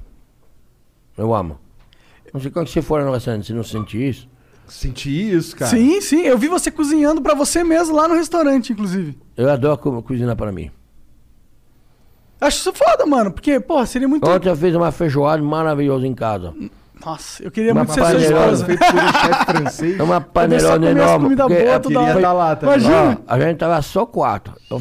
S4: Eu amo. Não sei quando você for no restaurante, você não sente isso.
S2: Senti isso, cara.
S3: Sim, sim. Eu vi você cozinhando pra você mesmo lá no restaurante, inclusive.
S4: Eu adoro co- cozinhar para mim.
S3: Acho isso foda, mano. Porque, porra, seria muito.
S4: Ontem eu fiz uma feijoada maravilhosa em casa.
S3: Nossa, eu queria
S4: Uma
S3: muito ser sua
S4: panelona.
S3: esposa.
S2: Feito por um chefe francês.
S4: É
S3: Começar
S4: uma
S3: a
S4: panelona
S3: comer as
S4: enorme.
S3: comida
S4: porque
S3: boa
S4: eu
S3: toda
S2: Queria
S3: hora.
S2: estar lá tá também.
S3: Imagina.
S4: Ó, a gente tava só quatro. Eu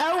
S13: Oh,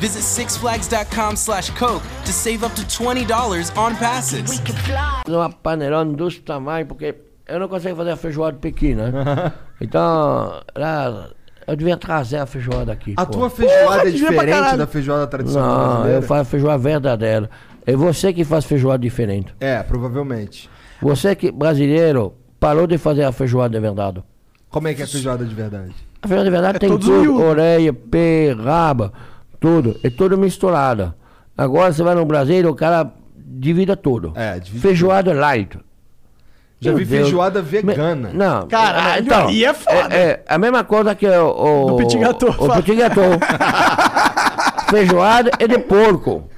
S8: Visit sixflags.com slash Coke to save up to $20 on passes.
S4: Fazer uma paneirona dos tamanhos, porque eu não consigo fazer a feijoada pequi, né?
S2: (laughs)
S4: Então, era- eu devia trazer a feijoada aqui.
S2: A
S4: pô.
S2: tua feijoada é
S4: que devia pra
S2: diferente
S4: caralho.
S2: da feijoada tradicional
S4: Não,
S2: brasileira?
S4: eu faço feijoada verdadeira. É você que faz feijoada diferente.
S2: É, provavelmente.
S4: Você que, brasileiro, parou de fazer a feijoada de verdade.
S2: Como é que é a feijoada de verdade?
S4: A feijoada de verdade
S2: É
S4: tem
S2: todos
S4: tudo,
S2: miúdos.
S4: orelha, pé, raba, tudo. É tudo misturado. Agora você vai no Brasil, o cara divida tudo. É, Feijoada light.
S2: Já
S4: Meu
S2: vi
S4: Deus.
S2: feijoada vegana.
S4: Não. Ah,
S2: Caralho, aí é foda.
S4: É, é a mesma coisa que o. o
S2: Do petit gâteau,
S4: O
S2: fala. (laughs)
S4: petit gâteau. feijoada é de porco.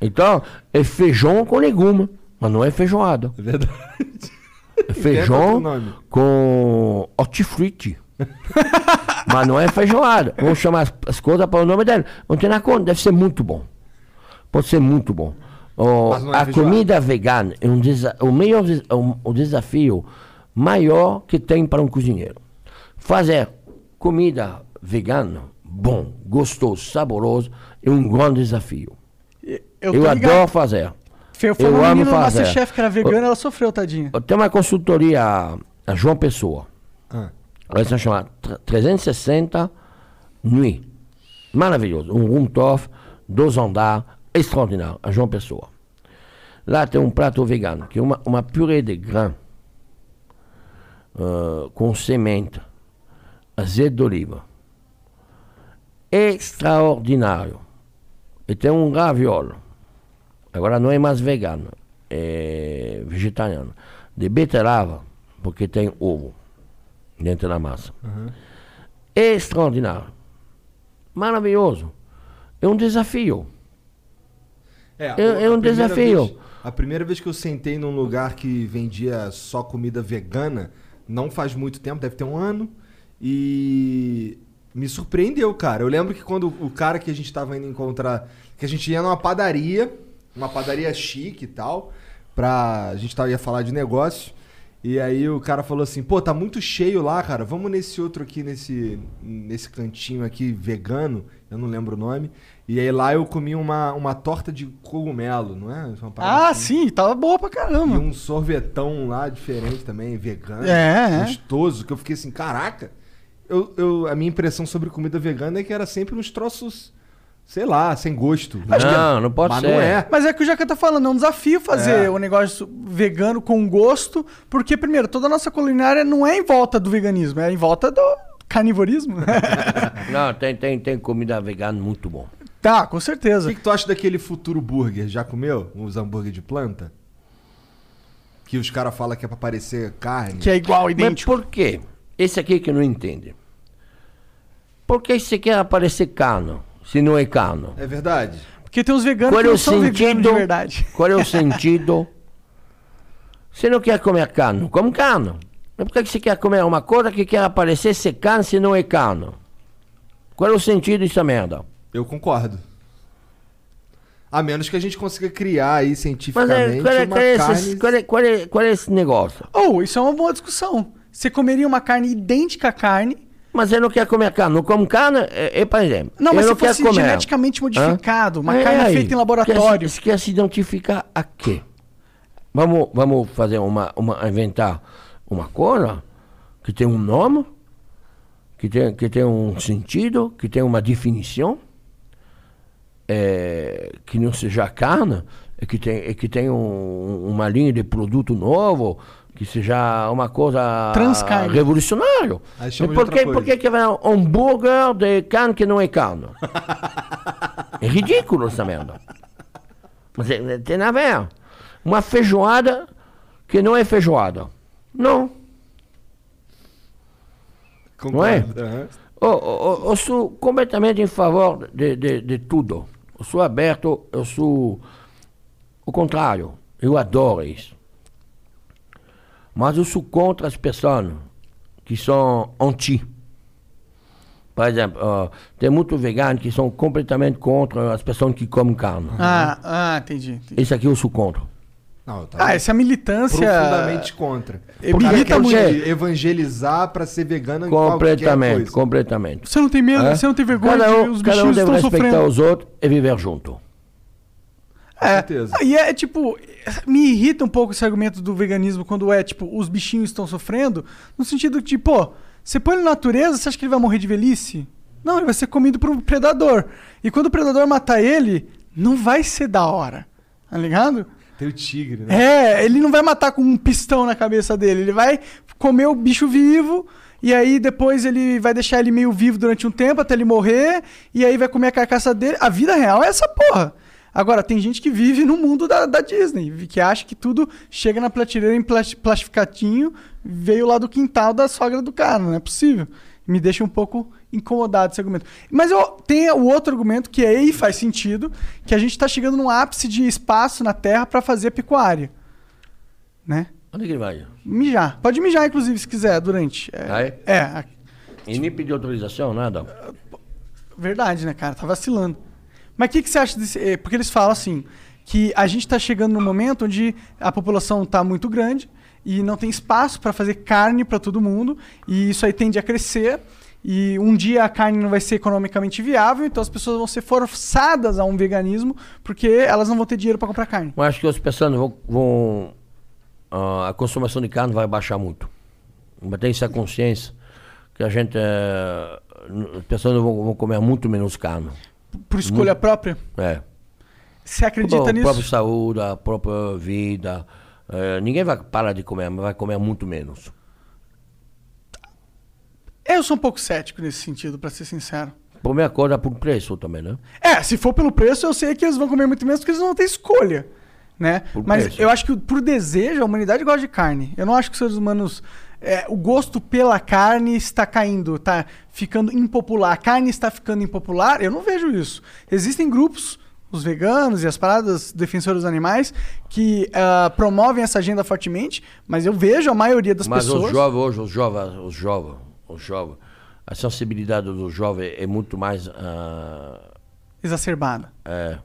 S4: Então, é feijão com legume, mas não é feijoada. É verdade.
S2: outro
S14: é
S4: feijão
S2: nome.
S4: com
S14: (laughs)
S4: hortifruti. mas não é feijoada. Vamos chamar as, as coisas para o nome dela. Não tem na conta, deve ser muito bom. Pode ser muito bom. Ó,
S14: Mas não é
S4: a
S14: feijoada.
S4: comida vegana é um desa- o, maior, des- o, o desafio maior que tem para um cozinheiro. Fazer comida vegana, bom, gostoso, saboroso, é um grande desafio. Eu,
S3: tô ligado.
S4: adoro fazer.
S3: Foi foi
S4: eu
S3: uma
S4: amo
S3: menina do
S4: fazer.
S3: Masterchef que era vegana, ela sofreu, tadinha.
S4: Eu tenho uma consultoria, a João Pessoa.
S2: Ah.
S4: Essa chama tre- 360 Nuit. Maravilhoso. Um room top, dois andares, extraordinário. A João Pessoa. Lá tem um prato vegano, que é uma, uma purê de grã ah, com semente, azeite de oliva. Extraordinário. E tem um raviolo. Agora não é mais vegano, é vegetariano. De beterraba, porque tem ovo dentro da massa. Extraordinário. Maravilhoso. É um desafio.
S2: É,
S4: É- é
S2: a
S4: um
S2: primeira
S4: desafio.
S2: vez- a primeira vez que eu sentei num lugar que vendia só comida vegana, não faz muito tempo, deve ter um ano, e me surpreendeu, cara. Eu lembro que quando o cara que a gente tava indo encontrar, que a gente ia numa padaria, uma padaria chique e tal, pra a gente tava, ia falar de negócio, e aí o cara falou assim: "Pô, tá muito cheio lá, cara. Vamos nesse outro aqui nesse nesse cantinho aqui vegano, eu não lembro o nome". E aí lá eu comi uma, uma torta de cogumelo, não é? Uma parada
S3: Ah, sim, tava boa pra caramba.
S2: E um sorvetão lá diferente também, vegano,
S3: É, é.
S2: gostoso, que eu fiquei assim, caraca. Eu, eu, a minha impressão sobre comida vegana é que era sempre uns troços, sei lá, sem gosto.
S4: Não, não pode
S2: Mas
S4: ser.
S2: Não é.
S3: Mas é que o Jaca tá falando, é um desafio fazer
S2: É.
S3: o negócio vegano com gosto, porque, primeiro, toda a nossa culinária não é em volta do veganismo, é em volta do
S4: (laughs)
S3: canivorismo.
S4: Não, tem, tem, tem comida vegana muito bom.
S3: tá, com certeza.
S2: O que, que tu acha daquele futuro burger? Já comeu? Os hambúrguer de planta? Que os caras falam que é pra parecer carne.
S4: é Mas por quê? Esse aqui que não entende. Por que você quer aparecer carne, se não é carne?
S2: É verdade.
S3: Porque tem uns veganos
S4: Qual
S3: que
S4: é
S3: não
S4: o
S3: são veganos de
S4: sentido?
S3: verdade.
S4: (laughs) Qual é o sentido? Você não quer comer carne, come carne. Mas por que que você quer comer uma coisa que quer aparecer ser carne se não é carne? Qual é o sentido dessa merda?
S2: Eu concordo. A menos que a gente consiga criar aí
S4: Mas
S2: cientificamente
S4: é, qual, é,
S2: uma
S4: qual, é
S2: carne...
S4: esse, qual, é, qual, é, qual é esse negócio?
S3: Ou, isso é uma boa discussão. Você comeria uma carne idêntica à carne...
S4: Mas eu não quero comer carne, não como carne, é, é, por exemplo.
S3: Não, mas se
S4: eu não quero
S3: fosse
S4: comer.
S3: geneticamente modificado, uma
S4: É
S3: carne
S4: aí.
S3: feita em laboratório.
S4: Quer se, quer se identificar a quê? Vamos, vamos fazer uma, uma. inventar uma coisa que tem um nome, que tem, que tem um sentido, que tem uma definição, é, que não seja carne, e que tem, e que tem um- uma linha de produto novo, que seja uma coisa
S14: Transcarne.
S4: revolucionária.
S14: Aí
S4: E
S14: chama de
S4: por
S14: outra
S4: que,
S14: coisa.
S4: por que que vai um hambúrguer
S14: (laughs)
S4: de carne que não é carne? É ridículo essa merda. Você- você Tem nada a ver. Uma feijoada que não é feijoada. Não. Não é?
S2: Concordo, aham.
S4: Eu, eu- eu- eu sou completamente em favor de, de, de tudo. Eu sou aberto, eu sou o contrário. Eu adoro isso. Mas eu sou contra as pessoas que são anti. Por exemplo, ah, tem muitos veganos que são completamente contra as pessoas que comem carne.
S3: Ah, ah, entendi. entendi.
S4: Isso aqui eu sou contra.
S2: Não, eu
S3: Ah, essa militância.
S2: Profundamente contra.
S3: Eh,
S2: O cara
S3: milita
S2: quer
S3: muito.
S2: te evangelizar pra ser vegano
S3: é
S2: em qualquer
S4: Completamente,
S2: coisa.
S4: completamente.
S3: Você não tem medo,
S4: Hã?
S3: você não tem vergonha
S4: cada um,
S3: de os
S4: Cada um
S3: bichinhos
S4: deve
S3: estão
S4: respeitar
S3: sofrendo.
S4: os outros e viver junto.
S3: certeza. E é tipo, me irrita um pouco esse argumento do veganismo quando é tipo, os bichinhos estão sofrendo, no sentido de, pô, você põe ele na natureza, você acha que ele vai morrer de velhice? Não, ele vai ser comido por um predador. E quando o predador matar ele, não vai ser da hora. Tá ligado?
S2: Tem o tigre, né?
S3: É, ele não vai matar com um pistão na cabeça dele. Ele vai comer o bicho vivo. E aí depois ele vai deixar ele meio vivo durante um tempo até ele morrer. E aí vai comer a carcaça dele. A vida real é essa porra. Agora, tem gente que vive no mundo da, da Disney, que acha que tudo chega na prateleira em plas- plastificadinho, veio lá do quintal da sogra do cara. Não é possível. Me deixa um pouco incomodado esse argumento. Mas eu tenho o outro argumento que aí faz sentido, que a gente está chegando num ápice de espaço na Terra para fazer pecuária. Né?
S4: Onde é que ele vai?
S3: Mijar. Pode mijar, inclusive, se quiser, durante. É,
S4: Ah, é?
S3: é, a-
S4: E nem pediu autorização, nada.
S3: verdade, né, cara? Tá vacilando. Mas o que, que você acha desse. é, Porque eles falam assim, que a gente tá chegando num momento onde a população tá muito grande e não tem espaço para fazer carne para todo mundo, e isso aí tende a crescer. E um dia a carne não vai ser economicamente viável, então as pessoas vão ser forçadas a um veganismo porque elas não vão ter dinheiro para comprar carne.
S4: Eu acho que as pessoas vão. vão, ah, a consumação de carne vai baixar muito. Mas tem essa consciência que a gente. eh, n- as pessoas vão, vão comer muito menos carne.
S3: Por escolha própria?
S4: É.
S3: Você acredita
S4: Bom, A
S3: nisso?
S4: própria saúde, a própria vida. eh, ninguém vai parar de comer, mas vai comer muito menos.
S3: Eu sou um pouco cético nesse sentido, para ser sincero.
S4: Comer é a coisa por preço também, né?
S3: É, se for pelo preço, eu sei que eles vão comer muito menos porque eles não vão ter escolha. Né?
S4: Por
S3: Mas
S4: preço.
S3: eu acho que por desejo, a humanidade gosta de carne. Eu não acho que os seres humanos. é, o gosto pela carne está caindo, está ficando impopular. A carne está ficando impopular, eu não vejo isso. Existem grupos, os veganos e as paradas defensoras dos animais, que ah, promovem essa agenda fortemente, mas eu vejo a maioria das
S4: Mas
S3: pessoas.
S4: os jovens hoje, os jovens, os jovens, os jovens, a sensibilidade do jovem é muito mais. ah,
S3: Exacerbada.
S4: é,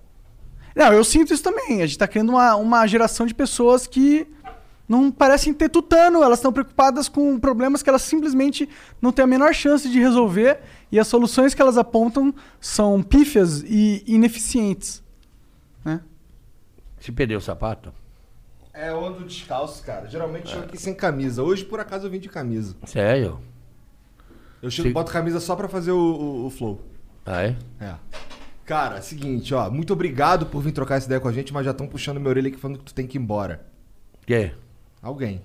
S3: Não, eu sinto isso também. A gente tá criando uma, uma geração de pessoas que não parecem ter tutano. Elas estão preocupadas com problemas que elas simplesmente não têm a menor chance de resolver. E as soluções que elas apontam são pífias e ineficientes. né?
S4: se perdeu o sapato?
S2: É, eu ando descalço, cara. Geralmente eu chego aqui sem camisa. Hoje, por acaso, eu vim de camisa.
S4: Sério?
S2: Eu chego,
S4: Sim.
S2: boto camisa só pra fazer o, o- o flow.
S4: Ah, é?
S2: É. Cara, seguinte, ó. Muito obrigado por vir trocar essa ideia com a gente, mas já estão puxando minha orelha aqui falando que tu tem que ir embora.
S4: Quê?
S2: Alguém.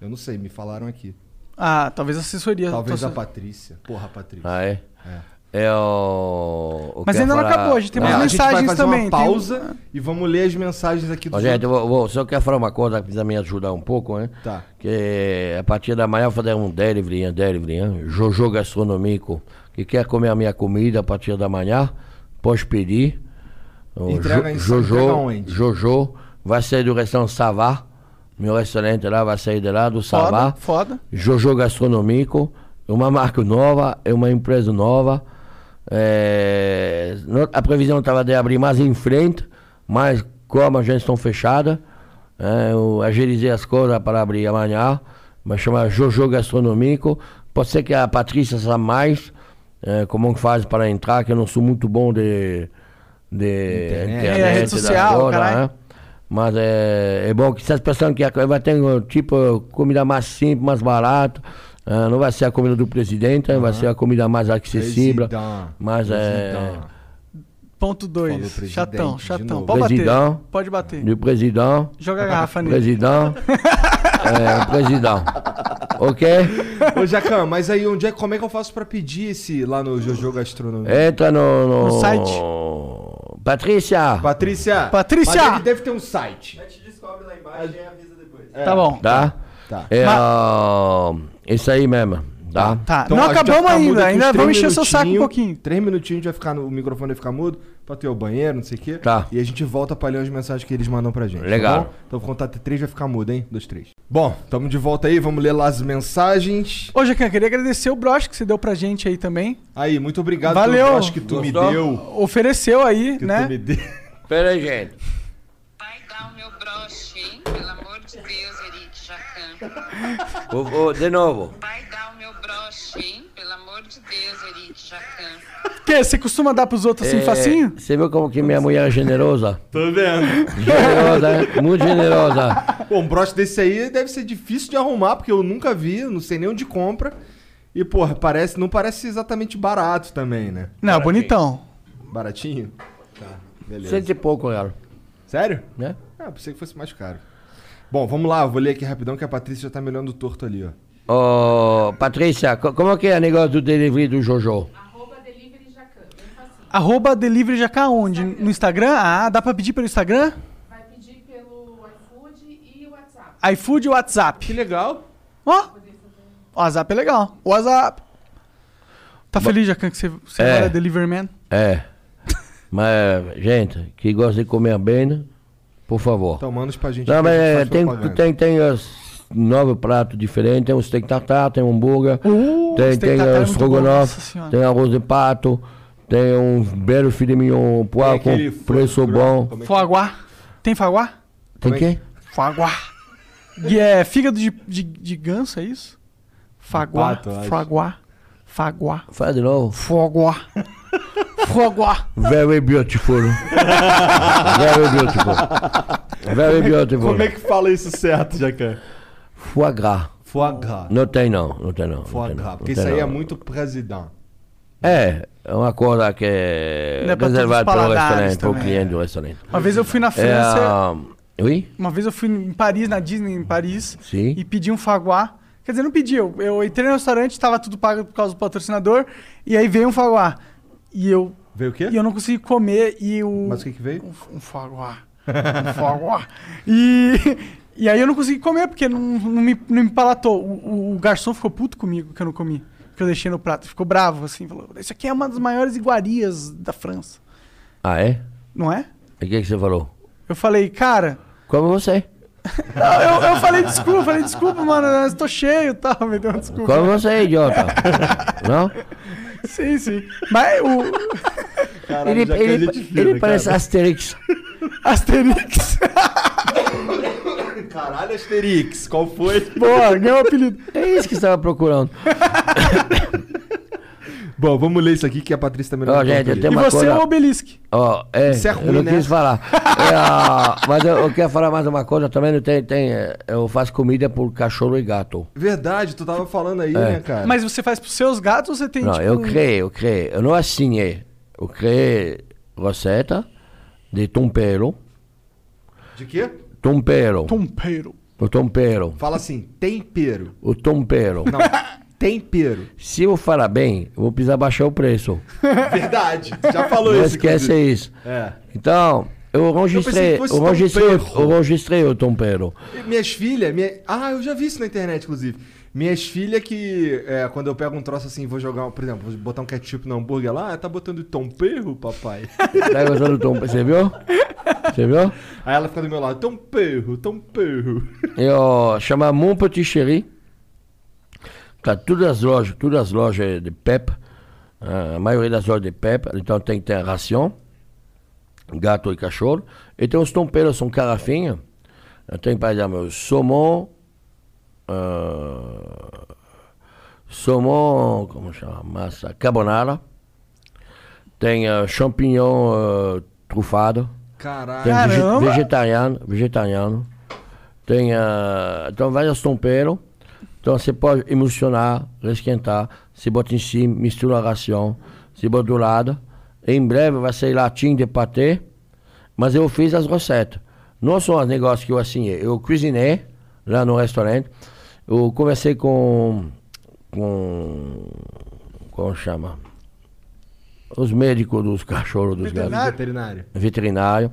S2: Eu não sei, me falaram aqui.
S3: Ah, talvez a assessoria.
S2: Talvez
S3: tô-
S2: a Patrícia. Porra, a Patrícia.
S4: Ah, é? É. o. eu
S3: Mas
S4: quero
S3: ainda não acabou, a gente tem mais
S2: É, a gente vai
S3: mensagens
S2: fazer
S3: também,
S2: Uma
S3: tem-
S2: pausa e vamos ler as mensagens aqui do
S4: Ó, gente, eu vou, vou- só quero falar uma coisa que precisa me ajudar um pouco, né?
S2: Tá.
S4: Que a partir da manhã eu vou fazer um delivery, hein, delivery, hein? Jojo Gastronômico, que quer comer a minha comida a partir da manhã, pode pedir. O
S2: Entrega em- entrega
S4: Jojo,
S2: onde?
S4: Jojo, vai sair do restaurante Savá, meu restaurante lá vai sair de lá do Savá.
S3: Foda, foda.
S4: Jojo Gastronômico, uma marca nova, é uma empresa nova. É, no- a previsão estava de abrir mais em frente, mas como a gente estão fechada, é, eu agilizei as coisas para abrir amanhã. Mas chama Jojo Gastronômico. Pode ser que a Patrícia sabe mais é, como que faz para entrar, que eu não sou muito bom de, de
S3: Internet.
S4: internet,
S3: É, rede
S4: da
S3: social,
S4: coisa,
S3: caralho.
S4: né? Mas é, é bom que se as pessoas querem, vai ter um tipo comida mais simples, mais barato. ah, não vai ser a comida do presidente, né? vai ser a comida mais acessível.
S2: Presidão,
S4: Mas é.
S2: presidão.
S3: Ponto
S2: Falou
S3: 2.
S2: presidente
S3: Chatão,
S2: de
S3: chatão.
S2: novo.
S3: Pode
S4: Presidão.
S3: bater. Pode bater.
S4: Do presidão.
S3: Joga a garrafa nele.
S4: Presidão. é, presidão. Ok?
S2: Ô, Jacan, mas aí onde é, como é que eu faço pra pedir esse lá no Jojo Gastronomia?
S4: Entra no, no,
S2: No site.
S4: Patrícia!
S2: Patrícia!
S3: Patrícia!
S2: Mas ele deve ter um site. A gente descobre lá embaixo e avisa depois.
S3: Tá bom.
S4: Tá?
S2: Tá.
S4: É, ó, Isso aí mesmo. Tá?
S3: Tá.
S2: Então,
S3: Não acabamos ainda, ainda vamos encher seu saco um
S2: pouquinho. Três minutinhos, vai ficar no, o microfone vai ficar mudo, pra ter o banheiro, não sei o quê.
S4: Tá.
S2: E a gente volta pra ler as mensagens que eles mandam pra gente. tá
S4: Legal.
S2: bom? então vou contar até três, vai ficar mudo, hein? Dois, três. Bom, tamo de volta aí, vamos ler lá as mensagens.
S3: Ô, Jacan, queria agradecer o broche que você deu pra gente aí também.
S2: Aí, muito obrigado
S3: Valeu.
S2: pelo broche que tu me
S3: Gostou?
S2: deu.
S3: Ofereceu aí,
S2: Que
S3: né?
S2: tu me deu.
S4: Pera aí, gente. Vou- vou- de novo.
S3: Que, você costuma dar pros outros assim,
S4: É,
S3: facinho?
S4: Você viu como que minha mulher é generosa?
S2: Tô vendo.
S4: Generosa, (laughs) é? Muito generosa.
S2: Pô, um broche desse aí deve ser difícil de arrumar, porque eu nunca vi, não sei nem onde compra. E, porra, parece, não parece exatamente barato também, né?
S3: Não, bonitão.
S2: Baratinho? Tá, beleza.
S4: Cento e pouco, ela.
S2: Sério?
S4: Né?
S2: Ah, pensei que fosse mais caro. Bom, vamos lá, eu vou ler aqui rapidão que a Patrícia já tá me olhando torto ali, ó.
S4: Ô, Patrícia, co- como é que é o negócio do delivery do Jojo?
S3: Arroba Delivery Jacá onde? No Instagram? Ah, dá pra pedir pelo Instagram? Vai pedir pelo iFood e WhatsApp.
S2: Que
S3: iFood
S2: legal.
S3: e WhatsApp. Ó, o WhatsApp é legal. O WhatsApp. Tá feliz, Jacan, que você, você
S4: É.
S3: agora é Delivery Man?
S4: É. Mas, gente, que gosta de comer bem, né? por favor.
S2: Então manda pra gente.
S4: Não,
S2: que a
S4: mas
S2: gente
S4: é,
S2: faz
S4: tem,
S2: propaganda.
S4: tem, tem os nove pratos diferentes, tem um steak tartar, tem um hambúrguer, tem,
S3: steak
S4: tem
S3: tartar é muito
S4: um
S3: bom, nossa
S4: estrogonofe,
S3: senhora.
S4: tem arroz de pato, tem um belo filé mignon, pois com
S2: aquele fo-
S4: preço bom.
S3: Foaguá. é Tem foaguá?
S4: Tem quem?
S3: Faguá. E é fígado de, de, de ganso, é isso? Faguá.
S2: Pato, eu acho.
S3: Faguá. Faguá.
S4: Fala de novo.
S3: Foguá. Foguá.
S4: Very beautiful.
S2: (laughs)
S4: Very beautiful. Very beautiful.
S2: Como é que fala isso certo, Jacan?
S4: Foie gras.
S2: Foie gras.
S4: Não tem não, não tem não.
S2: Foie
S4: não tem, não,
S2: gras.
S4: não
S2: Porque
S4: tem
S2: isso aí é
S4: não.
S2: muito presidão.
S4: É, é uma coisa que é
S3: Não é pra todos os
S4: reservada para o
S3: paladares
S4: restaurante, para o
S3: também.
S4: cliente do
S2: é.
S4: restaurante.
S3: Uma vez eu fui na
S4: É,
S3: França.
S4: ah, oui?
S3: Uma vez eu fui em Paris, na Disney, em Paris.
S4: Sim.
S3: E pedi um faguá. Quer dizer, não pedi. Eu, eu entrei no restaurante, tava tudo pago por causa do patrocinador. E aí veio um faguá. E eu,
S2: Veio o quê?
S3: e eu não consegui comer. E o.
S2: Mas o que que veio?
S3: Um faguá. Um faguá. E, e aí eu não consegui comer, porque não, não, me, não me palatou. O, o- o garçom ficou puto comigo que eu não comi. Que eu deixei no prato. Ficou bravo, assim. Falou, isso aqui é uma das maiores iguarias da França.
S4: Ah, é?
S3: Não é?
S4: E O que, que você falou?
S3: Eu falei, cara...
S4: Como você?
S3: Não, eu, eu falei desculpa, falei desculpa, mano, eu tô cheio e tal, me deu uma desculpa.
S4: Como
S2: (laughs)
S4: você, idiota? não?
S3: Sim, sim. Mas o
S2: Caralho,
S4: ele
S2: Jacan,
S4: ele,
S2: é gente
S4: ele
S2: fina,
S4: parece
S2: cara.
S4: Asterix.
S3: Asterix,
S2: Caralho, Asterix, qual foi?
S3: boa, ganhou o apelido.
S4: É isso que você estava procurando.
S2: Bom, vamos ler isso aqui que a Patrícia também
S4: Ó,
S2: tá
S4: gente,
S2: contando.
S4: eu tenho
S3: E
S4: uma
S3: você é
S4: coisa...
S3: o Obelisk.
S4: Ó, é,
S2: Isso é ruim,
S4: eu não
S2: né?
S4: quis falar. É, ah, mas eu, eu quero falar mais uma coisa também. Não tem, tem, é, eu faço comida por cachorro e gato.
S2: Verdade, tu tava falando aí,
S4: É.
S2: né, cara?
S3: Mas você faz pros seus gatos ou você tem,
S4: Não,
S3: tipo...
S4: eu
S3: um-
S4: criei, eu criei. Eu não assinei. Eu criei receita de tempero.
S2: De quê?
S4: Tempero.
S3: Tompeiro.
S4: O tempero.
S2: Fala assim, tempero.
S4: O tempero. (laughs)
S2: Não, tempero.
S4: Se eu falar bem, eu vou precisar baixar o preço.
S2: Verdade, já falou
S4: Não
S2: isso.
S4: esquece
S2: inclusive.
S4: isso.
S2: É.
S4: Então, eu registrei,
S2: que fosse
S4: eu registrei,
S2: tempero.
S4: eu registrei o tempero.
S2: E Minhas filhas. Minha... Ah, eu já vi isso na internet, inclusive. Minhas filhas que. é, quando eu pego um troço assim, vou jogar, um- por exemplo, vou botar um ketchup no hambúrguer lá, ah, tá botando tempero, papai.
S4: Tá gostando do tempero? Você viu? Você viu?
S2: Aí ela fica do meu lado, tempero, tempero.
S4: Eu chamo Mon Petit Chéri. Tá todas as lojas, todas as lojas de PEP, eh, a maioria das lojas de PEP, então tem, tem a ração, gato e cachorro, e tem os temperos, são carafinha. Eh, Tem, por exemplo, salmão, eh, salmão, como chama? Massa, carbonara. Tem eh, champignon eh, trufado.
S2: Caralho.
S4: Tem vege-
S3: Caramba!
S4: vegetariano, vegetariano. Tem ah, então vários temperos. Então você pode emulsionar, resquentar, se bota em cima, mistura a ração, se bota do lado. Em breve vai sair latim de patê, mas eu fiz as receitas. Não são os negócios que eu assinei. Eu cozinhei lá no restaurante. Eu conversei com com como chama? os médicos dos cachorros, dos
S2: Veterinário?
S4: gatos.
S2: Veterinário.
S4: Veterinário.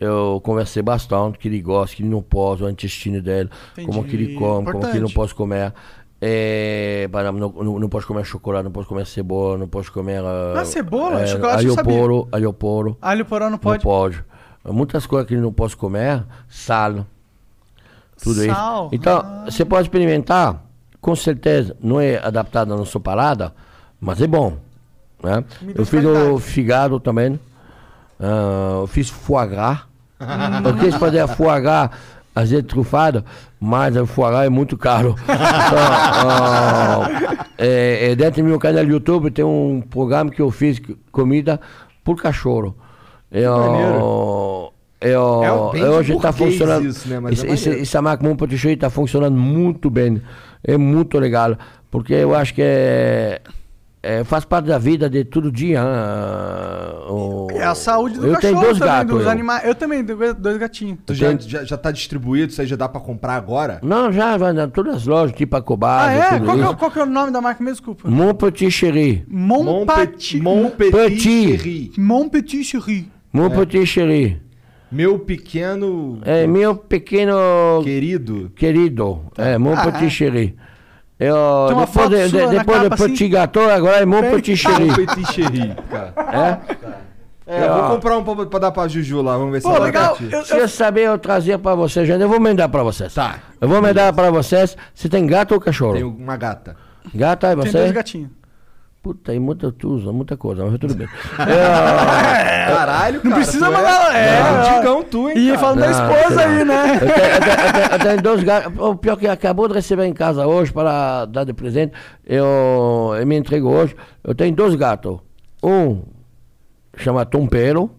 S4: Eu conversei bastante, que ele gosta, que ele não pode, o intestino dele,
S2: Entendi.
S4: como que ele come, como que ele não
S2: Importante.
S4: pode comer. É, para- não, não, não pode comer chocolate, não pode comer cebola, não pode comer. eh,
S3: Ah, cebola? Chocolate eu sabia.
S4: alho alhoporo.
S3: Alho poró não pode?
S4: Não pode. Muitas coisas que ele não pode comer, sal. Tudo
S3: Sal? Ah.
S4: isso. Então, você pode experimentar, com certeza, não é adaptado à nossa parada, mas é bom. Né? Eu fiz o figado também, ah, eu fiz foie gras. (laughs) Eu quis fazer a foie gras, às vezes trufada, mas a foie gras é muito caro. (laughs) Ah, ah, é, é dentro do meu canal do YouTube tem um programa que eu fiz c- comida por cachorro. É, Eu, eu,
S2: É um bem
S4: eu
S2: de
S4: hoje está
S2: burguês
S4: funcionando.
S2: isso, né? Mas é
S4: Esse- esse-
S2: maneiro.
S4: essa marca Mon Petit está tá funcionando muito bem. É muito legal. Porque eu acho que é, é- faz parte da vida de todo dia. ah, o-
S3: É a saúde do
S4: eu
S3: cachorro
S4: tenho dois
S3: também,
S4: gatos.
S3: dos
S4: eu.
S3: animais. Eu também, do- dois gatinhos.
S2: Tu já, já, já tá distribuído, isso aí já dá pra comprar agora?
S4: Não, já, vai na todas as lojas, tipo a Cobasa,
S3: Ah, é?
S4: tudo
S3: Qual que, é,
S4: isso.
S3: o- qual que é o nome da marca mesmo? Desculpa.
S4: Mon Petit Chéri.
S3: Mon Petit.
S2: Mon
S4: Petit.
S3: Mon Um Petit Chéri.
S4: Mon Petit Chéri.
S2: Meu pequeno.
S4: É, meu pequeno.
S2: Querido.
S4: Querido. É, Mon
S2: Ah,
S4: Petit
S2: é.
S4: Chéri. Eu,
S2: Tem uma
S4: depois
S2: foto sua
S4: de, de,
S2: na
S4: depois de
S2: capa,
S4: Petit
S2: assim?
S4: Gâteau, agora é Mon
S2: Tem- Ah,
S4: Petit Chéri.
S2: Mon Petit Chéri, cara.
S4: É?
S2: É, eu vou comprar um pra, pra dar pra Juju lá, vamos ver
S4: Pô,
S2: ela
S4: legal.
S2: curte.
S4: Se eu saber, eu trazia pra vocês. gente. Eu vou mandar pra vocês. Tá. Eu vou mandar pra vocês. Você tem gato ou cachorro?
S2: Tem uma gata.
S4: Gata, e você? é?
S3: Tem dois gatinhos.
S4: Puta, e muita tusa, muita coisa, mas tudo bem. (laughs)
S2: Caralho, cara.
S3: Não precisa
S2: tu
S3: mandar. É,
S2: É,
S3: ó.
S2: Digão tu, hein?
S3: E
S2: cara.
S3: falando da esposa aí, né?
S4: Eu tenho, eu tenho- eu tenho- eu tenho dois gatos. O pior que acabou de receber em casa hoje para dar de presente. Eu, eu me entrego hoje. Eu tenho dois gatos. Um chama Tompero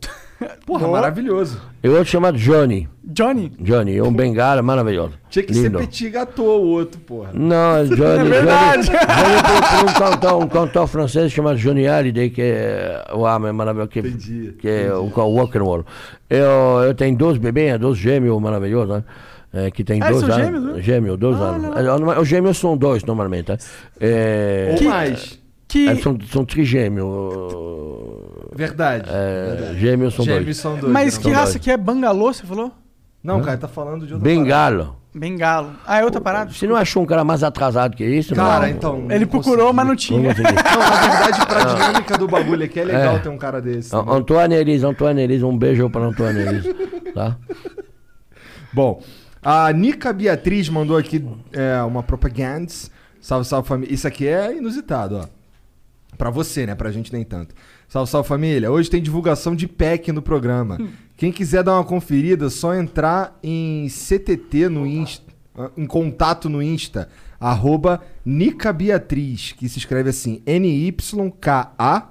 S2: Porra, maravilhoso.
S4: e outro chama Johnny.
S3: Johnny?
S4: Johnny, é um bengala maravilhoso.
S2: Tinha que
S4: Lindo.
S2: ser petit gâteau o outro, porra.
S4: Não, é Johnny.
S2: verdade.
S4: Johnny, Johnny por- por um cantor, um cantor francês chamado Johnny Hallyday, que é o homem maravilhoso, que, que é o ca- o rock and roll. Eu, eu tenho dois bebês, dois gêmeos maravilhosos, né? É, que tem
S3: Ah,
S4: dois
S3: são
S4: anos.
S3: gêmeos, né?
S4: Gêmeo, dois anos. É, norma- Os gêmeos são dois normalmente. Né? É,
S2: Ou mais.
S3: Que-
S4: é, são, são trigêmeos.
S2: Verdade.
S4: É, Gêmeos são
S2: Gêmeos
S4: dois. né?
S2: são dois.
S3: Mas que
S4: São
S3: raça
S4: dois.
S3: que é? Bangalô, você falou?
S2: Não, cara, tá falando de outra
S4: Bengalo.
S3: Bengalo. Ah, é outra parada?
S4: Você não achou um cara mais atrasado que isso?
S2: Cara,
S4: não?
S2: então.
S3: Ele procurou, mas não
S4: Não
S3: tinha.
S2: Não,
S4: consegui.
S2: na verdade, pra dinâmica do bagulho aqui é legal
S4: É.
S2: ter um cara desse.
S4: An- Antônio Elis, Antônio Elis, um beijo para Antônio Elis, tá?
S2: Bom, a Nica Beatriz mandou aqui é, uma propaganda. Salve, salve família. Isso aqui é inusitado, ó. Pra você, né? Pra gente nem tanto. Salve, salve família. Hoje tem divulgação de PEC no programa. Quem quiser dar uma conferida, só entrar em CTT no Insta, ah, em contato no Insta, arroba Nica Beatriz, que se escreve assim, N-Y-K-A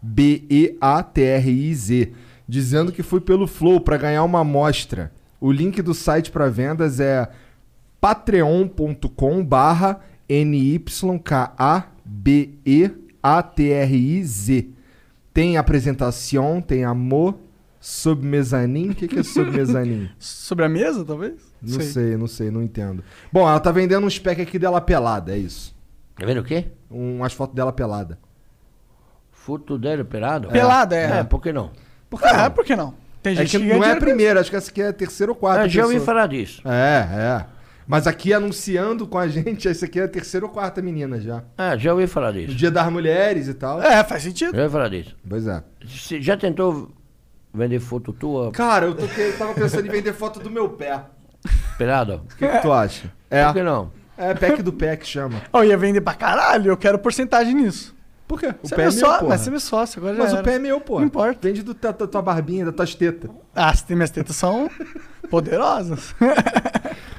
S2: B-E-A-T-R-I-Z, dizendo que fui pelo Flow para ganhar uma amostra. O link do site para vendas é patreon.com barra N-Y-K-A-B-E-A-T-R-I-Z. Tem apresentação, tem amor, submezanin. O que, que é submezanin?
S3: Sobre a mesa, talvez?
S2: Não sei. não sei, não entendo. Bom, ela tá vendendo uns pack aqui dela pelada, é isso.
S4: Tá vendo o quê?
S2: Um, umas fotos dela pelada.
S4: Foto dele pelado?
S3: Pelado, é.
S4: É, por que não?
S2: Por que não?
S3: Ah, por que não? Tem
S2: É
S3: gente
S2: que
S3: que, ganha
S2: não é a
S3: dinheiro com isso.
S2: primeira, acho que essa aqui é a terceira ou quarta.
S4: Ah, já ouvi
S2: pessoa.
S4: falar disso.
S2: É, é. Mas aqui anunciando com a gente, essa aqui é a terceira ou quarta menina já.
S4: Ah, já ouvi falar disso.
S2: No Dia das Mulheres e tal.
S3: É, faz sentido.
S4: Já ouvi falar disso.
S2: Pois é.
S4: Você já tentou vender foto tua
S2: Cara, eu, tô que- eu tava pensando em vender foto do meu pé.
S4: pelado?
S2: O que, que tu acha? É.
S4: Por que não?
S2: É, pack do pé que chama.
S3: Ó, Eu ia vender pra caralho, eu quero porcentagem nisso.
S2: Por quê? O
S3: Você é
S2: pé é
S3: meu
S2: meu,
S3: sócio,
S2: porra.
S3: mas você é meu sócio, agora já
S2: Mas o
S3: era.
S2: pé é meu, pô. Não importa. Vende do- da da tua barbinha, da tua teta.
S3: Ah, se tem minhas tetas são
S2: (laughs)
S3: poderosas.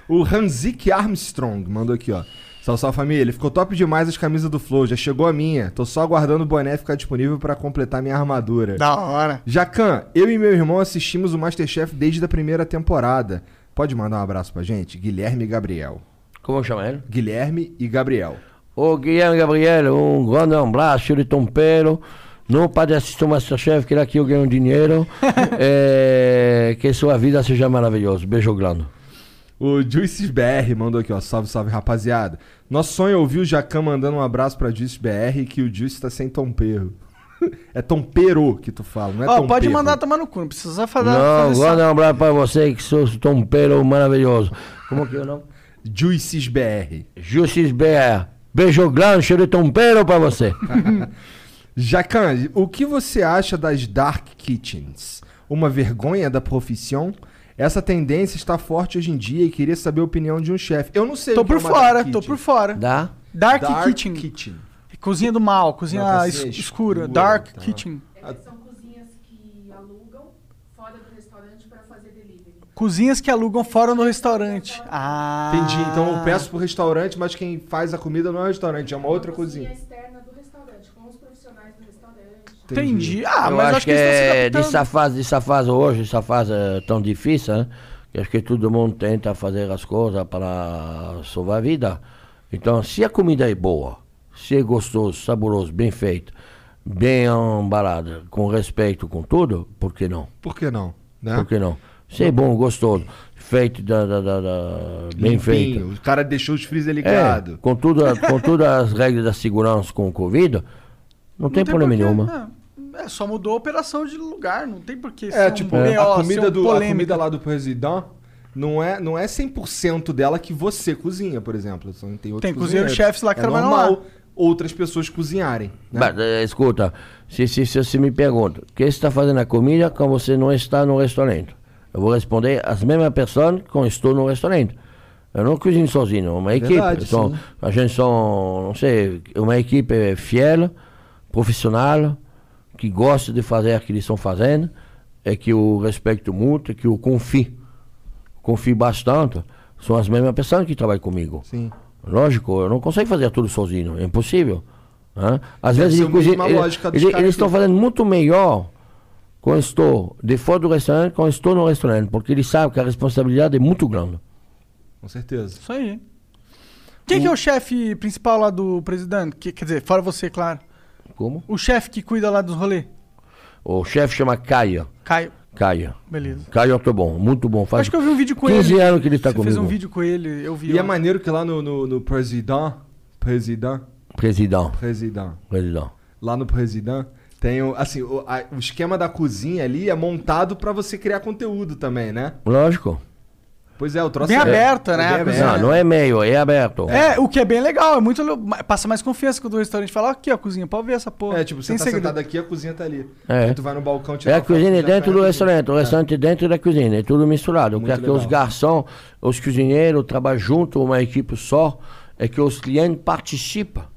S2: O Hanzik Armstrong mandou aqui, ó. Salve, salve família. Ficou top demais as camisas do Flow. Já chegou a minha. Tô só aguardando o boné ficar disponível pra completar minha armadura.
S3: Da hora.
S2: Jacan, eu e meu irmão assistimos o Masterchef desde a primeira temporada. Pode mandar um abraço pra gente? Guilherme e Gabriel.
S4: Como chama ele?
S2: Guilherme e Gabriel.
S4: Ô, Guilherme Gabriel, um grande abraço de um Tompero. Não pode assistir o Masterchef, que aqui eu ganho
S3: (laughs)
S4: um dinheiro. É, que sua vida seja maravilhosa. Beijo grande.
S2: O Juices BR mandou aqui, ó. Salve, salve, rapaziada. Nosso sonho é ouvir o Jacan mandando um abraço pra Juices BR que o Juice tá sem tomperro. (laughs) É tompeiro que tu fala, não é
S3: Ó,
S2: tompeiro.
S3: pode mandar tomar no cu, não precisa fazer.
S4: Não,
S3: fazer
S4: vou
S3: isso.
S4: dar um abraço pra você que sou tompeiro maravilhoso. Como que é o nome?
S2: Juices BR.
S4: Juices BR. Beijo grande, cheiro de tompeiro
S3: (laughs)
S4: pra você.
S2: Jacan, o que você acha das dark kitchens? Uma vergonha da profissão? Essa tendência está forte hoje em dia e queria saber a opinião de um chefe. Eu não sei.
S3: Tô
S2: o que é
S3: por
S2: uma dark
S3: fora,
S2: kitchen.
S3: tô por fora.
S4: Dá?
S3: Dark,
S2: Dark
S3: Kitchen. Cozinha do mal, cozinha
S2: Não, tá
S3: es-
S2: assim, é
S3: escura,
S2: escura,
S3: Dark
S2: tá.
S3: Kitchen.
S15: São cozinhas que alugam fora do restaurante para fazer delivery.
S3: Cozinhas que alugam fora no restaurante. Ah.
S2: Entendi. Então eu peço pro restaurante, mas quem faz a comida não é o restaurante, é uma outra cozinha.
S15: Externa do restaurante, com os profissionais do restaurante.
S3: Entendi. Ah,
S4: eu
S3: mas
S4: acho,
S3: acho
S4: que,
S3: que eles estão se
S4: é
S3: adaptando.
S4: dessa fase, dessa fase hoje, essa fase é tão difícil, né? Que acho que todo mundo tenta fazer as coisas para salvar a vida. Então, se a comida é boa, se é gostoso, saboroso, bem feito, bem embalada, com respeito, com tudo, por que não?
S2: Por que não? Né?
S4: Por que não? Se é bom, gostoso, feito, da, da- da- da- bem feito.
S2: O cara deixou os freezer
S4: É,
S2: ligados.
S4: com, tudo, a- com todas as regras da segurança com o Covid, não, tem, problema
S3: porquê,
S4: nenhuma.
S3: né? É, só mudou a operação de lugar, não tem porquê.
S2: É,
S3: ser um
S2: tipo,
S3: BO,
S2: a,
S3: ser
S2: comida
S3: um
S2: do, a
S3: polêmica.
S2: comida lá do presidente não é, não é 100% dela que você cozinha, por exemplo. São- Tem, outros
S3: Tem cozinheiros-chefes lá que
S2: é
S3: trabalham
S2: normal
S3: lá.
S2: outras pessoas cozinharem. né?
S4: Mas, eh, escuta, se, se, se você me pergunta, o que você está fazendo na comida quando você não está no restaurante? Eu vou responder as mesmas pessoas quando estou no restaurante. Eu não cozinho sozinho, é uma equipe.
S2: Verdade,
S4: Então,
S2: sim.
S4: a gente são, não sei, uma equipe fiel, profissional, que gosta de fazer o que eles estão fazendo, é que eu respeito muito, é que eu confio. Confio bastante. São as mesmas pessoas que trabalham comigo.
S2: Sim.
S4: Lógico, eu não consigo fazer tudo sozinho, é impossível. né? Às
S2: Deve
S4: vezes,
S2: ser a
S4: inclusive,
S2: mesma
S4: ele-
S2: lógica dos
S4: ele-
S2: caras
S4: eles estão
S2: que-
S4: fazendo muito melhor quando estou de fora do restaurante, quando estou no restaurante, porque eles sabem que a responsabilidade é muito grande.
S2: Com certeza.
S3: Isso aí. Quem que é o chefe principal lá do presidente? Que- quer dizer, fora você, claro.
S4: Como?
S3: O chefe que cuida lá dos rolês?
S4: O chefe chama Caia.
S3: Caio.
S4: Caia.
S3: Beleza.
S4: Caia é bom, muito bom. Faz
S3: Acho que eu vi um vídeo com
S4: 15
S3: ele.
S4: anos que ele está
S3: Você fez um
S4: comigo.
S3: vídeo com ele, eu vi. um.
S2: E é
S3: ontem.
S2: maneiro que lá no, no, no presidente, presidente,
S4: Presidão.
S2: presidente,
S4: Presidão.
S2: lá no presidente tem o, assim, o, a- o esquema da cozinha ali é montado pra você criar conteúdo também, né?
S4: Lógico.
S2: Pois é, o troço
S3: Bem
S2: é-
S3: aberta, né,
S2: é
S3: a
S2: Bem
S3: cozinha.
S2: aberta.
S4: Não, não é meio, é aberto.
S3: É, o que é bem legal, é muito. le- ma- Passa mais confiança quando o restaurante fala, aqui, ó, cozinha, pode ver essa porra.
S2: É, tipo, você
S3: Sem
S2: tá
S3: segredo.
S2: sentado aqui, a cozinha tá ali.
S4: É.
S2: Aí tu vai no balcão,
S4: É
S2: tira
S4: a
S2: uma foto,
S4: cozinha
S2: já
S4: dentro
S2: tá
S4: do
S2: ali.
S4: restaurante, o restaurante dentro da cozinha, é tudo misturado.
S2: Muito
S4: porque aqui os
S2: legal.
S4: garçons, os cozinheiros trabalham junto, uma equipe só, é que os clientes participam.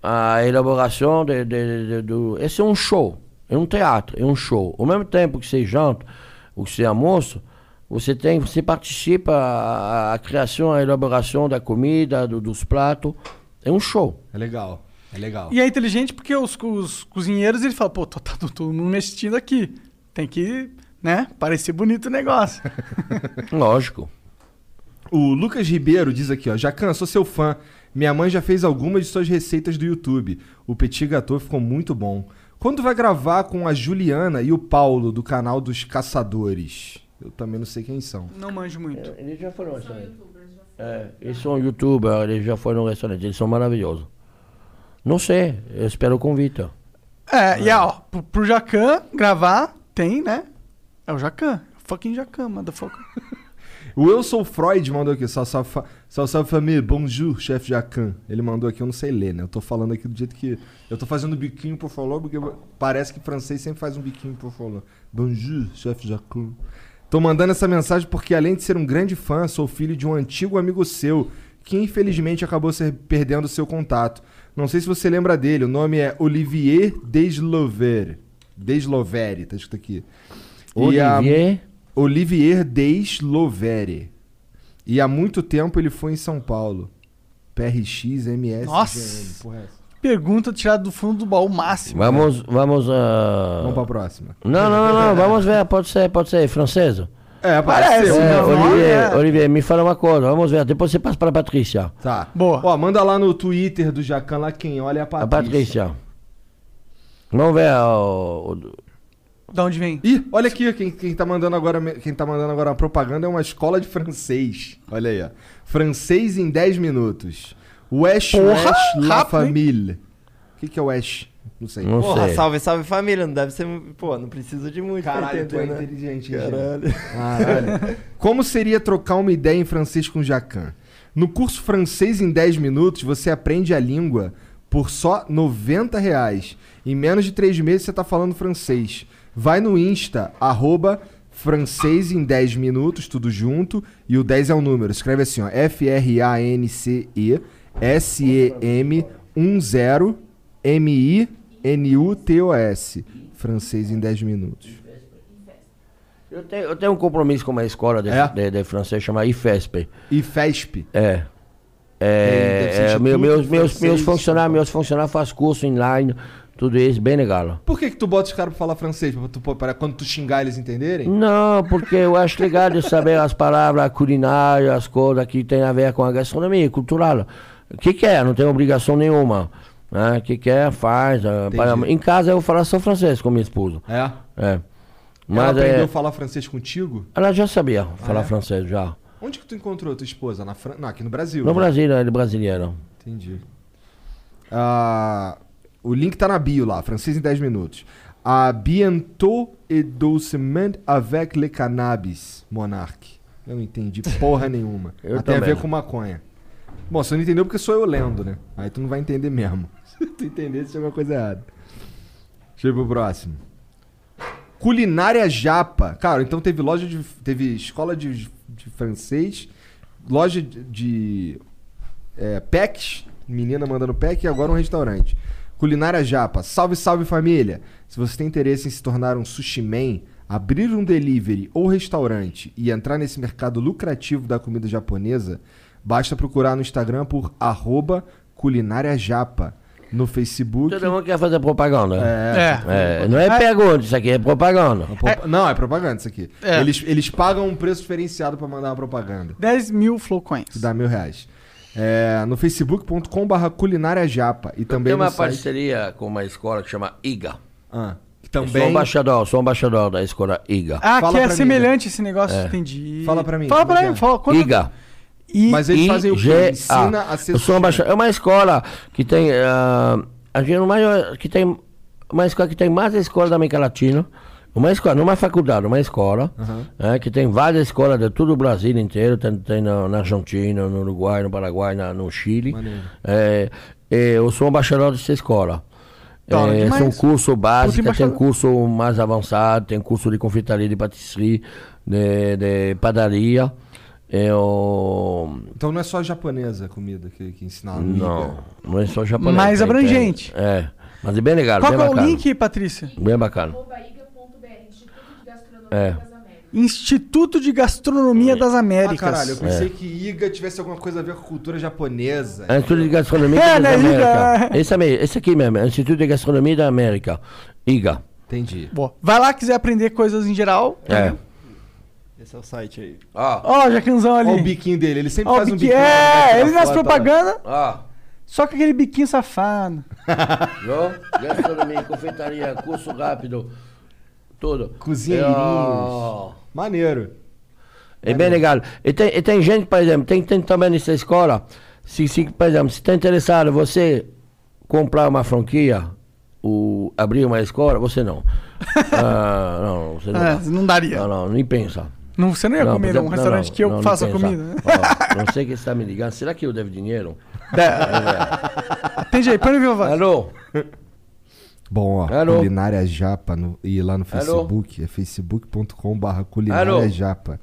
S4: A elaboração de, de- de- do. Esse é um show, é um teatro, é um show. Ao mesmo tempo que você janta, ou que você almoço, você, tem, você participa a, a- a criação, a elaboração da comida, do- dos pratos. É um show. (laughs)
S2: É legal, é legal.
S3: E é inteligente porque os, os cozinheiros ele fala, pô, tá tá todo mundo mexendo aqui. Tem que, né, parecer bonito o negócio.
S4: Lógico.
S2: O Lucas Ribeiro diz aqui, ó. Jacan, sou seu fã. Minha mãe já fez algumas de suas receitas do YouTube. O Petit Gâteau ficou muito bom. Quando vai gravar com a Juliana e o Paulo, do canal dos Caçadores? Eu também (laughs) não sei quem são.
S3: Não manjo muito.
S4: Eles já foram isso aí. É, eles são youtubers, eles já foram no restaurante, eles são maravilhosos. Não sei, eu espero o convite.
S3: É, e ó, pro, pro Jacan gravar, tem, né? É o Jacan. Fucking Jacan, motherfucker.
S2: O Eu Sou Freud mandou aqui. Salve, salve, fa- salve, salve família. Bonjour, chefe Jacan. Ele mandou aqui, eu não sei ler, né? Eu tô falando aqui do jeito que... Eu tô fazendo biquinho pro falar, porque parece que francês sempre faz um biquinho pro falar. Bonjour, chefe Jacan. Tô mandando essa mensagem porque, além de ser um grande fã, sou filho de um antigo amigo seu, que infelizmente acabou se perdendo seu contato. Não sei se você lembra dele. O nome é Olivier Deslover. Deslovere, tá escrito aqui. E a-
S4: Olivier?
S2: Olivier Deslovere. E há muito tempo ele foi em São Paulo. PRX, MS,
S3: Nossa.
S2: GN, porra é essa?
S3: Pergunta tirada do fundo do baú máximo.
S4: Vamos, vamos. ah,
S2: Vamos pra próxima.
S4: Não, não, não,
S2: (laughs)
S4: não, vamos ver, pode ser, pode ser, francês.
S2: É, parece.
S4: É,
S2: né?
S4: Olivier, Olivier, me fala uma coisa, vamos ver, depois você passa para a Patrícia.
S2: Tá.
S3: Boa.
S2: Ó, manda lá no Twitter do Jacan lá quem olha é a
S4: A
S2: Patrícia.
S4: Patrícia. Vamos ver, ó, o-
S3: Da onde vem?
S2: Ih, olha aqui, quem, quem, tá mandando agora, me- quem tá mandando agora a propaganda é uma escola de francês. Olha aí, ó. Francês em 10 minutos. Wesh
S3: Porra,
S2: Wesh La
S3: rápido, hein?
S2: Famille. O que, que é o Ash? Não sei.
S4: Não
S8: Porra,
S4: sei.
S8: salve, salve família. Não deve ser. mu- Pô, não precisa de muito. pra
S2: Caralho, tu é
S8: entender, né?
S2: inteligente, hein,
S8: Caralho.
S2: Jean? Caralho. (laughs) Como seria trocar uma ideia em francês com Jacan? No curso Francês em 10 Minutos, você aprende a língua por só 90 reais. Em menos de 3 meses, você tá falando francês. Vai no Insta, arroba francês em 10 minutos, tudo junto. E o 10 é o número. Escreve assim, ó. F-R-A-N-C-E S-E-M-10 M-I-N-U-T-O-S. Francês em 10 minutos.
S4: Eu tenho, eu tenho um compromisso com uma escola de,
S2: É?
S4: de- de francês chamada IFESP.
S2: IFESP?
S4: É. É,
S2: Tem- tem
S4: é, meu-
S2: instituto
S4: meus,
S2: de
S4: meus,
S2: francês,
S4: meus funcionários, meus funcionários fazem curso online, tudo isso, bem legal.
S2: Por que, que tu bota os caras pra falar francês? Pra, tu, pra quando tu xingar eles entenderem?
S4: Não, porque eu acho legal de saber as palavras culinárias, as coisas que tem a ver com a gastronomia cultural. O que quer, não tem obrigação nenhuma. né? O que quer, faz. ah, para- em casa eu falo só francês com minha esposa.
S2: É?
S4: É.
S2: Ela
S4: Mas
S2: aprendeu
S4: é,
S2: a falar francês contigo?
S4: ela já sabia falar
S2: é?
S4: francês, já.
S2: Onde que tu encontrou tua esposa? Na Fran... Não, aqui no Brasil.
S4: No
S2: né?
S4: Brasil, ele é brasileiro.
S2: Entendi. Ah, o link tá na bio lá, francês em 10 minutos. A bientôt et doucement avec le cannabis, monarque. Eu não entendi porra (laughs) nenhuma.
S4: Eu
S2: Mas tem a
S4: também.
S2: ver com maconha. Bom, você não entendeu porque sou eu lendo, né? Aí tu não vai entender mesmo. (laughs) Se tu entender, se é uma coisa errada. Deixa eu ir pro próximo. Culinária Japa. Cara, então teve loja de. Teve escola de, de francês, loja de. de é, packs, menina mandando pack e agora um restaurante. Culinária Japa. Salve, salve família! Se você tem interesse em se tornar um sushi man, abrir um delivery ou restaurante e entrar nesse mercado lucrativo da comida japonesa, basta procurar no Instagram por arroba culinária japa. No Facebook.
S4: Todo mundo quer fazer propaganda.
S2: É.
S4: É, não é pergunta, isso aqui é propaganda.
S2: Propa- Não, é propaganda isso aqui.
S4: É.
S2: Eles, eles pagam um preço diferenciado pra mandar uma propaganda.
S3: 10 mil flowcoins.
S2: Que dá mil reais. É, no facebook.com.br culinária japa. E também
S4: Tem
S2: no
S4: uma
S2: site...
S4: parceria com uma escola que chama IGA.
S2: Ah, que
S4: Eu sou um
S2: também...
S4: embaixador, sou embaixador da escola IGA.
S3: Ah,
S2: Fala
S3: que
S2: pra
S3: é
S2: mim, né?
S3: semelhante esse negócio,
S4: É.
S3: entendi.
S2: Fala pra mim,
S3: Fala pra
S2: como
S3: mim,
S2: que é?
S3: fala. quando-
S4: IGA.
S3: I-
S2: Mas eles fazem o quê?
S4: IGA.
S2: Ensina a ser
S4: Eu sou embaixador. É uma escola que tem. ah, a gente é uma maior- que tem uma escola que tem mais escola da América Latina. Uma escola, não uma faculdade, uma escola, né, que tem várias escolas de todo o Brasil inteiro, tem, tem na, na Argentina, no Uruguai, no Paraguai, na- no Chile. É, é, eu sou embaixador dessa escola.
S3: Da hora
S4: É,
S3: demais.
S4: são curso
S3: Puta,
S4: básico, tem
S3: embaixador.
S4: curso mais avançado, tem curso de confeitaria, de patisserie, de, de padaria. É Eu...
S2: Então não é só japonesa a comida que, que ensinaram.
S4: Não, não é só japonês.
S3: Mais
S4: tem-
S3: abrangente.
S4: tem- é, mas é bem legal,
S3: Qual
S4: bem
S3: que é o
S4: bacana.
S3: link, Patrícia?
S4: Bem bacana. É.
S3: Instituto de Gastronomia das
S2: Ah,
S3: Américas.
S2: caralho, eu pensei
S4: É.
S2: que Iga tivesse alguma coisa a ver com cultura japonesa.
S4: É Instituto de Gastronomia
S2: É,
S4: da
S2: né,
S4: América.
S2: Iga?
S4: Esse, mesmo, esse aqui mesmo, é Instituto de Gastronomia da América. IGA.
S2: Entendi.
S3: Boa. Vai lá, quiser aprender coisas em geral.
S4: É.
S8: Esse é o site aí.
S3: Ó, o Jacanzão ali.
S2: Olha o biquinho dele, ele sempre
S3: Ó, o
S2: faz um
S3: biquinho-
S2: biquinho.
S3: é,
S2: pra tá
S3: ele
S2: tirar
S3: nas
S2: foto, ó.
S3: propaganda-
S4: Ah,
S3: Só com aquele biquinho safado.
S4: Não? Gastronomia, confeitaria, curso rápido, tudo.
S2: Cozinheirinhos.
S4: Eu-
S2: Maneiro.
S4: É bem legal. E tem, e tem gente, por exemplo, tem, tem também nessa escola, se, se, por exemplo, se está interessado você comprar uma franquia, ou abrir uma escola, você não.
S3: (laughs)
S4: Ah, não, você não.
S3: É, não daria.
S4: Não, não, nem pensa.
S3: Não, você não ia comer num restaurante que eu faço a comida, (laughs) né?
S4: Ó, não sei quem está me ligando. Será que eu devo dinheiro?
S3: Atende É, aí, põe no vivo voz.
S4: Alô?
S2: Bom, ó,
S4: Alô?
S2: Culinária Japa no, e lá no
S4: Alô?
S2: Facebook é facebook.com.br
S4: Alô?
S2: culinária japa.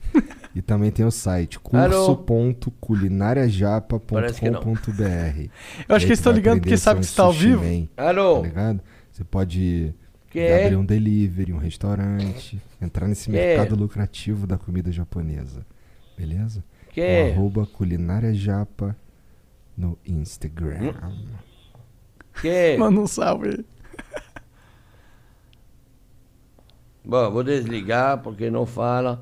S2: E também tem o site
S4: Alô?
S2: curso.culinariajapa.com.br.
S4: Parece que não.
S3: Eu acho que eles estão ligando porque sabe que está ao vivo.
S4: Alô?
S2: Tá ligado? Você pode
S4: Que? é?
S2: abrir um delivery, um restaurante, entrar nesse
S4: Que? é?
S2: mercado lucrativo da comida japonesa. Beleza?
S4: Que? é?
S2: O arroba culinária japa no Instagram.
S4: Hum. Que?
S3: Manda um salve aí.
S4: Bom, vou desligar porque não fala.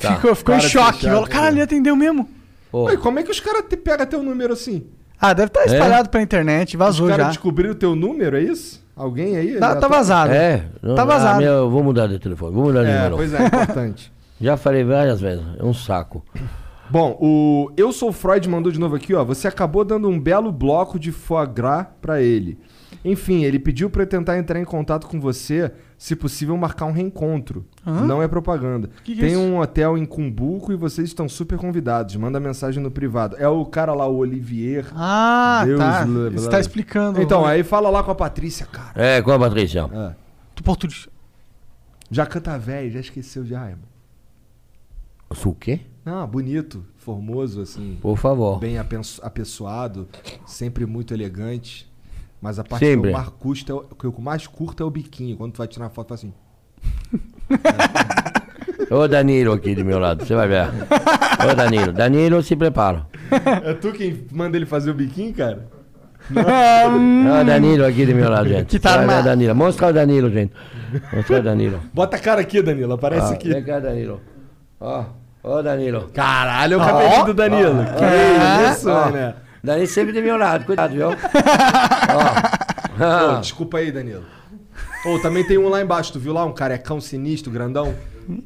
S4: Tá.
S3: Ficou, ficou em
S4: Para de
S3: choque.
S4: fechar,
S3: Falou, caralho,
S2: né?"
S3: ele atendeu mesmo.
S4: Pô,
S2: Ué, como é que os caras te- pegam teu número assim?
S3: Ah, deve estar
S4: É?
S3: espalhado pela internet,
S2: Os
S3: vazou
S2: caras
S3: já.
S2: descobriram o teu número, é isso? Alguém aí?
S3: Tá- tá vazado.
S4: É, não,
S3: Tá
S4: ah,
S3: vazado.
S4: meu, eu vou mudar de telefone, vou mudar de
S2: É,
S4: número.
S2: pois é, é importante.
S4: Já falei várias vezes, é um saco.
S2: (laughs) Bom, o Eu Sou Freud mandou de novo aqui, ó. Você acabou dando um belo bloco de foie gras pra ele. Enfim, ele pediu pra eu tentar entrar em contato com você, se possível marcar um reencontro.
S3: Aham.
S2: Não é propaganda.
S3: Que que é
S2: Tem
S3: isso?
S2: um hotel em Cumbuco e vocês estão super convidados. Manda mensagem no privado. É o cara lá, o Olivier.
S3: Ah, tá.
S2: blá, blá,
S3: Você
S2: blá.
S3: tá explicando.
S2: Então, aí fala lá com a Patrícia, cara.
S4: É, qual a Patrícia?
S3: Tu português.
S2: Já canta tá velho, já esqueceu já, irmão.
S4: Eu sou o quê?
S2: Não, Ah, bonito, formoso, assim.
S4: Por favor.
S2: Bem apenso- apessoado, sempre muito elegante. Mas a parte que
S4: Sempre.
S2: eu mais custa, é o- que eu mais curto é o biquinho. Quando tu vai tirar uma foto, faz assim.
S4: Ô Oh, Danilo aqui do meu lado, você vai ver. Ô Oh, Danilo, Danilo se prepara.
S2: é tu quem manda ele fazer o biquinho, cara?
S4: Ô Oh, Danilo aqui do meu lado, gente.
S2: Que tá
S4: Você vai ver
S2: armado.
S4: Danilo. Mostra o Danilo, gente. Mostra o Danilo.
S2: Bota a cara aqui, Danilo, aparece
S4: Ah,
S2: aqui.
S4: Vem cá, Danilo. Ó, ô Danilo. Oh.
S2: Caralho, o cabelo do Danilo.
S4: Ah.
S2: Que isso, né?
S4: Danilo sempre do meu lado, cuidado, Oh. Ah. viu?
S2: Ô, desculpa aí, Danilo. Ô, também tem um lá embaixo, tu viu lá? Um carecão sinistro, grandão.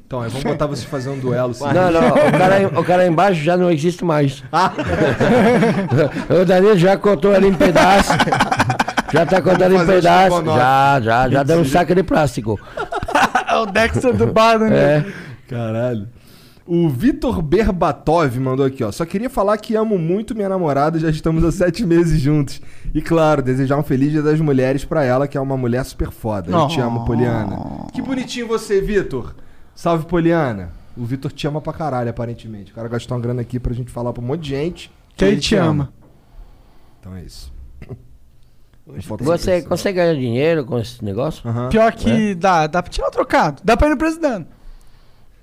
S2: Então, aí vamos botar você fazer um duelo. sinistro.
S4: Não, não, o cara, aí- o cara aí embaixo já não existe mais.
S3: Ah.
S4: (laughs) o Danilo já cortou ele em pedaço. Já tá cortando em
S3: fazer um
S4: pedaço.
S3: estrogonofe.
S4: Já, já, já deu um
S3: Mentira.
S4: saco de plástico.
S3: É o Dexter do bar, né?
S4: É.
S2: Caralho. O Vitor Berbatov mandou aqui, ó. Só queria falar que amo muito minha namorada, já estamos há
S3: (laughs)
S2: sete meses juntos. E claro, desejar um feliz dia das mulheres pra ela, que é uma mulher super foda. Eu te amo, Poliana. Que bonitinho você, Vitor. Salve, Poliana. O Vitor te ama pra caralho, aparentemente. O cara gastou uma grana aqui pra gente falar pra um monte de gente.
S3: Que ele te ama.
S2: Então é isso. Não falta essa
S4: Você
S2: pessoa.
S4: consegue ganhar dinheiro com esse negócio?
S3: Pior que dá, dá pra tirar o trocado. Dá pra ir no presidente.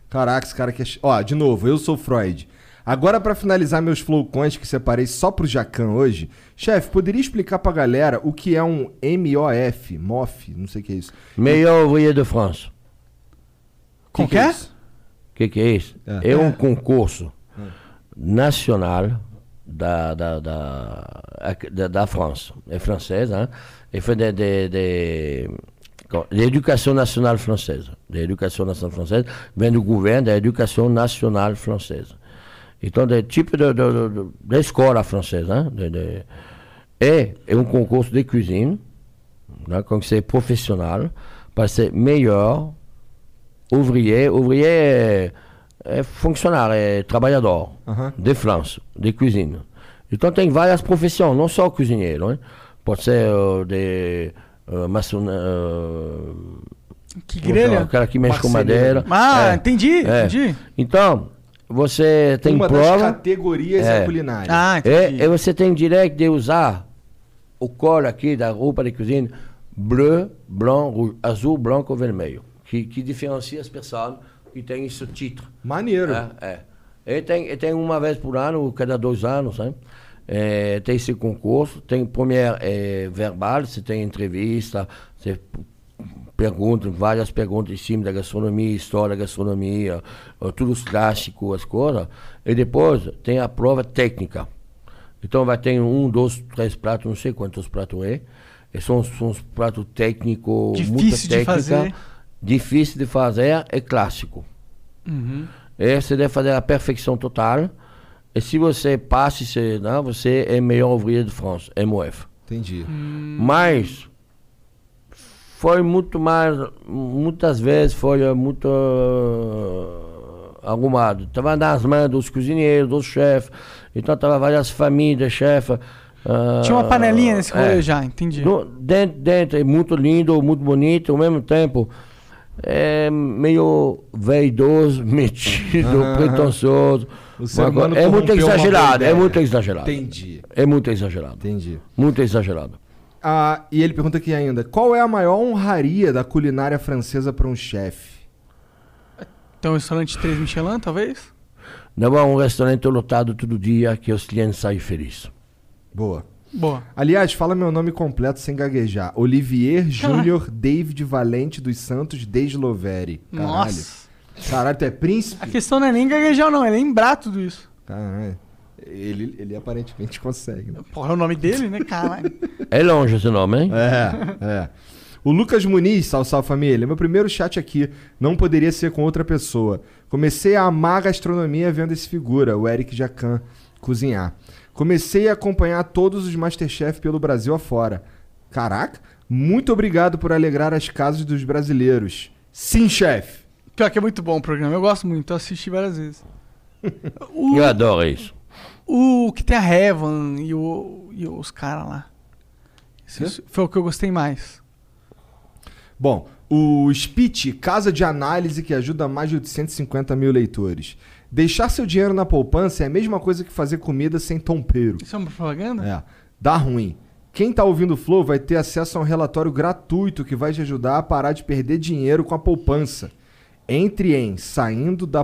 S2: Caraca, esse cara que é. ch- Ó, de novo, eu sou Freud. Agora, pra finalizar meus flowcoins que separei só pro Jacan hoje, chefe, poderia explicar pra galera o que é um MOF, MOF, não sei o que é isso.
S4: Meilleur ouvir de France.
S2: Como que é? isso?
S4: O que, que é isso?
S2: É.
S4: É, um concurso
S2: É.
S4: nacional da, da, da, ac- da, da França. É francesa, hein? E foi de, de, de, co- de educação nacional francesa. Da educação nacional francesa vem do governo da educação nacional francesa. Então, é tipo de, de, de, de- da escola francesa. hein? De, de, é, é um concurso de cozinha, né? como ser profissional, para ser melhor ouvrier, ouvrier é, é funcionário, é trabalhador
S2: Aham.
S4: de França, de cozinha. Então tem várias profissões, não só cozinheiro, hein? pode ser eh, de eh, maçon, eh,
S3: Que
S4: como
S3: grelha?
S4: chama? O cara que mexe com
S3: Marceneiro.
S4: madeira.
S3: Ah, entendi, entendi.
S4: Então, você tem
S2: Uma das
S4: prova.
S2: categorias é culinária. Ah,
S4: e, e É, você tem direito de usar o colo aqui da roupa de cozinha bleu, branco, rouge, azul, branco ou vermelho, que, que diferencia as pessoas que têm esse título.
S2: Maneiro.
S4: É, é. E tem, e tem uma vez por ano, ou cada dois anos, né? É, tem esse concurso, tem primeiro é, verbal, você tem entrevista, você pergunta, várias perguntas em cima da gastronomia, história da gastronomia, eh, tudo os clássicos, as coisas. E depois tem a prova técnica. Então vai ter um, dois, três pratos, não sei quantos pratos é. E são, são os pratos técnicos, muita
S3: Difícil de
S4: técnica,
S3: fazer.
S4: difícil de fazer e clássico.
S3: Uhum.
S4: É, você deve fazer a perfeição total. E se você passa, você, não, você é melhor ouvir de France, MOF.
S2: Entendi.
S4: Mas foi muito mais, muitas vezes foi eh, muito eh, arrumado. Estava nas mãos dos cozinheiros, dos chefes. Então tava várias famílias, chefe. ah,
S3: Tinha uma panelinha nesse rolê
S4: é.
S3: já, entendi.
S4: No- dentro, dentro é muito lindo, muito bonito, ao mesmo tempo é meio (laughs) veidoso, metido,
S2: Aham.
S4: pretensioso.
S2: O ser
S4: Uma
S2: humano
S4: co- é muito
S2: corrompeu uma boa
S4: exagerado, é
S2: ideia.
S4: muito exagerado.
S2: Entendi.
S4: É muito exagerado.
S2: Entendi.
S4: Muito exagerado.
S2: Ah, e ele pergunta aqui ainda: qual é a maior honraria da culinária francesa pra um chefe?
S3: Então, um restaurante 3 Michelin, talvez?
S4: Não é um restaurante lotado todo dia que os clientes saem felizes.
S2: Boa.
S3: Boa.
S2: Aliás, fala meu nome completo sem gaguejar. (laughs) Olivier Júnior David Valente dos Santos Desloveri. Caralho.
S3: Nossa.
S2: Caralho, tu é príncipe?
S3: A questão não é nem gaguejão, não, é lembrar tudo isso.
S2: Caralho. Ele, ele aparentemente consegue, né?
S3: Porra, é o nome dele, né? Caralho.
S4: É longe esse nome, hein?
S2: É, é. O Lucas Muniz, salve, salve família. Meu primeiro chat aqui. Não poderia ser com outra pessoa. Comecei a amar a gastronomia vendo esse figura, o Eric Jacan, cozinhar. Comecei a acompanhar todos os Masterchef pelo Brasil afora. Caraca, muito obrigado por alegrar as casas dos brasileiros. Sim, chefe.
S3: Pior que é muito bom o programa. Eu gosto muito, eu assisti várias vezes. O-
S4: Eu adoro isso.
S3: O que tem a Heaven e, o- e os caras lá. Esse foi o que eu gostei mais.
S2: Bom, o Spit, casa de análise que ajuda mais de 850 mil leitores. Deixar seu dinheiro na poupança é a mesma coisa que fazer comida sem tompeiro.
S3: Isso é uma propaganda?
S2: É, dá ruim. Quem tá ouvindo o Flow vai ter acesso a um relatório gratuito que vai te ajudar a parar de perder dinheiro com a poupança. Entre em saindo da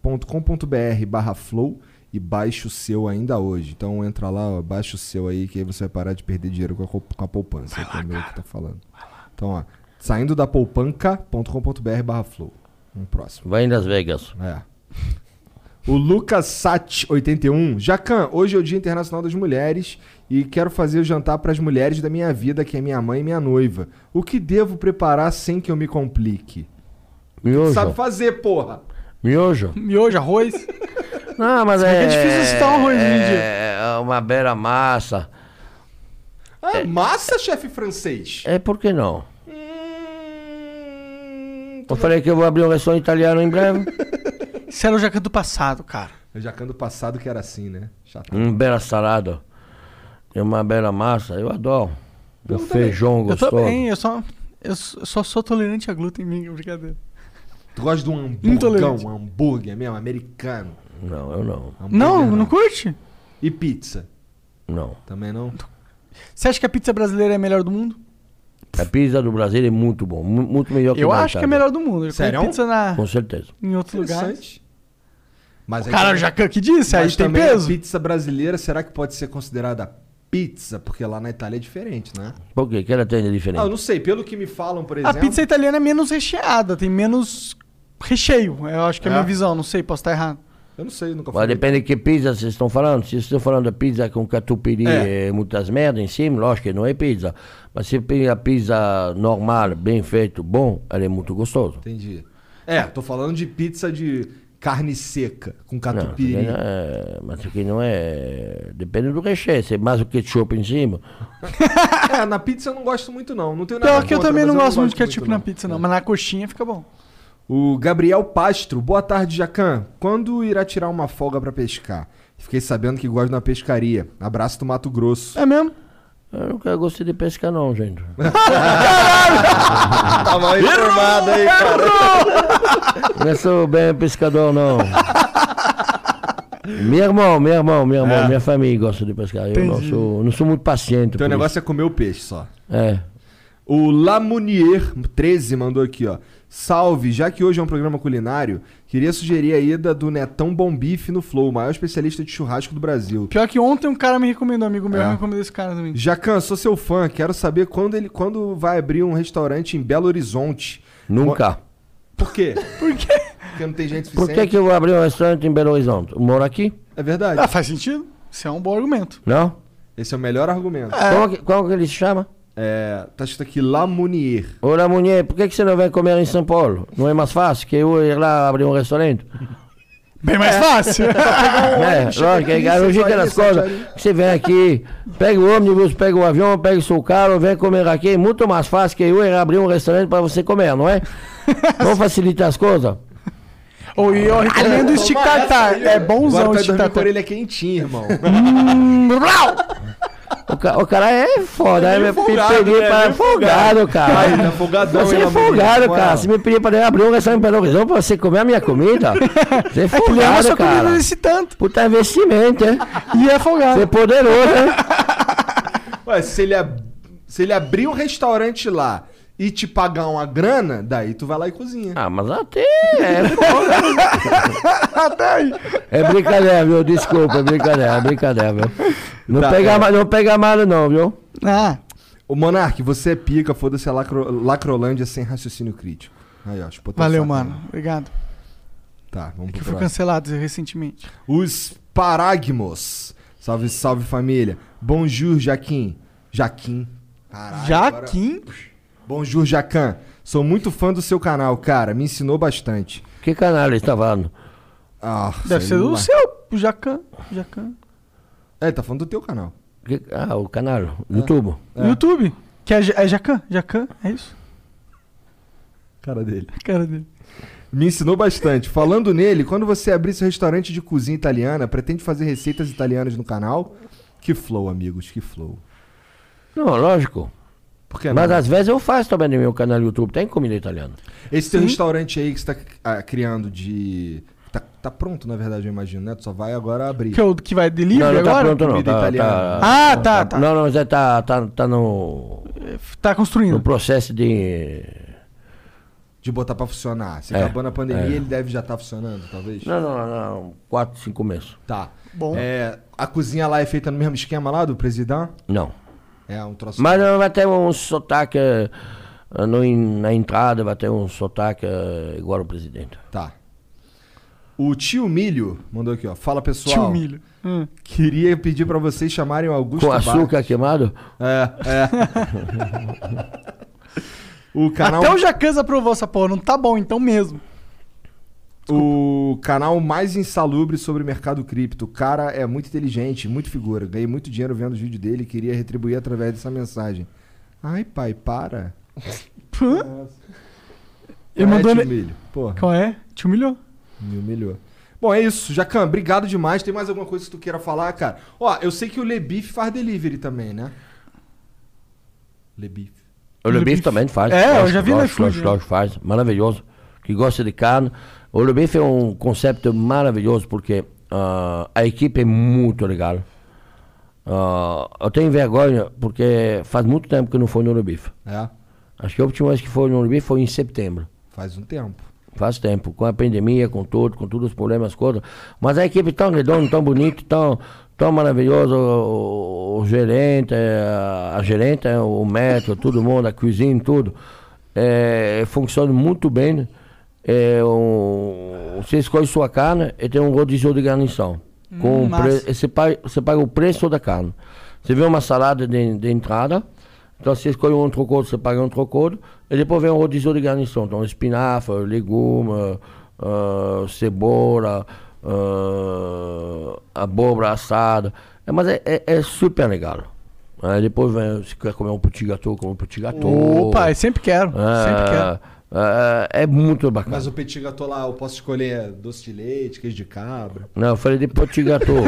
S2: poupanca.com.br barra flow e baixe o seu ainda hoje. Então entra lá, ó, baixa o seu aí, que aí você vai parar de perder dinheiro com a, co- com a poupança. que é o meu que tá falando. Então, ó, saindo da poupanca.com.br barra flow. Um próximo.
S4: Vai em Las Vegas.
S2: É. O Lucas Sat 81. Jacan, hoje é o Dia Internacional das Mulheres e quero fazer o jantar para as mulheres da minha vida, que é minha mãe e minha noiva. O que devo preparar sem que eu me complique?
S4: Miojo.
S2: Sabe fazer, porra.
S4: Miojo.
S3: Miojo, arroz.
S4: Não, mas
S3: Se bem
S4: é.
S3: que é difícil citar um arroz hoje em
S4: É uma bela massa.
S2: Ah,
S3: É.
S2: massa, chefe francês.
S4: É por que não?
S2: Hum.
S4: Eu falei que eu vou abrir um restaurante italiano em
S3: (laughs)
S4: breve.
S3: Isso era o Jacan do passado, cara.
S2: O Jacan do passado que era assim, né? Chato.
S4: Um bela salada. E uma bela massa. Eu adoro. Um feijão
S3: Eu tô
S4: gostoso.
S3: bem, eu só, eu s- eu só sou tolerante a glúten, minha brincadeira.
S2: Tu gosta de um hamburgão,
S3: Intolerante.
S2: um hambúrguer mesmo, americano.
S4: Não, eu não.
S2: Hambúrguer
S3: Não, não curte?
S2: E pizza?
S4: Não.
S2: Também não?
S3: Você acha que a pizza brasileira é a melhor do mundo?
S4: A pizza do Brasil é muito bom. mu- Muito melhor que
S3: eu
S4: da
S3: acho que é a
S4: Itália.
S3: melhor do mundo. Eu
S4: Sério?
S3: comi pizza na,
S4: Com certeza.
S3: em outros lugares.
S2: Interessante. Mas aí
S3: Cara, o
S2: também-
S3: Jacan que disse, aí
S2: Mas
S3: tem
S2: também
S3: peso.
S2: A pizza brasileira, será que pode ser considerada pizza? Porque lá na Itália é diferente, né?
S4: Por quê? que ela tem de diferente?
S2: Ah, eu não sei, pelo que me falam, por
S3: A
S2: exemplo.
S3: pizza italiana é menos recheada, tem menos recheio. Eu acho que é, a
S2: É?
S3: minha visão, não sei, posso estar errado.
S2: Eu não sei, nunca
S4: Mas depende de que pizza vocês estão falando. Se vocês estão falando de pizza com catupiry
S2: É.
S4: e muitas merdas em cima, lógico que não é pizza. Mas se tem a pizza normal, bem feito, bom, ela é muito gostosa.
S2: Entendi. É, tô falando de pizza de carne seca, com
S4: Não,
S2: catupiry.
S4: também não é- mas aqui não é. Depende do recheio. Se é mais o ketchup em cima.
S2: é, na pizza eu não gosto muito, não. Não tenho nada
S3: Pior que eu
S2: contra,
S3: também
S2: mas
S3: não gosto muito de ketchup na
S2: não.
S3: pizza, não, mas na coxinha fica bom.
S2: O Gabriel Pastro, boa tarde, Jacan. Quando irá tirar uma folga pra pescar? Fiquei sabendo que gosta de uma pescaria. Abraço do Mato Grosso.
S3: É mesmo?
S4: Eu nunca gostei de pescar, não,
S2: (laughs)
S4: gente.
S3: Ah,
S2: Tá mal informado aí,
S4: Não é sou bem pescador,
S2: (laughs)
S4: não. meu irmão, meu irmão, meu irmão,
S2: É.
S4: minha família gosta de pescar. Eu não
S2: Entendi.
S4: sou, não sou muito paciente.
S2: Teu
S4: por
S2: negócio é comer o peixe só.
S4: É.
S2: O Lamounier13 mandou aqui, ó. Salve, já que hoje é um programa culinário, queria sugerir a ida do Netão Bom Bife no Flow, o maior especialista de churrasco do Brasil.
S3: Pior que ontem um cara me recomendou, amigo meu
S2: É.
S3: me recomendou esse cara também.
S2: Jacan, sou seu fã, quero saber quando ele quando vai abrir um restaurante em Belo Horizonte.
S4: Nunca.
S2: Por
S4: (laughs)
S2: quê?
S3: Por quê?
S2: Porque não tem gente
S4: Por
S2: suficiente.
S4: que, que eu vou abrir um restaurante em Belo Horizonte? Eu Moro aqui?
S2: É verdade.
S3: Ah, faz sentido. Isso é um bom argumento.
S4: Não?
S2: Esse é o melhor argumento.
S4: Como que, como que ele se chama?
S2: É, tá escrito aqui Lamounier.
S4: Olá, mulher, por que, que você não vai comer em São Paulo? Não é mais fácil que eu ir lá abrir um restaurante?
S3: Bem mais
S2: (laughs)
S3: fácil.
S4: É, lógico, é, cara, o jeito das coisas. Você vem aqui, pega o ônibus, pega o avião, pega o seu carro, vem comer aqui. É muito mais fácil que eu ir abrir um restaurante para você comer, não é? Vamos facilitar as coisas?
S3: Ou e eu recomendo este tartar. É bonzão
S2: Agora
S3: este
S2: tá dormindo com a
S3: tartar.
S2: orelha quentinha, irmão.
S3: Hum, brau!
S4: O, ca- o cara é foda,
S2: É
S4: é
S2: meio
S4: me
S2: folgado,
S4: pedir
S2: né?
S4: para
S2: Meio
S4: folgado,
S2: folgado.
S4: cara.
S2: Aí, tá folgadão,
S4: você
S2: hein,
S4: é
S2: Lamborghini?
S4: folgado,
S2: Ué.
S4: cara. Você me pedir para abrir um restaurante em Belo Horizonte para você comer a minha comida. Você é
S3: É que leva
S4: folgado,
S3: sua comida
S4: cara.
S3: desse tanto.
S4: Puta investimento, hein?
S3: E é folgado.
S4: Você é poderoso, hein?
S2: Ué, se ele, ab- se ele abrir um restaurante lá e te pagar uma grana, daí tu vai lá e cozinha.
S4: Ah, mas até é bom, né? É brincadeira, viu? Desculpa, é brincadeira, é brincadeira, viu? Não,
S2: Tá,
S4: pega,
S2: é.
S4: ma- não pega mal, não, viu?
S3: Ah,
S2: Ô, Monark, você é pica, foda-se a lacro, lacrolândia sem raciocínio crítico. Aí, ó, chupou teu
S3: valeu,
S2: saco, né?
S3: mano. Obrigado.
S2: Tá, vamos
S3: Que
S2: pro
S3: foi
S2: próximo.
S3: cancelado recentemente.
S2: Os Paragmos. Salve, salve, família. Bonjour, Jaquim. Jaquim. Caralho,
S3: Jaquim?
S2: agora- Bonjour, Jacan. Sou muito fã do seu canal, cara. Me ensinou bastante.
S4: Que canal ele tá falando?
S2: Ah,
S3: Deve ser
S2: celular.
S3: o seu, o Jacan. Jacan.
S2: É, ele tá falando do teu canal.
S4: Que- ah, o canal, YouTube.
S3: No YouTube? Que é, Ja- é Jacan? Jacan? É isso?
S2: Cara dele.
S3: Cara dele.
S2: Me ensinou bastante. Falando nele, quando você abrir seu restaurante de cozinha italiana, pretende fazer receitas italianas no canal? Que flow, amigos, que flow.
S4: Não, lógico.
S2: que
S4: Mas
S2: não?
S4: às vezes eu faço também no meu canal YouTube, tem comida italiana.
S2: Esse teu
S4: Sim.
S2: restaurante aí que você tá ah, criando de. Tá, tá pronto, na verdade, eu imagino, né? Tu só vai agora abrir.
S3: Que, é o que vai delivery
S4: não, não
S3: agora?
S4: tá pronto não.
S2: Comida
S4: tá-
S2: italiana.
S4: tá-
S3: Ah, tá, tá.
S4: Não, não, mas é, tá, tá, tá no...
S3: Tá construindo.
S4: No processo de...
S2: De botar pra funcionar. Se
S4: É,
S2: acabando a pandemia,
S4: é.
S2: ele deve já estar funcionando, talvez?
S4: Não, não, não, não. Quatro, cinco meses.
S2: Tá.
S3: Bom.
S2: É, a cozinha lá é feita no mesmo esquema lá do presidente?
S4: Não.
S2: É um troço.
S4: Mas não, vai ter um sotaque eh, no, in- na entrada, vai ter um sotaque eh, igual ao presidente.
S2: Tá. O tio Milho mandou aqui, ó. Fala pessoal.
S3: Tio Milho. Hum.
S2: Queria pedir pra vocês chamarem o Augusto
S4: Com
S2: Barros.
S4: açúcar queimado?
S2: É, é. o canal,
S3: Até é o Jacans aprovou essa porra. Não tá bom então mesmo.
S2: o canal mais insalubre sobre mercado cripto. O cara é muito inteligente, muito figura. Ganhei muito dinheiro vendo os vídeos dele e queria retribuir através dessa mensagem. Ai, pai, para.
S3: Hã?
S2: Qual é,
S3: Ele mandou
S2: tio
S3: ne-
S2: Milho? Porra.
S3: Qual é? Te humilhou?
S2: Me humilhou. Bom, é isso. Jacan, obrigado demais. Tem mais alguma coisa que tu queira falar, cara? Ó, eu sei que o Lebif faz delivery também, né? Lebif.
S4: O Lubif também faz.
S3: É, eu já vi no
S4: lógico,
S3: iFood,
S4: lógico,
S3: né?
S4: lógico, faz. Maravilhoso. Que gosta de carne. O Lubif é um conceito maravilhoso porque ah, a equipe é muito legal. Ah, eu tenho vergonha porque faz muito tempo que eu não fui no Lubif.
S2: É,
S4: Acho que a última vez que fui no Lubif foi em setembro.
S2: faz um tempo.
S4: Faz tempo, com a pandemia, com tudo, com todos os problemas, coisas. Mas a equipe tão redonda, tão bonita, tão, tão maravilhosa, o, o gerente, a, a gerente, né, o médico, todo mundo, a cozinha, tudo. É, funciona muito bem. né? É, um- você escolhe sua carne e tem um rodízio de garnição.
S3: Hum,
S4: Com um pre-
S3: massa.
S4: você, paga, você paga o preço da carne. Você vê uma salada de, de entrada, então você escolhe um trocado, você paga um trocado, e depois vem um rodízio de garnição. Então, espinafre, legume, ah, cebola, ah, abóbora assada. É, mas é, é- é super legal. Aí depois vem, se quer comer um petit gâteau, come um petit gâteau.
S3: Opa, eu sempre quero. Sempre quero.
S4: Ah, ah, é muito bacana.
S2: Mas o petit gâteau lá, eu posso escolher doce de leite, queijo de cabra.
S4: Não, eu falei de petit gâteau.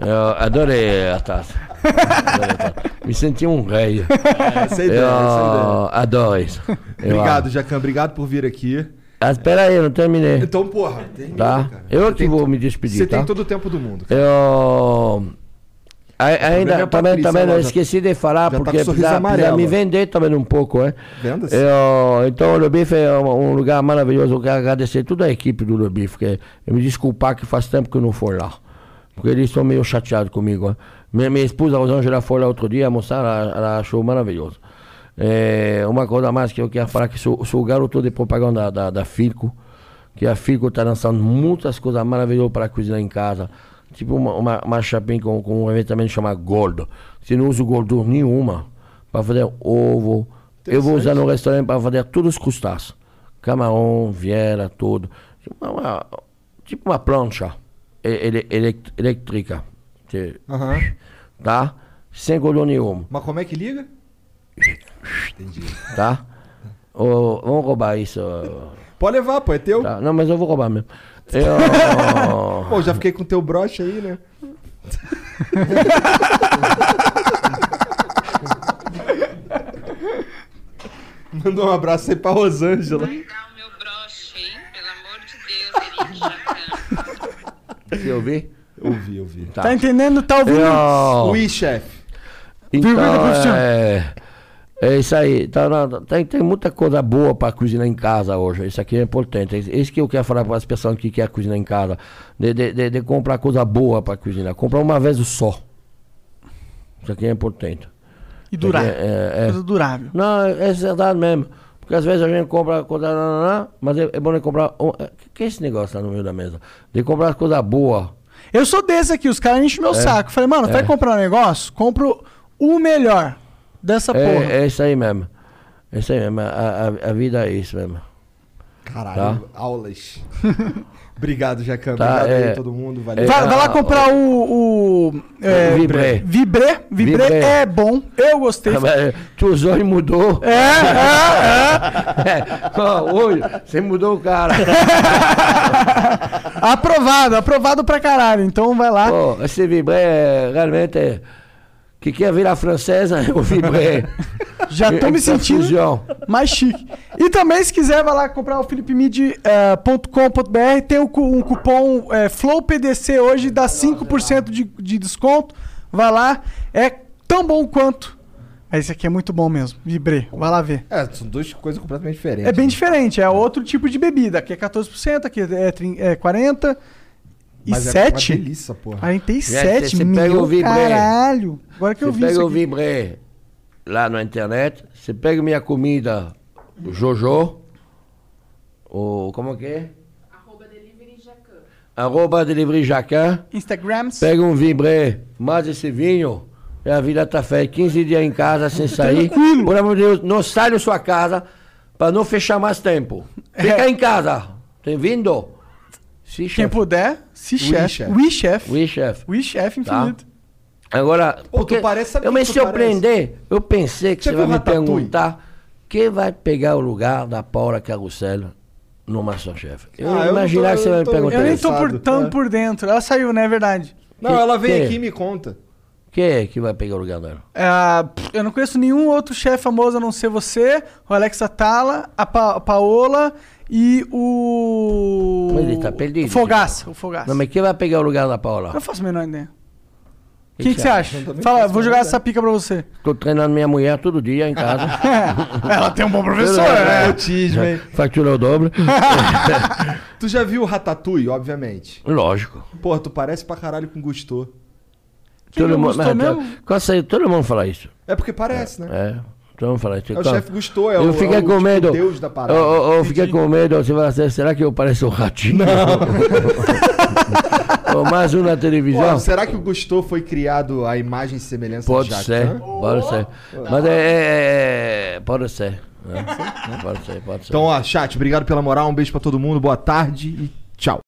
S4: eu adorei a taça. Adorei a taça. Me senti um rei.
S2: (laughs) É, essa é a ideia,
S4: eu
S2: essa é a ideia.
S4: adoro isso. Eu
S2: Obrigado,
S4: amo.
S2: Jacan. Obrigado por vir aqui.
S4: Ah, espera aí, eu não terminei.
S2: Então, porra, termina,
S4: tá?
S2: cara.
S4: Eu
S2: Você
S4: que
S2: tem
S4: vou
S2: to-
S4: me despedir,
S2: Você
S4: tá?
S2: tem todo o tempo do mundo.
S4: Eu... Ai-
S2: problema é
S4: ainda
S2: a
S4: também,
S2: Patrícia,
S4: também
S2: ela
S4: não
S2: já-
S4: esqueci de
S2: já
S4: falar,
S2: tá com
S4: porque
S2: sorriso
S4: precisa, precisa
S2: amarelo. né?
S4: me vender também um pouco, é?
S2: Venda-se.
S4: Eu- Então o Lobife é um, um lugar maravilhoso, eu quero agradecer toda a equipe do Lobife, que eu me desculpar que faz tempo que eu não for lá, porque eles estão meio chateados comigo, hein? Minha, minha esposa, Rosângela, foi lá outro dia almoçar, ela, ela achou maravilhoso. É, uma coisa a mais que eu quero falar, que sou, sou o garoto de propaganda da, da, da Filco, que a Fico está lançando muitas coisas maravilhosas para cozinhar em casa. Tipo uma, uma, uma chapinha com, com um eventamento chamado Gold. Você não usa gordura nenhuma para fazer ovo. Eu vou usar no restaurante para fazer todos os crustáceos. Camarão, viela, tudo. Tipo uma, uma- tipo uma plancha e- ele- elec- elétrica. Que-
S2: Aham.
S4: Tá? Sem gordura nenhuma
S2: Mas como é que liga? Entendi.
S4: tá? Ô, vamos roubar isso.
S2: Pode levar, pô, é teu.
S4: Tá, Não, mas eu vou roubar mesmo. Eu...
S2: Pô, já fiquei com teu broche aí,
S4: (laughs)
S2: né? Mandou um abraço aí pra Rosângela.
S4: Você ouviu?
S2: Ouvi, ouvi.
S4: Tá,
S3: Tá entendendo? Tá ouvindo?
S4: Eu...
S2: Ui, chefe.
S3: Pergunta,
S4: Então,
S3: professor.
S4: é... é isso aí. Tá, não, tem, tem muita coisa boa para cozinhar em casa hoje. Isso aqui é importante. Isso- Isso que eu quero falar para as pessoas que querem cozinhar em casa. De, de, de- de comprar coisa boa para cozinhar. Comprar uma vez só. Isso aqui é importante.
S3: E durar.
S4: Porque, é, é-
S3: Coisa durável.
S4: Não, é verdade mesmo. Porque às vezes a gente compra coisa, lá, lá, lá, mas é, é bom de comprar. O que, que é esse negócio lá no meio da mesa? De comprar coisa boa.
S3: Eu sou desse aqui, os caras enchem meu
S4: É.
S3: saco. Falei, mano, vai
S4: É.
S3: comprar um negócio? Compro o melhor. dessa
S4: é,
S3: porra.
S4: É isso aí mesmo. É isso aí mesmo. A, a, a vida é isso mesmo.
S2: Caralho, aulas. (laughs) Obrigado, Jacan.
S4: Tá,
S2: Obrigado
S4: é.
S2: aí, todo mundo. Valeu.
S4: É,
S3: Vai, vai lá
S4: ah,
S3: comprar o. o é,
S4: Vibré.
S3: Vibré. Vibré
S4: Vibré.
S3: é bom. Eu
S4: (laughs)
S3: gostei.
S4: Ah, mas Tiozão mudou.
S3: É, é, é.
S4: (laughs) Ó, hoje, você mudou
S3: (laughs)
S4: o cara.
S3: Aprovado, aprovado pra caralho. Então vai lá.
S4: Pô, esse vibré é, realmente é. Que quer virar francesa, eu vibré.
S3: Já tô
S4: É
S3: me
S4: essa
S3: sentindo
S4: fusão.
S3: mais chique. E também, se quiser, vai lá comprar o eh, philipemid.com.br. Tem o cu- um cupom é, FlowPDC hoje, dá 5% de, de desconto. Vai lá, é tão bom quanto. Ah, Esse aqui é muito bom mesmo, Vibré. Vai lá ver.
S2: É, são duas coisas completamente diferentes. né?
S3: É bem diferente, é outro tipo de bebida. Aqui é 14%, aqui é, trin- é 40%. E
S2: Mas é
S3: 7?
S2: uma delícia, porra.
S3: 47
S4: Você
S3: mil,
S4: pega o Vibré.
S3: caralho. Agora que eu vi
S4: Você
S3: isso
S4: pega o
S3: aqui.
S4: Vibré lá na internet, você pega minha comida Jojo, ou como que é? Arroba Delivery Jacan.
S3: Instagrams.
S4: Pega um Vibré, mais esse vinho, e a vida tá feia. 15 dias em casa sem sair. Por amor de Deus, não sai da sua casa para não fechar mais tempo.
S2: É.
S4: Fica em casa. Tem vindo? Sim,
S3: Quem
S4: chefe.
S3: puder, se chefe.
S4: chef.
S3: We chef.
S4: Oui, chef.
S3: We chef
S4: Tá?
S3: infinito.
S4: Agora, porque
S2: parece- sabe
S4: eu
S2: que
S4: me
S2: tu
S4: surpreender, eu pensei que
S2: Já
S4: você
S2: viu
S4: vai me
S2: Ratatouille?
S4: perguntar quem vai pegar o lugar da Paula Carrossel no Masterchef. Eu
S2: Ah, eu
S4: ia
S2: não
S4: imaginar
S2: tô-
S4: que você
S2: eu
S4: vai
S2: não
S4: me
S2: tô-
S4: perguntar
S3: Eu nem
S4: isso.
S3: tô por, tão
S2: é.
S3: por dentro. Ela saiu, né? É verdade.
S2: Não, ela vem
S4: que-
S2: aqui e me conta.
S4: Quem é que vai pegar o lugar dela?
S3: Ah, pff, eu não conheço nenhum outro chefe famoso a não ser você, o Alex Atala, a Pa- Paola e o.
S4: Mas ele tá perdido,
S3: O Fogaça. O Fogaça.
S4: Não, mas quem vai pegar o lugar da Paula?
S3: Eu não faço a menor ideia. O que,
S4: Que
S3: que
S4: que
S3: você
S4: é?
S3: acha?
S4: Eu também
S3: Fala,
S4: faço
S3: vou
S4: a
S3: jogar
S4: menor
S3: essa pica pra você.
S4: Tô treinando minha mulher todo dia
S2: (laughs)
S4: em casa.
S3: Ela tem um bom professor,
S2: É,
S3: né?
S2: autismo, hein?
S4: Fatura
S2: (laughs)
S4: o dobro.
S2: Tu já viu o Ratatouille, obviamente?
S4: Lógico.
S2: Porra, tu parece pra caralho com Gusto.
S3: Quem não
S4: mundo,
S3: gostou
S4: mas, tá
S3: mesmo?
S4: quando saiu, todo mundo fala isso.
S2: É porque parece, né?
S4: É. Então falar isso.
S2: É o
S4: Então,
S2: chefe Gusteau, é o-
S4: eu fiquei
S2: é o,
S4: com
S2: tipo,
S4: medo.
S2: deus da parada.
S4: Eu, eu- eu fiquei com medo. Você vai dizer, será que eu pareço um ratinho? (laughs) Ou mais um na televisão?
S2: Pô, será que o Gusto foi criado a imagem e semelhança
S4: Pode
S2: de Jacques,
S4: ser,
S2: né?
S4: pode ser. Mas é, é- é- pode ser. né? Pode ser, pode ser.
S2: Então, ó, chat, obrigado pela moral, um beijo pra todo mundo, boa tarde e tchau.